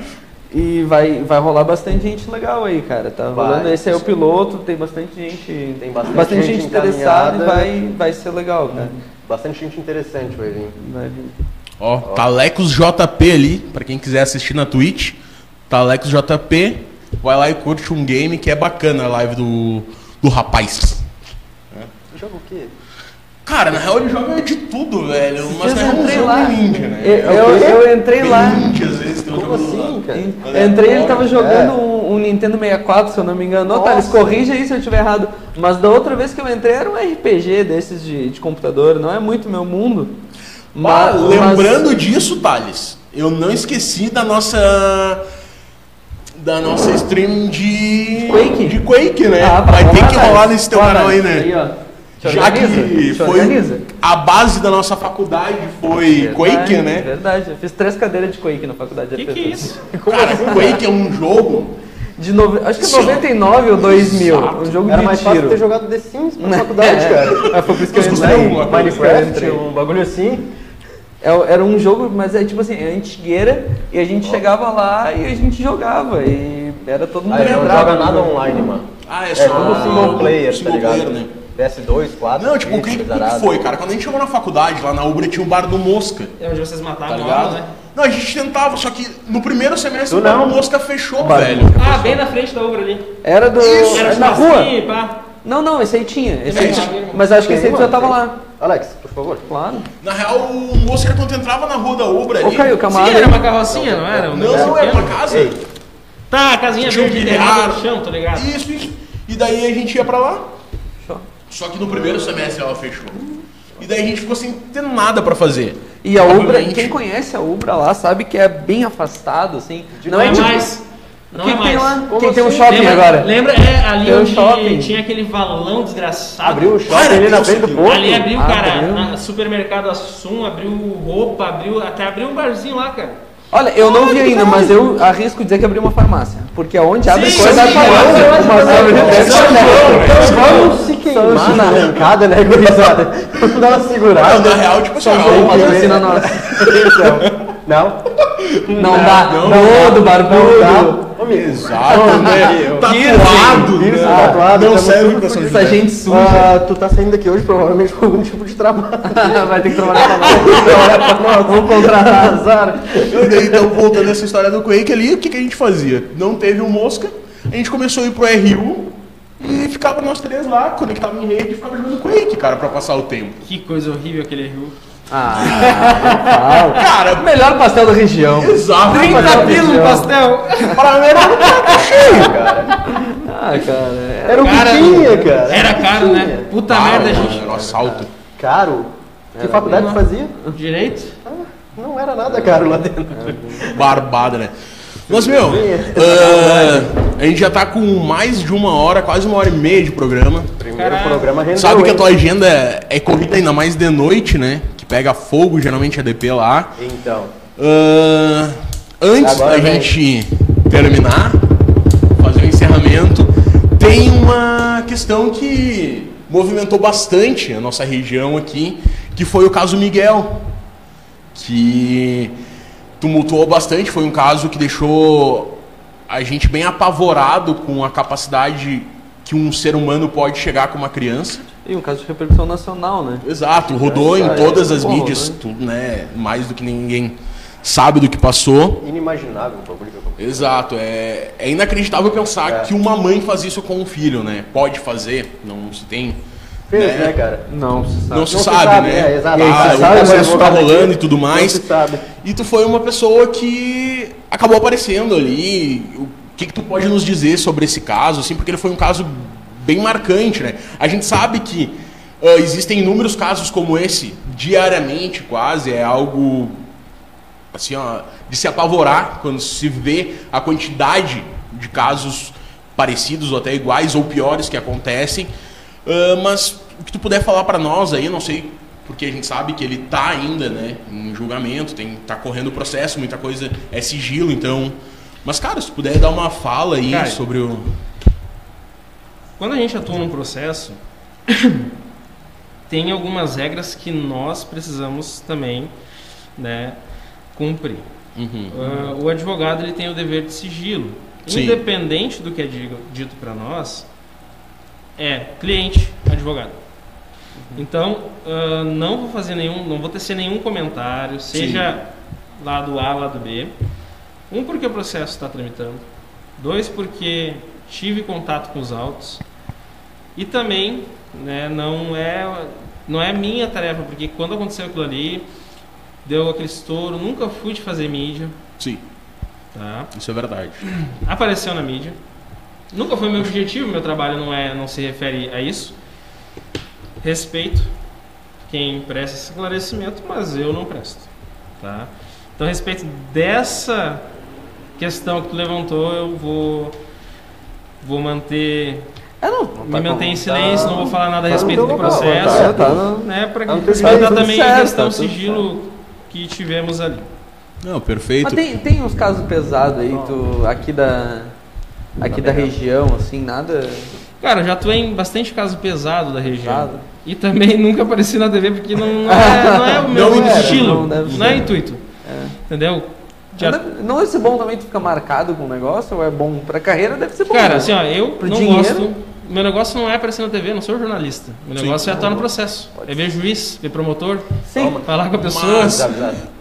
Speaker 2: E vai, vai rolar bastante gente legal aí, cara. Tá
Speaker 3: Vai.
Speaker 2: rolando. Esse é o piloto, tem bastante gente.
Speaker 3: Tem bastante
Speaker 2: gente,
Speaker 3: gente
Speaker 2: interessada e
Speaker 3: encaminhada.
Speaker 2: vai, vai ser legal, cara.
Speaker 3: Bastante gente interessante vai vir.
Speaker 2: Vai vir.
Speaker 1: Ó, Talecos JP ali, pra quem quiser assistir na Twitch. Talecos JP, vai lá e curte um game que é bacana a live do, do rapaz.
Speaker 3: Jogo o quê?
Speaker 1: Cara, na real ele joga de tudo, velho. Mas
Speaker 2: Esses
Speaker 1: é
Speaker 2: dias
Speaker 1: um
Speaker 2: entrei
Speaker 1: jogo
Speaker 2: lá.
Speaker 1: indie, né?
Speaker 2: Eu, eu, eu entrei
Speaker 1: Bem
Speaker 2: lá.
Speaker 1: indie, às vezes, tem um
Speaker 3: Como
Speaker 1: jogo do
Speaker 3: assim,
Speaker 1: lado.
Speaker 3: cara?
Speaker 2: en- Entrei, ele tava
Speaker 3: É.
Speaker 2: jogando um, um Nintendo 64, se eu não me engano. Ô,
Speaker 3: Nossa.
Speaker 2: Thales, corrija aí se eu estiver errado. Mas da outra vez que eu entrei era um RPG desses de, de computador, não é muito meu mundo.
Speaker 1: Bah,
Speaker 2: Ma-
Speaker 1: Ah, lembrando disso, Thales, eu não esqueci da nossa. Da nossa stream de.
Speaker 2: Quake?
Speaker 1: De Quake, né?
Speaker 2: Ah,
Speaker 1: Vai ter que
Speaker 2: Thales.
Speaker 1: rolar nesse teu
Speaker 2: Ó,
Speaker 1: canal aí,
Speaker 2: Thales,
Speaker 1: né?
Speaker 2: ó. Te
Speaker 1: Já que
Speaker 2: organiza, te
Speaker 1: foi
Speaker 2: organiza.
Speaker 1: a base da nossa faculdade foi Quake,
Speaker 2: É Verdade,
Speaker 1: né?
Speaker 2: Verdade, eu fiz três cadeiras de Quake na faculdade de
Speaker 4: Que que é
Speaker 3: assim,
Speaker 2: arquitetura.
Speaker 4: isso?
Speaker 1: Cara, Quake é um jogo
Speaker 2: de nove... acho que é 99 ou 2000. Um jogo
Speaker 3: Era
Speaker 2: de
Speaker 3: mais
Speaker 2: tiro.
Speaker 3: fácil ter jogado The Sims pra faculdade,
Speaker 2: É.
Speaker 3: cara. Ah, foi por isso que eu
Speaker 1: Mas custou
Speaker 3: entrei em
Speaker 1: uma coisa.
Speaker 3: Minecraft,
Speaker 2: Entrei.
Speaker 3: um bagulho assim.
Speaker 2: É- Era um jogo, mas é tipo assim, é antigueira e a gente chegava lá e a gente jogava. E era todo mundo
Speaker 3: Aí não
Speaker 2: lembrado,
Speaker 3: joga nada
Speaker 2: né?
Speaker 3: online, mano.
Speaker 1: Ah, é
Speaker 3: É
Speaker 1: só
Speaker 3: tudo single player,
Speaker 1: single
Speaker 3: tá ligado?
Speaker 1: player, né?
Speaker 3: PS2, 4,
Speaker 1: Não, tipo, o que,
Speaker 3: Xbox,
Speaker 1: o que
Speaker 3: zarado.
Speaker 1: foi, cara? Quando a gente chegou na faculdade, lá na Ubra tinha um bar do Mosca,
Speaker 4: É onde vocês
Speaker 1: tá
Speaker 4: mataram o
Speaker 1: ligado?
Speaker 4: aula, né?
Speaker 1: Não, a gente tentava, só que no primeiro semestre
Speaker 3: Tu
Speaker 1: o bar do
Speaker 3: não.
Speaker 1: Mosca fechou,
Speaker 3: Bar do
Speaker 1: velho.
Speaker 3: Mosca.
Speaker 4: Ah, bem na frente da obra ali.
Speaker 2: Era do.
Speaker 1: Isso,
Speaker 2: era
Speaker 4: Era
Speaker 2: na
Speaker 4: churrasquinho,
Speaker 2: rua? Tá
Speaker 4: pá.
Speaker 2: Não, não, esse aí tinha. Esse aí
Speaker 1: Esse-
Speaker 2: tinha. Mas acho que esse aí tu já tava lá.
Speaker 3: Alex, por favor.
Speaker 2: Claro.
Speaker 1: Na real, o Mosca quando entrava na rua da Ubra ali.
Speaker 2: Ô, Caio, camarada.
Speaker 4: Sim, era uma carrocinha, não era?
Speaker 1: Não,
Speaker 4: Um negócio
Speaker 1: não,
Speaker 3: é
Speaker 1: era uma
Speaker 4: pequeno.
Speaker 1: casa.
Speaker 3: Ei.
Speaker 4: Tá, a casinha
Speaker 1: Tinha um
Speaker 4: verde que derrubava
Speaker 1: bilhar.
Speaker 4: no chão, tá ligado?
Speaker 1: Isso, isso. E daí a gente ia pra lá.
Speaker 2: Show.
Speaker 1: Só que no primeiro semestre ela fechou. E daí a gente ficou sem ter nada pra fazer.
Speaker 2: E a Ubra,
Speaker 1: Obviamente.
Speaker 2: quem conhece a Ubra lá sabe que é bem afastado, assim.
Speaker 4: Não, é mais. Não
Speaker 2: Quem
Speaker 4: é
Speaker 2: que
Speaker 4: mais.
Speaker 2: tem lá?
Speaker 3: Como
Speaker 2: Quem tem um
Speaker 3: assim?
Speaker 2: shopping
Speaker 4: lembra,
Speaker 2: agora?
Speaker 4: Lembra é, ali
Speaker 2: Tem um
Speaker 4: onde
Speaker 2: shopping.
Speaker 4: tinha aquele valão desgraçado?
Speaker 3: Abriu o
Speaker 1: Cara,
Speaker 3: shopping ali na
Speaker 1: Deus
Speaker 3: frente do
Speaker 1: Deus.
Speaker 3: posto.
Speaker 4: Ali abriu,
Speaker 2: Ah,
Speaker 4: cara,
Speaker 2: abriu.
Speaker 4: na- supermercado Assum, abriu roupa, abriu. Até abriu um barzinho lá, cara.
Speaker 2: Olha, eu não vi ainda, mas eu arrisco dizer que abriu uma farmácia. Porque aonde abre
Speaker 4: Sim,
Speaker 2: coisa,
Speaker 4: sim,
Speaker 2: abre
Speaker 4: sim, eu
Speaker 2: farmácia. Mas abre deve
Speaker 1: São João,
Speaker 2: ser-
Speaker 3: Então vamos se queimar
Speaker 2: São
Speaker 3: na
Speaker 2: João.
Speaker 3: arrancada, né, gurizada? Vamos dar uma segurada.
Speaker 1: Não, na real, tipo assim,
Speaker 3: São
Speaker 1: ó,
Speaker 3: João,
Speaker 1: uma
Speaker 2: patrocina
Speaker 3: né?
Speaker 2: nós.
Speaker 3: Então, Não?
Speaker 2: Não tá? dá.
Speaker 1: não
Speaker 2: Todo
Speaker 3: Não Tá
Speaker 2: barbudo.
Speaker 3: dá. Ô, amigo.
Speaker 1: Exato, né? Tatuado,
Speaker 3: Isso,
Speaker 1: né?
Speaker 3: tatuado.
Speaker 1: Não
Speaker 3: tamo
Speaker 1: serve
Speaker 3: tudo
Speaker 1: pra São
Speaker 3: fudido.
Speaker 2: Essa
Speaker 1: José. [laughs]
Speaker 2: gente suja.
Speaker 3: Ah, tu tá saindo daqui hoje provavelmente com algum tipo de trabalho.
Speaker 2: [laughs] Vai ter que trabalhar pra nós.
Speaker 3: Vamos contratar azar.
Speaker 1: Eu, daí, então, voltando essa história do Quake ali, o que, que a gente fazia? Não teve um mosca, a gente começou a ir pro RU e ficava nós três lá, conectava em rede e ficava jogando Quake, cara, pra passar o tempo.
Speaker 4: Que coisa horrível aquele rio.
Speaker 2: Ah,
Speaker 4: É.
Speaker 1: Cara,
Speaker 2: melhor pastel da região.
Speaker 1: exato.
Speaker 3: Olha, região.
Speaker 4: pastel.
Speaker 1: Para mim era um prato cheio, cara.
Speaker 2: Ah, cara.
Speaker 3: Era o que
Speaker 4: Cara,
Speaker 3: tinha, cara.
Speaker 4: Era caro, né?
Speaker 3: Tinha.
Speaker 4: Puta
Speaker 1: Caro,
Speaker 4: merda,
Speaker 1: mano,
Speaker 4: gente.
Speaker 1: Era um assalto.
Speaker 3: Caro? Que faculdade tu fazia?
Speaker 4: Direito?
Speaker 3: Não era nada caro lá dentro.
Speaker 1: Barbada, né? Mas, meu, ah, a gente já tá com mais de uma hora, quase uma hora e meia de programa.
Speaker 3: Primeiro
Speaker 4: Caralho.
Speaker 3: programa rendeu,
Speaker 1: Sabe que a
Speaker 3: hein?
Speaker 1: tua agenda é corrida ainda mais de noite, né? Que pega fogo, geralmente a DP lá.
Speaker 3: Então,
Speaker 1: Ah, antes
Speaker 3: Agora
Speaker 1: da
Speaker 3: vem.
Speaker 1: gente terminar, fazer o encerramento, tem uma questão que movimentou bastante a nossa região aqui, que foi o caso Miguel, que tumultuou bastante, foi um caso que deixou a gente bem apavorado com a capacidade que um ser humano pode chegar com uma criança.
Speaker 2: E um caso de repercussão nacional, né?
Speaker 1: Exato, rodou em todas as
Speaker 2: Pô,
Speaker 1: mídias,
Speaker 2: né?
Speaker 1: tudo, né? Mais do que ninguém sabe do que passou.
Speaker 3: inimaginável o bagulho que eu comprei.
Speaker 1: Exato, é, é inacreditável pensar
Speaker 3: É.
Speaker 1: que uma mãe faz isso com um filho, né? Pode fazer, não se tem.
Speaker 3: Fez,
Speaker 1: né?
Speaker 3: né, cara?
Speaker 2: Não, se sabe.
Speaker 1: Não se sabe, né?
Speaker 3: é, exato.
Speaker 1: Ah,
Speaker 3: Não se
Speaker 1: o
Speaker 3: sabe,
Speaker 1: processo
Speaker 3: mas
Speaker 1: tá
Speaker 3: advogado aqui
Speaker 1: rolando e tudo mais.
Speaker 3: Não se sabe.
Speaker 1: E tu foi uma pessoa que acabou aparecendo ali. O que, que tu pode nos dizer sobre esse caso? Assim, porque ele foi um caso bem marcante, né? A gente sabe que ah, existem inúmeros casos como esse diariamente, quase. É algo assim, ó, de se apavorar quando se vê a quantidade de casos parecidos ou até iguais ou piores que acontecem. Ah, mas o que tu puder falar para nós aí, não sei, porque a gente sabe que ele tá ainda, né, em julgamento, tem tá correndo o processo, muita coisa é sigilo, então. Mas cara, se tu puder dar uma fala aí
Speaker 4: Cara,
Speaker 1: sobre o
Speaker 4: Quando a gente atua num processo, [coughs] tem algumas regras que nós precisamos também, né, cumprir.
Speaker 1: Uhum.
Speaker 4: Ah, o advogado ele tem o dever de sigilo.
Speaker 1: Sim.
Speaker 4: Independente do que é digo- dito para nós, é cliente, advogado. Então, ah, não vou fazer nenhum, não vou tecer nenhum comentário, seja lado A, lado B. Um, porque o processo está tramitando. Dois, porque tive contato com os autos. E também, né, não é não é minha tarefa, porque quando aconteceu aquilo ali, deu aquele estouro, nunca fui de fazer mídia,
Speaker 1: Sim,
Speaker 4: tá?
Speaker 1: isso é verdade.
Speaker 4: Apareceu na mídia. Nunca foi meu objetivo, meu trabalho não é não se refere a isso. Respeito quem presta esse esclarecimento, mas eu não presto, tá? Então, a respeito dessa questão que tu levantou, eu vou vou manter
Speaker 2: É, não.
Speaker 4: me manter em silêncio, não vou falar nada a
Speaker 3: Tá,
Speaker 4: respeito
Speaker 3: não
Speaker 4: do
Speaker 3: vou falar,
Speaker 4: processo
Speaker 2: Tá, tá, não.
Speaker 4: né, para
Speaker 3: Não,
Speaker 4: respeitar
Speaker 2: tudo
Speaker 4: também
Speaker 2: certo, tá
Speaker 4: a questão
Speaker 2: tudo
Speaker 4: sigilo que tivemos ali.
Speaker 1: Não, perfeito.
Speaker 2: Mas tem, tem uns casos pesados aí, tu, aqui da, aqui da região, assim, nada.
Speaker 4: Cara, eu já atuei em bastante caso pesado da região.
Speaker 2: Pesado.
Speaker 4: E também [laughs] nunca apareci na TV porque não, não é, não é o meu
Speaker 2: Não era,
Speaker 4: estilo.
Speaker 2: não
Speaker 4: Não,
Speaker 2: deve
Speaker 4: é
Speaker 2: ser.
Speaker 4: intuito. Entendeu? Já-
Speaker 2: Não deve- Não deve ser bom também tu ficar marcado com o negócio, ou é bom pra carreira, deve ser bom.
Speaker 4: Cara,
Speaker 2: né?
Speaker 4: assim, ó, eu
Speaker 2: Pro
Speaker 4: não
Speaker 2: dinheiro?
Speaker 4: gosto. Meu negócio não é aparecer na TV, eu não sou jornalista. Meu
Speaker 1: Sim.
Speaker 4: negócio é atuar no processo. É ver juiz, ver promotor,
Speaker 2: Sim.
Speaker 4: falar com a pessoa.
Speaker 1: Mas-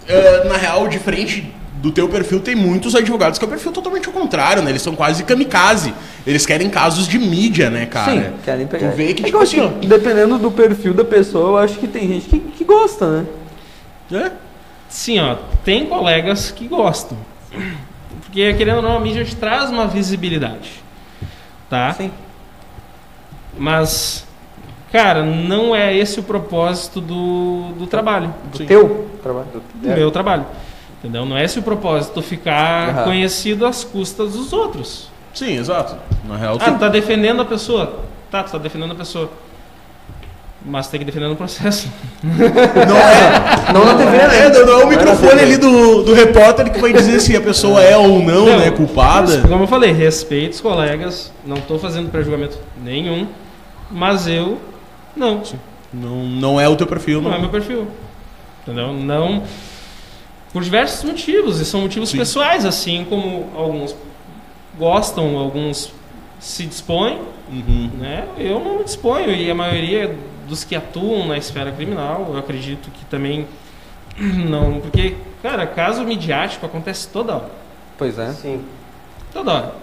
Speaker 1: É, na real, de frente do teu perfil, tem muitos advogados que é o perfil totalmente ao contrário, né? Eles são quase kamikaze. Eles querem casos de mídia, né, cara?
Speaker 2: Sim, querem pegar.
Speaker 1: Tu vê que,
Speaker 2: É
Speaker 1: tipo
Speaker 2: eu acho
Speaker 1: assim, ó...
Speaker 2: que, dependendo do perfil da pessoa, eu acho que tem gente que, que gosta, né?
Speaker 1: é?
Speaker 4: Sim, ó, tem colegas que gostam. Porque, querendo ou não, a mídia te traz uma visibilidade.
Speaker 1: Ah,
Speaker 4: Tá?
Speaker 2: Sim.
Speaker 4: Mas, cara, não é esse o propósito do, do trabalho.
Speaker 2: Do
Speaker 1: Sim.
Speaker 2: teu trabalho.
Speaker 4: Do meu trabalho. Entendeu? Não é esse o propósito ficar
Speaker 2: Aham.
Speaker 4: conhecido às custas dos outros.
Speaker 1: Sim, exato. Na real,
Speaker 4: Ah,
Speaker 1: sim.
Speaker 4: tu tá defendendo a pessoa. Tá, tu tá defendendo a pessoa. Mas tem que defender no processo.
Speaker 1: não é...
Speaker 2: Não na
Speaker 4: tá
Speaker 2: TV, né?
Speaker 1: É, não, não é o microfone
Speaker 2: TV.
Speaker 1: ali do, do repórter que vai dizer se a pessoa
Speaker 4: [laughs]
Speaker 1: é ou não,
Speaker 4: Não,
Speaker 1: né, culpada.
Speaker 4: Como eu falei, respeito os colegas. Não tô fazendo pré-julgamento nenhum. Mas eu não.
Speaker 1: Não, não é o teu perfil,
Speaker 4: Não é
Speaker 1: não.
Speaker 4: meu perfil. Entendeu? Não. Por diversos motivos, e são motivos
Speaker 1: Sim.
Speaker 4: pessoais, assim como alguns gostam, alguns se dispõem,
Speaker 1: Uhum.
Speaker 4: né? Eu não me disponho, e a maioria dos que atuam na esfera criminal, eu acredito que também [clears throat] não. Porque, cara, caso midiático acontece toda hora.
Speaker 2: Pois é.
Speaker 3: Sim.
Speaker 4: Toda hora.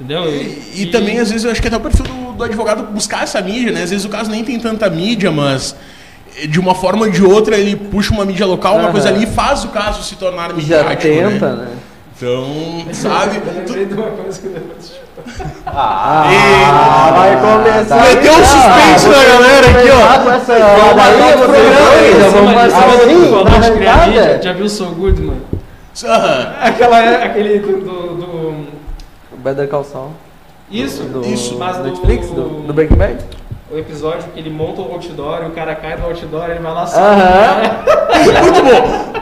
Speaker 4: Entendeu?
Speaker 1: E, e também, às vezes, eu acho que é até o perfil do, do advogado buscar essa mídia, né? Às vezes o caso nem tem tanta mídia, mas eh, de uma forma ou de outra ele puxa uma mídia local, uma
Speaker 2: Aham.
Speaker 1: coisa ali e faz o caso se tornar
Speaker 2: Já
Speaker 1: midiático, né?
Speaker 2: tenta, né?
Speaker 1: Então,
Speaker 4: [laughs]
Speaker 1: sabe? Tu
Speaker 3: Ah, vai começar.
Speaker 1: meteu
Speaker 2: Ah,
Speaker 1: um suspense
Speaker 2: né?
Speaker 1: na galera aqui, ó.
Speaker 3: tá Com essa
Speaker 2: é
Speaker 3: ladainha do
Speaker 2: então,
Speaker 4: né?
Speaker 3: programa, né? vamos começar assim,
Speaker 4: Falou
Speaker 3: na
Speaker 4: de criar mídia,
Speaker 3: realidade.
Speaker 4: já viu o So Good, mano?
Speaker 1: Aham.
Speaker 4: [laughs] Aquela, é aquele do, do- do-
Speaker 2: O Better Call Saul.
Speaker 4: Isso,
Speaker 2: Do
Speaker 1: Isso.
Speaker 4: Mas do-
Speaker 2: Netflix, do, do Breaking Bad?
Speaker 4: o episódio que ele monta o outdoor, e o cara cai do outdoor, ele vai lá só.
Speaker 2: Aham.
Speaker 1: Muito bom.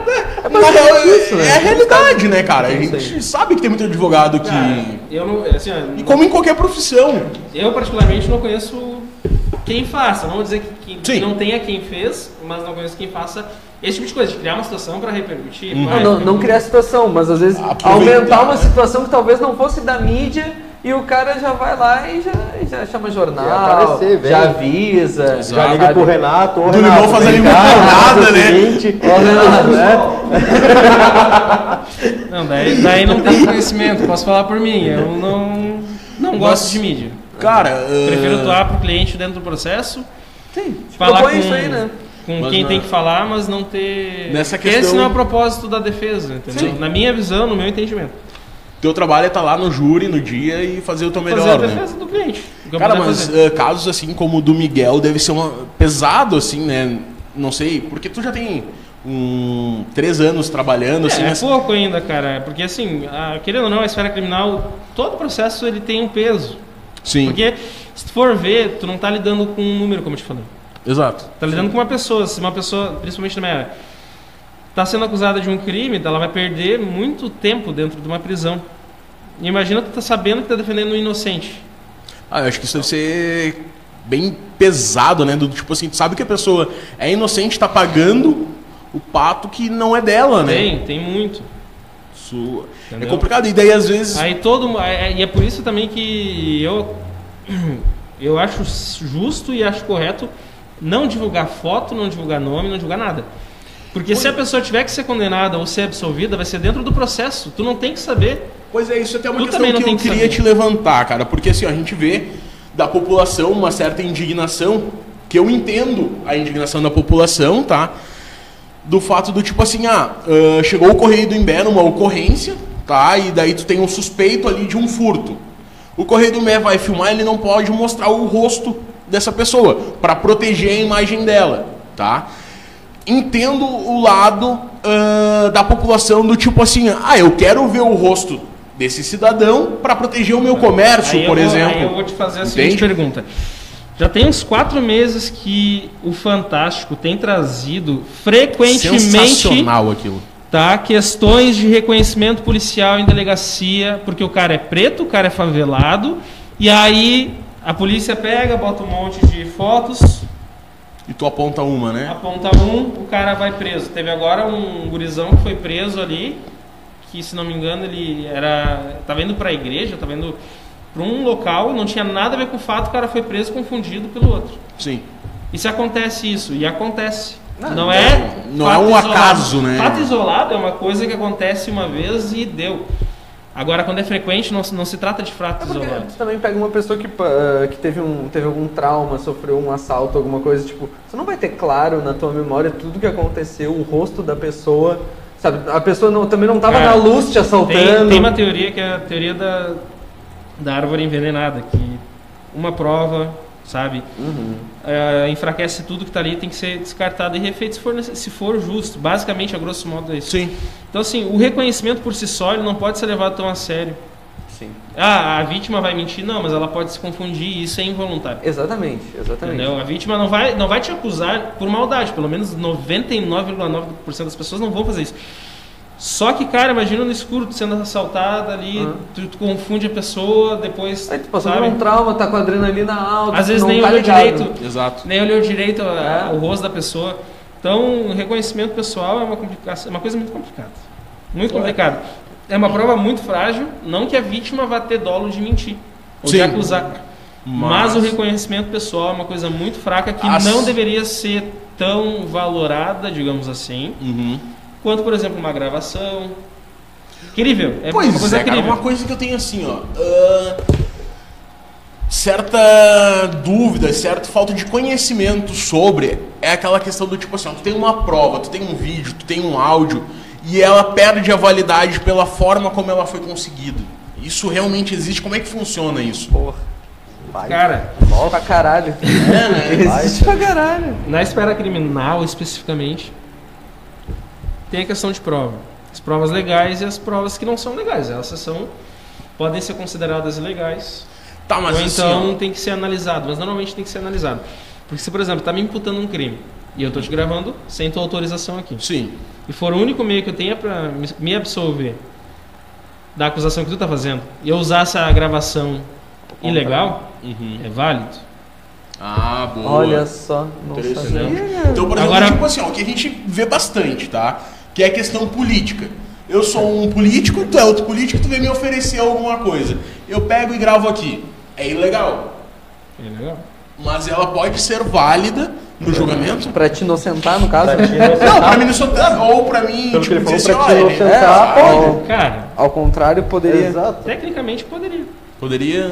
Speaker 1: Na real, é,
Speaker 2: isso, né?
Speaker 1: é a realidade, né, cara? A gente sabe que tem muito advogado que.
Speaker 4: Cara, eu não, assim, ó,
Speaker 1: E como em qualquer profissão.
Speaker 4: eu particularmente não conheço quem faça, não vou dizer que, que- que
Speaker 1: Sim.
Speaker 4: não tenha quem fez, mas não conheço quem faça esse tipo de coisa, de criar uma situação pra repercutir.
Speaker 1: Uhum.
Speaker 4: vai,
Speaker 2: Não, não,
Speaker 4: fica
Speaker 2: não
Speaker 4: muito-
Speaker 2: criar situação, mas às vezes
Speaker 1: Aproveitar,
Speaker 2: aumentar uma
Speaker 1: né?
Speaker 2: situação que talvez não fosse da mídia e o cara já vai lá e já, já chama jornal,
Speaker 3: Já aparecer, vem.
Speaker 2: já avisa,
Speaker 3: Já liga
Speaker 2: sabe?
Speaker 3: pro Renato, ô
Speaker 1: Do limão fazer
Speaker 3: vem
Speaker 1: limão
Speaker 3: cá,
Speaker 1: com nada,
Speaker 3: Renato, é o
Speaker 1: né?
Speaker 3: seguinte,
Speaker 2: Ô, Renato,
Speaker 3: né?
Speaker 4: Não, daí, daí não tem conhecimento, posso falar por mim, eu não, não gosto
Speaker 1: Mas-
Speaker 4: de mídia.
Speaker 1: Cara. ah,
Speaker 4: Prefiro atuar pro cliente dentro do processo,
Speaker 2: Sim,
Speaker 4: falar
Speaker 2: propõe
Speaker 4: com,
Speaker 2: isso aí, né?
Speaker 4: com
Speaker 1: Mas
Speaker 4: quem
Speaker 1: na-
Speaker 4: tem que falar, mas não ter...
Speaker 1: Nessa
Speaker 4: Porque
Speaker 1: questão-
Speaker 4: Esse não é o propósito da defesa, entendeu?
Speaker 1: Sim.
Speaker 4: Na minha visão, no meu entendimento.
Speaker 1: Teu trabalho é estar lá no júri no dia e fazer o teu melhor,
Speaker 4: fazer a
Speaker 1: né?
Speaker 4: defesa do cliente. o que eu
Speaker 1: Cara,
Speaker 4: puder
Speaker 1: mas
Speaker 4: é fazer.
Speaker 1: eh, casos assim como o do Miguel deve ser uma... pesado, assim, né? Não sei, porque tu já tem um, três anos trabalhando, assim,
Speaker 4: É, é
Speaker 1: mas...
Speaker 4: pouco ainda, cara, porque assim, a- querendo ou não, a esfera criminal, todo processo ele tem um peso.
Speaker 1: Sim,
Speaker 4: Porque se tu for ver, tu não tá lidando com um número, como eu te falei.
Speaker 1: exato.
Speaker 4: Tá lidando com uma pessoa, se uma pessoa, principalmente na minha área, tá sendo acusada de um crime, ela vai perder muito tempo dentro de uma prisão. E imagina tu tá sabendo que tá defendendo um inocente.
Speaker 1: Ah, eu acho que isso deve ser bem pesado, né? Do, tipo assim, tu sabe que a pessoa é inocente, tá pagando o pato que não é dela, né?
Speaker 4: Tem, tem muito.
Speaker 1: Isso é
Speaker 4: Entendeu?
Speaker 1: complicado. E daí, às vezes...
Speaker 4: Aí todo mu- é- é- e é por isso também que eu [clears throat] eu acho justo e acho correto não divulgar foto, não divulgar nome, não divulgar nada. Porque se a pessoa tiver que ser condenada ou ser absolvida, vai ser dentro do processo. Tu não tem que saber.
Speaker 1: Pois é, isso até é uma
Speaker 4: Tu
Speaker 1: questão
Speaker 4: também
Speaker 1: que eu
Speaker 4: não tem
Speaker 1: queria
Speaker 4: que saber.
Speaker 1: te levantar, cara, porque assim, ó, a gente vê da população uma certa indignação, que eu entendo a indignação da população, tá? Do fato do tipo assim, ah, ah, chegou o Correio do Imbé numa ocorrência, tá? E daí tu tem um suspeito ali de um furto. O Correio do Imbé vai filmar, ele não pode mostrar o rosto dessa pessoa, para proteger a imagem dela, tá? entendo o lado ah, da população do tipo assim, ah, eu quero ver o rosto desse cidadão para proteger o meu comércio,
Speaker 4: Aí eu
Speaker 1: por
Speaker 4: vou-
Speaker 1: exemplo.
Speaker 4: Aí eu vou te fazer a seguinte
Speaker 1: Entende?
Speaker 4: pergunta. Já tem uns quatro meses que o Fantástico tem trazido frequentemente
Speaker 1: Sensacional aquilo.
Speaker 4: tá? Questões de reconhecimento policial em delegacia, porque o cara é preto, o cara é favelado, e aí a polícia pega, bota um monte de fotos,
Speaker 1: E tu aponta uma, né?
Speaker 4: aponta um, o cara vai preso. Teve agora um gurizão que foi preso ali, que se não me engano ele era tava indo para a igreja, tava indo para um local, não tinha nada a ver com o fato, o cara foi preso confundido pelo outro.
Speaker 1: Sim.
Speaker 4: E se acontece isso? E acontece.
Speaker 2: Não,
Speaker 4: Não, é.
Speaker 1: não
Speaker 4: fato
Speaker 1: é um
Speaker 4: isolado.
Speaker 1: acaso, né?
Speaker 4: Fato isolado é uma coisa que acontece uma vez e deu. Agora, quando é frequente, não, se- não se trata de fato
Speaker 2: É porque
Speaker 4: isolado.
Speaker 2: tu também pega uma pessoa que, pa- que teve, um, teve algum trauma, sofreu um assalto, alguma coisa, tipo, você não vai ter claro na tua memória tudo que aconteceu, o rosto da pessoa, sabe? A pessoa não- também não tava
Speaker 4: É.
Speaker 2: na luz te assaltando.
Speaker 4: Tem, tem uma teoria que é a teoria da, da árvore envenenada, que uma prova, sabe?
Speaker 2: Uhum.
Speaker 4: é, enfraquece tudo que tá ali, tem que ser descartado e refeito se for, necess- se for justo. Basicamente, a grosso modo, é isso.
Speaker 1: Sim.
Speaker 4: Então, assim, o reconhecimento por si só ele não pode ser levado tão a sério.
Speaker 2: Sim.
Speaker 4: Ah, a vítima vai mentir? Não, mas ela pode se confundir e isso é involuntário.
Speaker 2: Exatamente, exatamente.
Speaker 4: Entendeu? A vítima não vai, não vai te acusar por maldade. Pelo menos 99,9% das pessoas não vão fazer isso. Só que, cara, imagina no escuro, tu sendo assaltada ali,
Speaker 2: Uhum.
Speaker 4: tu, tu confunde a pessoa, depois.
Speaker 2: Aí tu passou
Speaker 4: sabe?
Speaker 2: por um trauma, tá com a adrenalina alta,
Speaker 4: Às
Speaker 2: tu
Speaker 4: vezes
Speaker 2: não
Speaker 4: nem
Speaker 2: tá
Speaker 4: olhou
Speaker 2: ligado.
Speaker 4: direito.
Speaker 1: Exato.
Speaker 4: Nem olhou direito a-
Speaker 2: É.
Speaker 4: o rosto da pessoa. Então, o reconhecimento pessoal é uma, complicação, é uma coisa muito complicada. Muito complicada. É uma prova muito frágil, não que a vítima vá ter dolo de mentir ou
Speaker 1: Sim.
Speaker 4: de acusar. Mas...
Speaker 1: Mas-
Speaker 4: o reconhecimento pessoal é uma coisa muito fraca que
Speaker 1: As-
Speaker 4: não deveria ser tão valorada, digamos assim,
Speaker 1: Uhum.
Speaker 4: quanto, por exemplo, uma gravação. Incrível. É
Speaker 1: pois
Speaker 4: uma coisa
Speaker 1: é, cara,
Speaker 4: incrível.
Speaker 1: uma coisa que eu tenho assim, ó. ah, certa dúvida, certa falta de conhecimento sobre é aquela questão do tipo assim, ó, tu tem uma prova, tu tem um vídeo, tu tem um áudio e ela perde a validade pela forma como ela foi conseguida. Isso realmente existe? Como é que funciona isso?
Speaker 2: Porra,
Speaker 3: Vai.
Speaker 4: Cara,
Speaker 2: pra caralho.
Speaker 1: É, né?
Speaker 2: [laughs] Existe pra caralho.
Speaker 4: na esfera criminal especificamente, tem a questão de prova. As provas legais e as provas que não são legais. Elas são podem ser consideradas ilegais
Speaker 1: Tá, mas
Speaker 4: Ou
Speaker 1: assim,
Speaker 4: então
Speaker 1: ó,
Speaker 4: tem que ser analisado, mas normalmente tem que ser analisado. Porque se, por exemplo, tá me imputando um crime e eu tô te gravando sem tua autorização aqui,
Speaker 1: sim.
Speaker 4: e for o único meio que eu tenha para me absolver da acusação que tu tá fazendo, e eu usar essa gravação ilegal,
Speaker 1: Uhum.
Speaker 4: é válido.
Speaker 1: Ah, boa.
Speaker 2: Olha só, não
Speaker 1: Interessante.
Speaker 3: né?
Speaker 2: sabia.
Speaker 1: Então, por exemplo,
Speaker 4: Agora-
Speaker 1: tipo assim, ó, o que a gente vê bastante, tá? Que é a questão política. Eu sou um político, tu é outro político, tu vem me oferecer alguma coisa. Eu pego e gravo aqui. É ilegal.
Speaker 4: É legal.
Speaker 1: Mas ela pode ser válida no julgamento.
Speaker 2: Pra te inocentar, no caso.
Speaker 3: Pra ti, não
Speaker 1: Não, pra
Speaker 3: sentar.
Speaker 1: mim não sou tanto. Ou pra mim,
Speaker 3: Pelo que
Speaker 1: tipo,
Speaker 3: ele
Speaker 1: dizer assim,
Speaker 3: falou, pra
Speaker 1: ó,
Speaker 3: te
Speaker 1: ele-
Speaker 2: sentar,
Speaker 1: é,
Speaker 2: pode.
Speaker 4: Cara,
Speaker 2: Ao contrário, poderia.
Speaker 3: Exato.
Speaker 4: tecnicamente poderia.
Speaker 1: Poderia.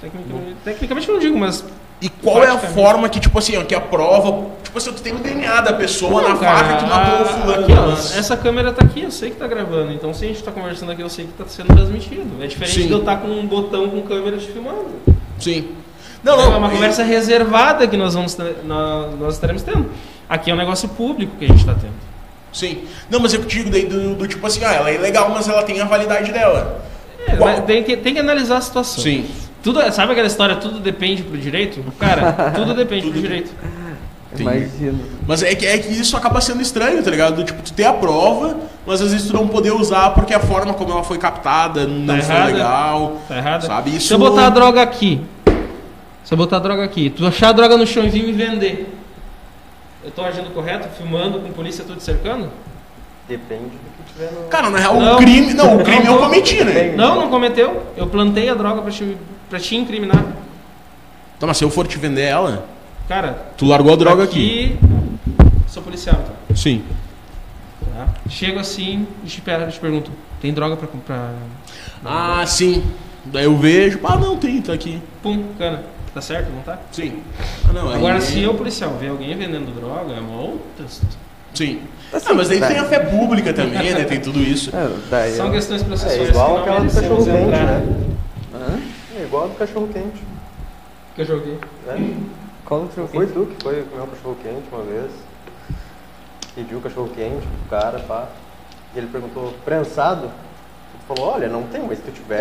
Speaker 4: Tecnicamente, tecnicamente eu não digo, mas
Speaker 1: E qual é a
Speaker 4: Praticamente.
Speaker 1: forma que, tipo assim, ó, que a prova. Tipo assim, tu tem o DNA da pessoa na
Speaker 4: Não, cara,
Speaker 1: faca que matou o
Speaker 4: a-
Speaker 1: fulano. né?"
Speaker 4: aqui, ó,
Speaker 1: mas-
Speaker 4: essa câmera tá aqui, eu sei que tá gravando. Então se a gente tá conversando aqui, eu sei que tá sendo transmitido. É diferente
Speaker 1: Sim.
Speaker 4: de eu estar com um botão com câmera te filmando.
Speaker 1: Sim. Não, não.
Speaker 4: é uma
Speaker 1: e-
Speaker 4: conversa reservada que nós, vamos, ter- nós, nós estaremos tendo. Aqui é um negócio público que a gente está tendo.
Speaker 1: Sim. Não, mas eu digo daí do, do tipo assim, ah, ela é legal, mas ela tem a validade dela.
Speaker 4: É,
Speaker 1: Qual-
Speaker 4: mas tem, que, tem que analisar a situação. Tudo, sabe aquela história, tudo depende pro direito? Cara, tudo depende pro
Speaker 1: [laughs] Tudo
Speaker 4: direito.
Speaker 1: Entendi.
Speaker 2: Imagina.
Speaker 1: Mas é que, é que isso acaba sendo estranho, tá ligado? Do Tipo, tu tem a prova, mas às vezes tu não poder usar porque a forma como ela foi captada não
Speaker 4: Tá
Speaker 1: foi
Speaker 4: errada.
Speaker 1: legal.
Speaker 4: Tá errado?
Speaker 1: Sabe,
Speaker 4: Se
Speaker 1: isso-
Speaker 4: eu botar a droga aqui, se eu botar a droga aqui, tu achar a droga no chão e vir me vender, eu tô agindo correto, filmando com polícia, tudo cercando?
Speaker 3: Depende do que tiver no.
Speaker 1: Cara, na real, o
Speaker 4: Não.
Speaker 1: crime. Não, o crime
Speaker 4: Não,
Speaker 1: eu
Speaker 4: não.
Speaker 1: cometi, né?
Speaker 3: Bem.
Speaker 4: Não, não cometeu. Eu plantei a droga pra te, pra te incriminar.
Speaker 1: Tá, mas se eu for te vender ela,
Speaker 4: Cara,
Speaker 1: tu largou a
Speaker 4: aqui, Sou policial, então.
Speaker 1: Sim.
Speaker 4: Tá? Chego assim e te, per- te pergunto, tem droga pra comprar?
Speaker 1: Ah, sim. Daí eu vejo, ah, não, tem, tá aqui.
Speaker 4: Pum, cana. Tá certo, não tá?
Speaker 1: Sim. Ah, não, aí-
Speaker 4: Agora, se eu, policial, ver alguém vendendo droga, é uma outra... histó-
Speaker 1: Sim. Ah, mas aí tem a fé pública também, né? Tem tudo isso.
Speaker 2: É, daí,
Speaker 4: São
Speaker 2: ó.
Speaker 4: questões
Speaker 3: É
Speaker 4: processuais que
Speaker 3: igual
Speaker 4: não
Speaker 3: aquela do
Speaker 4: merecemos
Speaker 3: cachorro quente,
Speaker 4: entrar.
Speaker 3: né?
Speaker 2: Hã?
Speaker 3: É igual a do cachorro quente.
Speaker 4: Que eu joguei.
Speaker 3: Né?
Speaker 2: Qual outro
Speaker 3: Foi tu que foi comer um cachorro quente uma vez. Pediu o cachorro quente pro cara, pá. E ele perguntou, prensado? Tu falou, olha, não tem, mas se tu
Speaker 2: [laughs]
Speaker 3: tiver.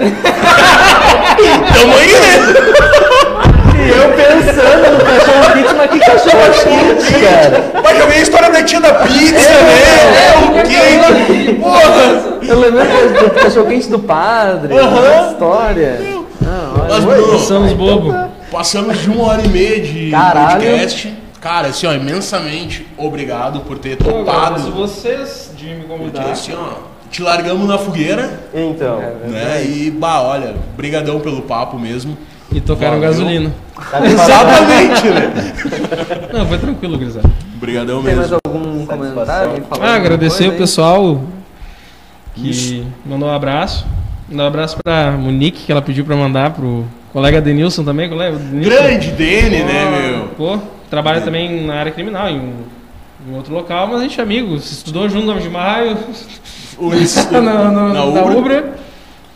Speaker 1: Tamo aí, né?
Speaker 3: E eu pensando no cachorro quente, mas que cachorro quente, é, cara?
Speaker 1: É, né? Mas também a história da tia da pizza, né? É, o quê?
Speaker 3: é,
Speaker 2: do padre,
Speaker 1: Aham.
Speaker 2: a história. Ah, olha.
Speaker 1: Mas,
Speaker 3: Oi,
Speaker 1: Bruno,
Speaker 4: Somos bobo.
Speaker 1: Passamos de uma hora e meia de
Speaker 2: Caralho.
Speaker 1: podcast. Cara, assim, ó, imensamente obrigado por ter
Speaker 4: Eu agradeço
Speaker 1: topado.
Speaker 4: vocês de me
Speaker 1: Porque,
Speaker 4: convidar.
Speaker 1: assim, ó, te largamos na fogueira,
Speaker 2: É
Speaker 3: Então,
Speaker 1: né? E, bah, olha, brigadão pelo papo mesmo.
Speaker 4: E tocaram
Speaker 1: Valeu.
Speaker 4: gasolina.
Speaker 3: tá preparado?
Speaker 1: Exatamente, né?
Speaker 4: Não, foi tranquilo, gurizada.
Speaker 1: Brigadão
Speaker 2: Tem mais
Speaker 1: mesmo.
Speaker 2: algum comentário? Falar
Speaker 4: Ah,
Speaker 2: alguma
Speaker 4: agradecer
Speaker 2: coisa
Speaker 4: o
Speaker 2: aí?
Speaker 4: pessoal que mandou um abraço. Mandar um abraço pra Monique, que ela pediu pra mandar pro colega Denilson também, colega Denilson.
Speaker 1: Grande Dene, né, meu?
Speaker 4: Pô, trabalha também na área criminal, em, um, em outro local, mas a gente é amigo. Se estudou junto na Maio, [laughs]
Speaker 1: O ins-
Speaker 4: na, na,
Speaker 1: na
Speaker 4: na
Speaker 1: Ubra.
Speaker 4: Ubra.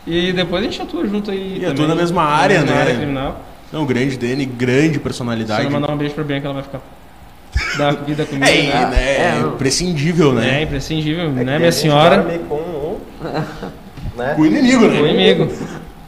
Speaker 4: E depois a gente atua junto aí.
Speaker 1: E
Speaker 4: também,
Speaker 1: atua na mesma área,
Speaker 4: na
Speaker 1: né?
Speaker 4: área criminal.
Speaker 1: Não, grande Dene, grande
Speaker 4: Só
Speaker 1: personalidade.
Speaker 4: não mandar um beijo pra Bianca, ela vai ficar. Dar vida comigo.
Speaker 1: É, e,
Speaker 4: né?
Speaker 1: né?
Speaker 2: É,
Speaker 1: É
Speaker 2: não.
Speaker 1: imprescindível,
Speaker 4: É
Speaker 1: né?
Speaker 4: imprescindível,
Speaker 3: É que
Speaker 4: né,
Speaker 3: tem
Speaker 4: minha
Speaker 3: gente
Speaker 4: senhora?
Speaker 3: que dorme Com um, né?
Speaker 1: Com o inimigo, né?
Speaker 4: Com o inimigo.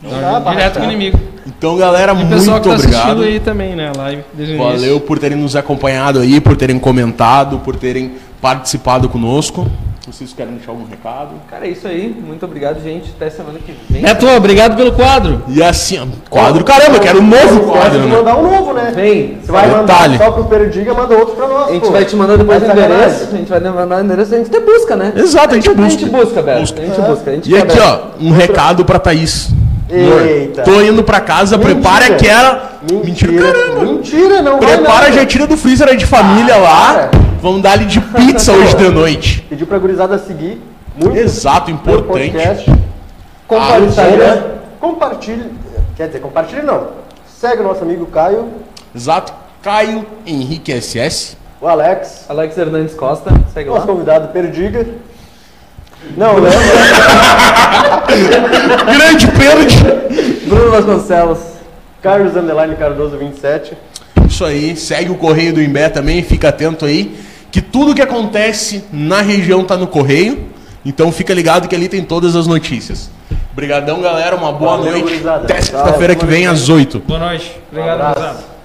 Speaker 3: dá pra
Speaker 4: direto com o
Speaker 3: achar.
Speaker 4: inimigo.
Speaker 1: Então, galera,
Speaker 4: E o
Speaker 1: muito
Speaker 4: pessoal que tá
Speaker 1: obrigado.
Speaker 4: assistindo aí também, né? a Live desde o início.
Speaker 1: Valeu por terem nos acompanhado aí, por terem comentado, por terem participado conosco. Vocês querem deixar algum recado?
Speaker 2: Cara, é isso aí. Muito obrigado, gente. Até semana que vem.
Speaker 1: É
Speaker 4: Neto, obrigado pelo quadro.
Speaker 1: E assim, ó, [laughs] quadro, caramba, eu quero um novo
Speaker 3: Pode
Speaker 1: quadro, né?
Speaker 3: mandar um novo, né?
Speaker 2: Vem.
Speaker 3: Você vai
Speaker 1: Detalhe.
Speaker 3: mandar só pro Perdiga, manda outro pra nós.
Speaker 2: A gente
Speaker 3: pô.
Speaker 2: vai te mandar depois o
Speaker 3: Vai sacanagem.
Speaker 2: endereço. A gente vai mandar o endereço. A gente até busca, né?
Speaker 1: Exato, a gente
Speaker 2: A
Speaker 1: busca.
Speaker 2: gente busca, velho. A
Speaker 1: Busca.
Speaker 2: gente busca. A gente
Speaker 1: E
Speaker 2: quer,
Speaker 1: aqui,
Speaker 2: velho.
Speaker 1: ó, um recado pra Thaís. Amor,
Speaker 3: Eita.
Speaker 1: Tô indo pra casa,
Speaker 3: Mentira.
Speaker 1: prepara que era. Mentira,
Speaker 3: Mentira,
Speaker 1: caramba.
Speaker 3: Mentira, não vai
Speaker 1: Prepara,
Speaker 3: não.
Speaker 1: já tira do freezer aí de família lá.
Speaker 3: cara.
Speaker 1: Vamos dar ali de pizza hoje de noite.
Speaker 3: Pediu pra gurizada seguir. Muito
Speaker 1: Exato,
Speaker 3: meu
Speaker 1: importante.
Speaker 3: podcast.
Speaker 1: Ah,
Speaker 3: Compartilha.
Speaker 1: Instagram.
Speaker 3: compartilhe. Quer dizer, compartilhe não. Segue o nosso amigo Caio,
Speaker 1: Exato. Caio Henrique SS.
Speaker 3: o Alex,
Speaker 2: Alex Hernandes Costa. Segue lá.
Speaker 3: nosso convidado Perdiga. Não, né?
Speaker 1: Grande pênalti.
Speaker 2: Bruno Vasconcelos.
Speaker 3: né? Carlos Underline Cardoso 27.
Speaker 1: Isso aí, segue o Correio do Imbé também, fica atento aí, que tudo que acontece na região tá no Correio, então fica ligado que ali tem todas as notícias. Obrigadão, galera, uma boa
Speaker 3: Valeu,
Speaker 1: noite.
Speaker 3: gurizada.
Speaker 1: Até sexta-feira que vem às 8.
Speaker 4: Boa noite. Obrigado,
Speaker 3: Abraço.
Speaker 4: Rosado.